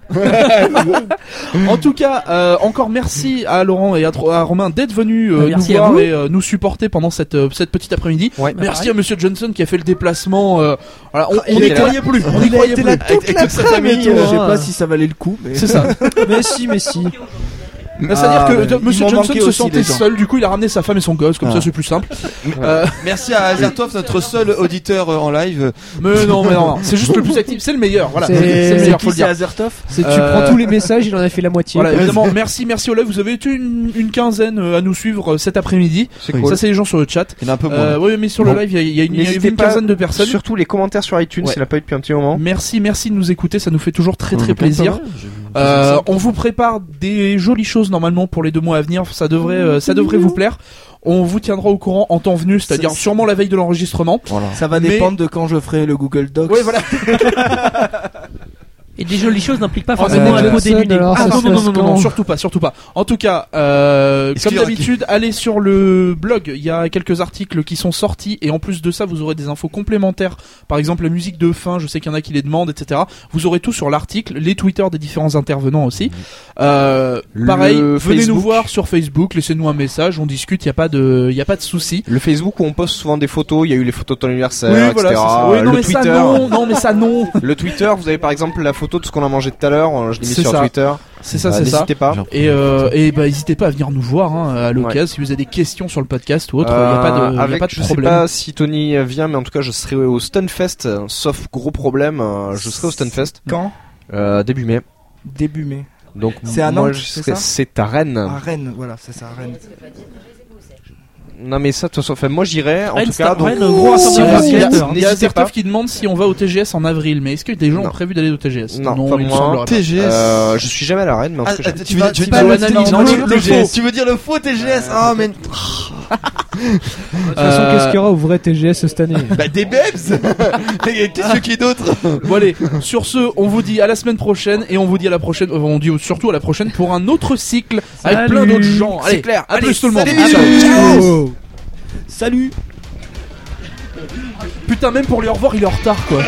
en tout cas, euh, encore merci à Laurent et à, Tro- à Romain d'être venus euh,
Merci
nous
à
voir
vous.
et euh, nous supporter pendant cette, euh, cette petite après-midi.
Ouais.
Bah,
Merci
pareil.
à Monsieur Johnson qui a fait le déplacement. euh, voilà, on
il
n'y
était là.
croyait plus. On y
Il a
croyait
été
plus.
là toute
avec
la
toute sa famille,
famille.
euh,
Je sais pas si ça valait le coup, mais.
C'est ça.
Mais si, mais si.
C'est-à-dire
Ah,
que
ouais.
de-
Ils
Monsieur
m'ont
Johnson
manqué
se
aussi,
sentait
les gens.
seul, du coup il a ramené sa femme et son gosse, comme
Ah.
ça c'est plus simple.
Merci à Azertov, notre seul auditeur euh, en live.
Mais non, mais non, non, c'est juste le plus actif, c'est le meilleur. Voilà,
C'est-
le meilleur,
qui,
faut le
c'est
dire.
Azertov
C'est- Tu
Euh,
prends tous les messages, il en a fait la moitié.
Voilà, évidemment, merci, merci Olaf. Vous avez été une, une quinzaine euh, à nous suivre euh, cet après-midi.
C'est
Ça, c'est les gens sur le chat.
Il y en a un peu moins.
Euh, oui, mais sur le
Bon.
live, il y a- il y a, une- il y a eu
N'hésitez
une
pas
quinzaine de personnes.
Surtout les commentaires sur iTunes,
Ouais.
ça n'a pas eu depuis un petit moment.
Merci, merci de nous écouter, ça nous fait toujours très très
Hum,
plaisir.
Hein pas mal, j'ai-
Euh, on vous prépare des jolies choses normalement pour les deux mois à venir, ça devrait, euh, ça devrait vous plaire. On vous tiendra au courant en temps venu, c'est-à-dire
Ça, c'est-
sûrement la veille de l'enregistrement.
Voilà.
Ça va
Mais-
dépendre de quand je ferai le Google Docs.
Ouais, voilà.
Et des jolies choses n'impliquent pas
mais
forcément
les
un beau
personnes,
début. des-
alors,
Ah,
Ah
ça
non,
se
non, non,
passe
non, non,
quand
non, surtout pas, surtout pas. En tout cas, euh,
Est-ce
comme
qu'il y aura
d'habitude, allez sur le blog, il y a quelques articles qui sont sortis et en plus de ça, vous aurez des infos complémentaires. Par exemple, la musique de fin, je sais qu'il y en a qui les demandent, etc. Vous aurez tout sur l'article, les Twitter des différents intervenants aussi. Euh,
Mm. Le
pareil, venez nous
Facebook.
voir sur Facebook, laissez-nous un message, on discute, il n'y a pas de, il y a pas de souci.
Le Facebook où on poste souvent des photos, il y a eu les photos de ton anniversaire,
Oui,
etc.
voilà, c'est ça. Oui, non,
le
mais
Twitter,
ça, non, non, mais ça, non.
le Twitter, vous avez par exemple la photo de ce qu'on a mangé tout à l'heure, euh, je l'ai mis
C'est
sur
ça.
Twitter.
C'est ça,
Euh,
c'est ça.
N'hésitez pas.
Genre-
Et, euh, et bah, n'hésitez pas à venir nous voir hein, à l'occasion si vous avez des questions sur le podcast ou autre. Il n'y a
Euh,
pas de, y a
avec,
pas de
je
problème.
sais pas si Tony vient, mais en tout cas, je serai au Stunfest, euh, sauf gros problème, euh, je serai au Stunfest
Quand
euh, début mai.
Début mai.
Donc
C'est à
moi,
Nantes,
je
c'est
serai-
ça
c'est à Rennes.
Ah.
À Rennes, voilà, ça c'est à Rennes.
Non mais ça, de toute façon, enfin, moi j'irai. En
Rennes,
tout
c'est
cas,
un-
donc,
Rennes, un gros
si
rassemblement
vous y
Il y a-
êtes,
d'organisateurs,
il y a
n'hésitez pas.
Zertov qui demande si on va au TGS en avril, mais est-ce que des gens
Non.
ont prévu d'aller au TGS
Non, pas
il me
moi.
semblerait pas.
TGS.
Euh, je suis jamais à la Rennes, mais en
Ah,
tout cas,
ah,
j'irai.
tu veux tu veux
pas
dire
le
le-
analyse,
non,
le-
le-
le
le
faux.
faux. Tu veux dire le faux TGS Ah, mais.
De toute façon,
Euh,
qu'est-ce qu'il y aura au vrai TGS cette année
Bah, des babes Qu'est-ce qu'il y a d'autre
Bon allez, sur ce, on vous dit à la semaine prochaine et on vous dit à la prochaine, euh, on dit surtout à la prochaine pour un autre cycle avec
Salut.
plein d'autres gens. Allez,
clair.
à
Allez,
plus tout le monde.
salut,
À
bisous.
bientôt.
Ciao.
Oh.
Putain, même pour lui au revoir, il est en retard quoi.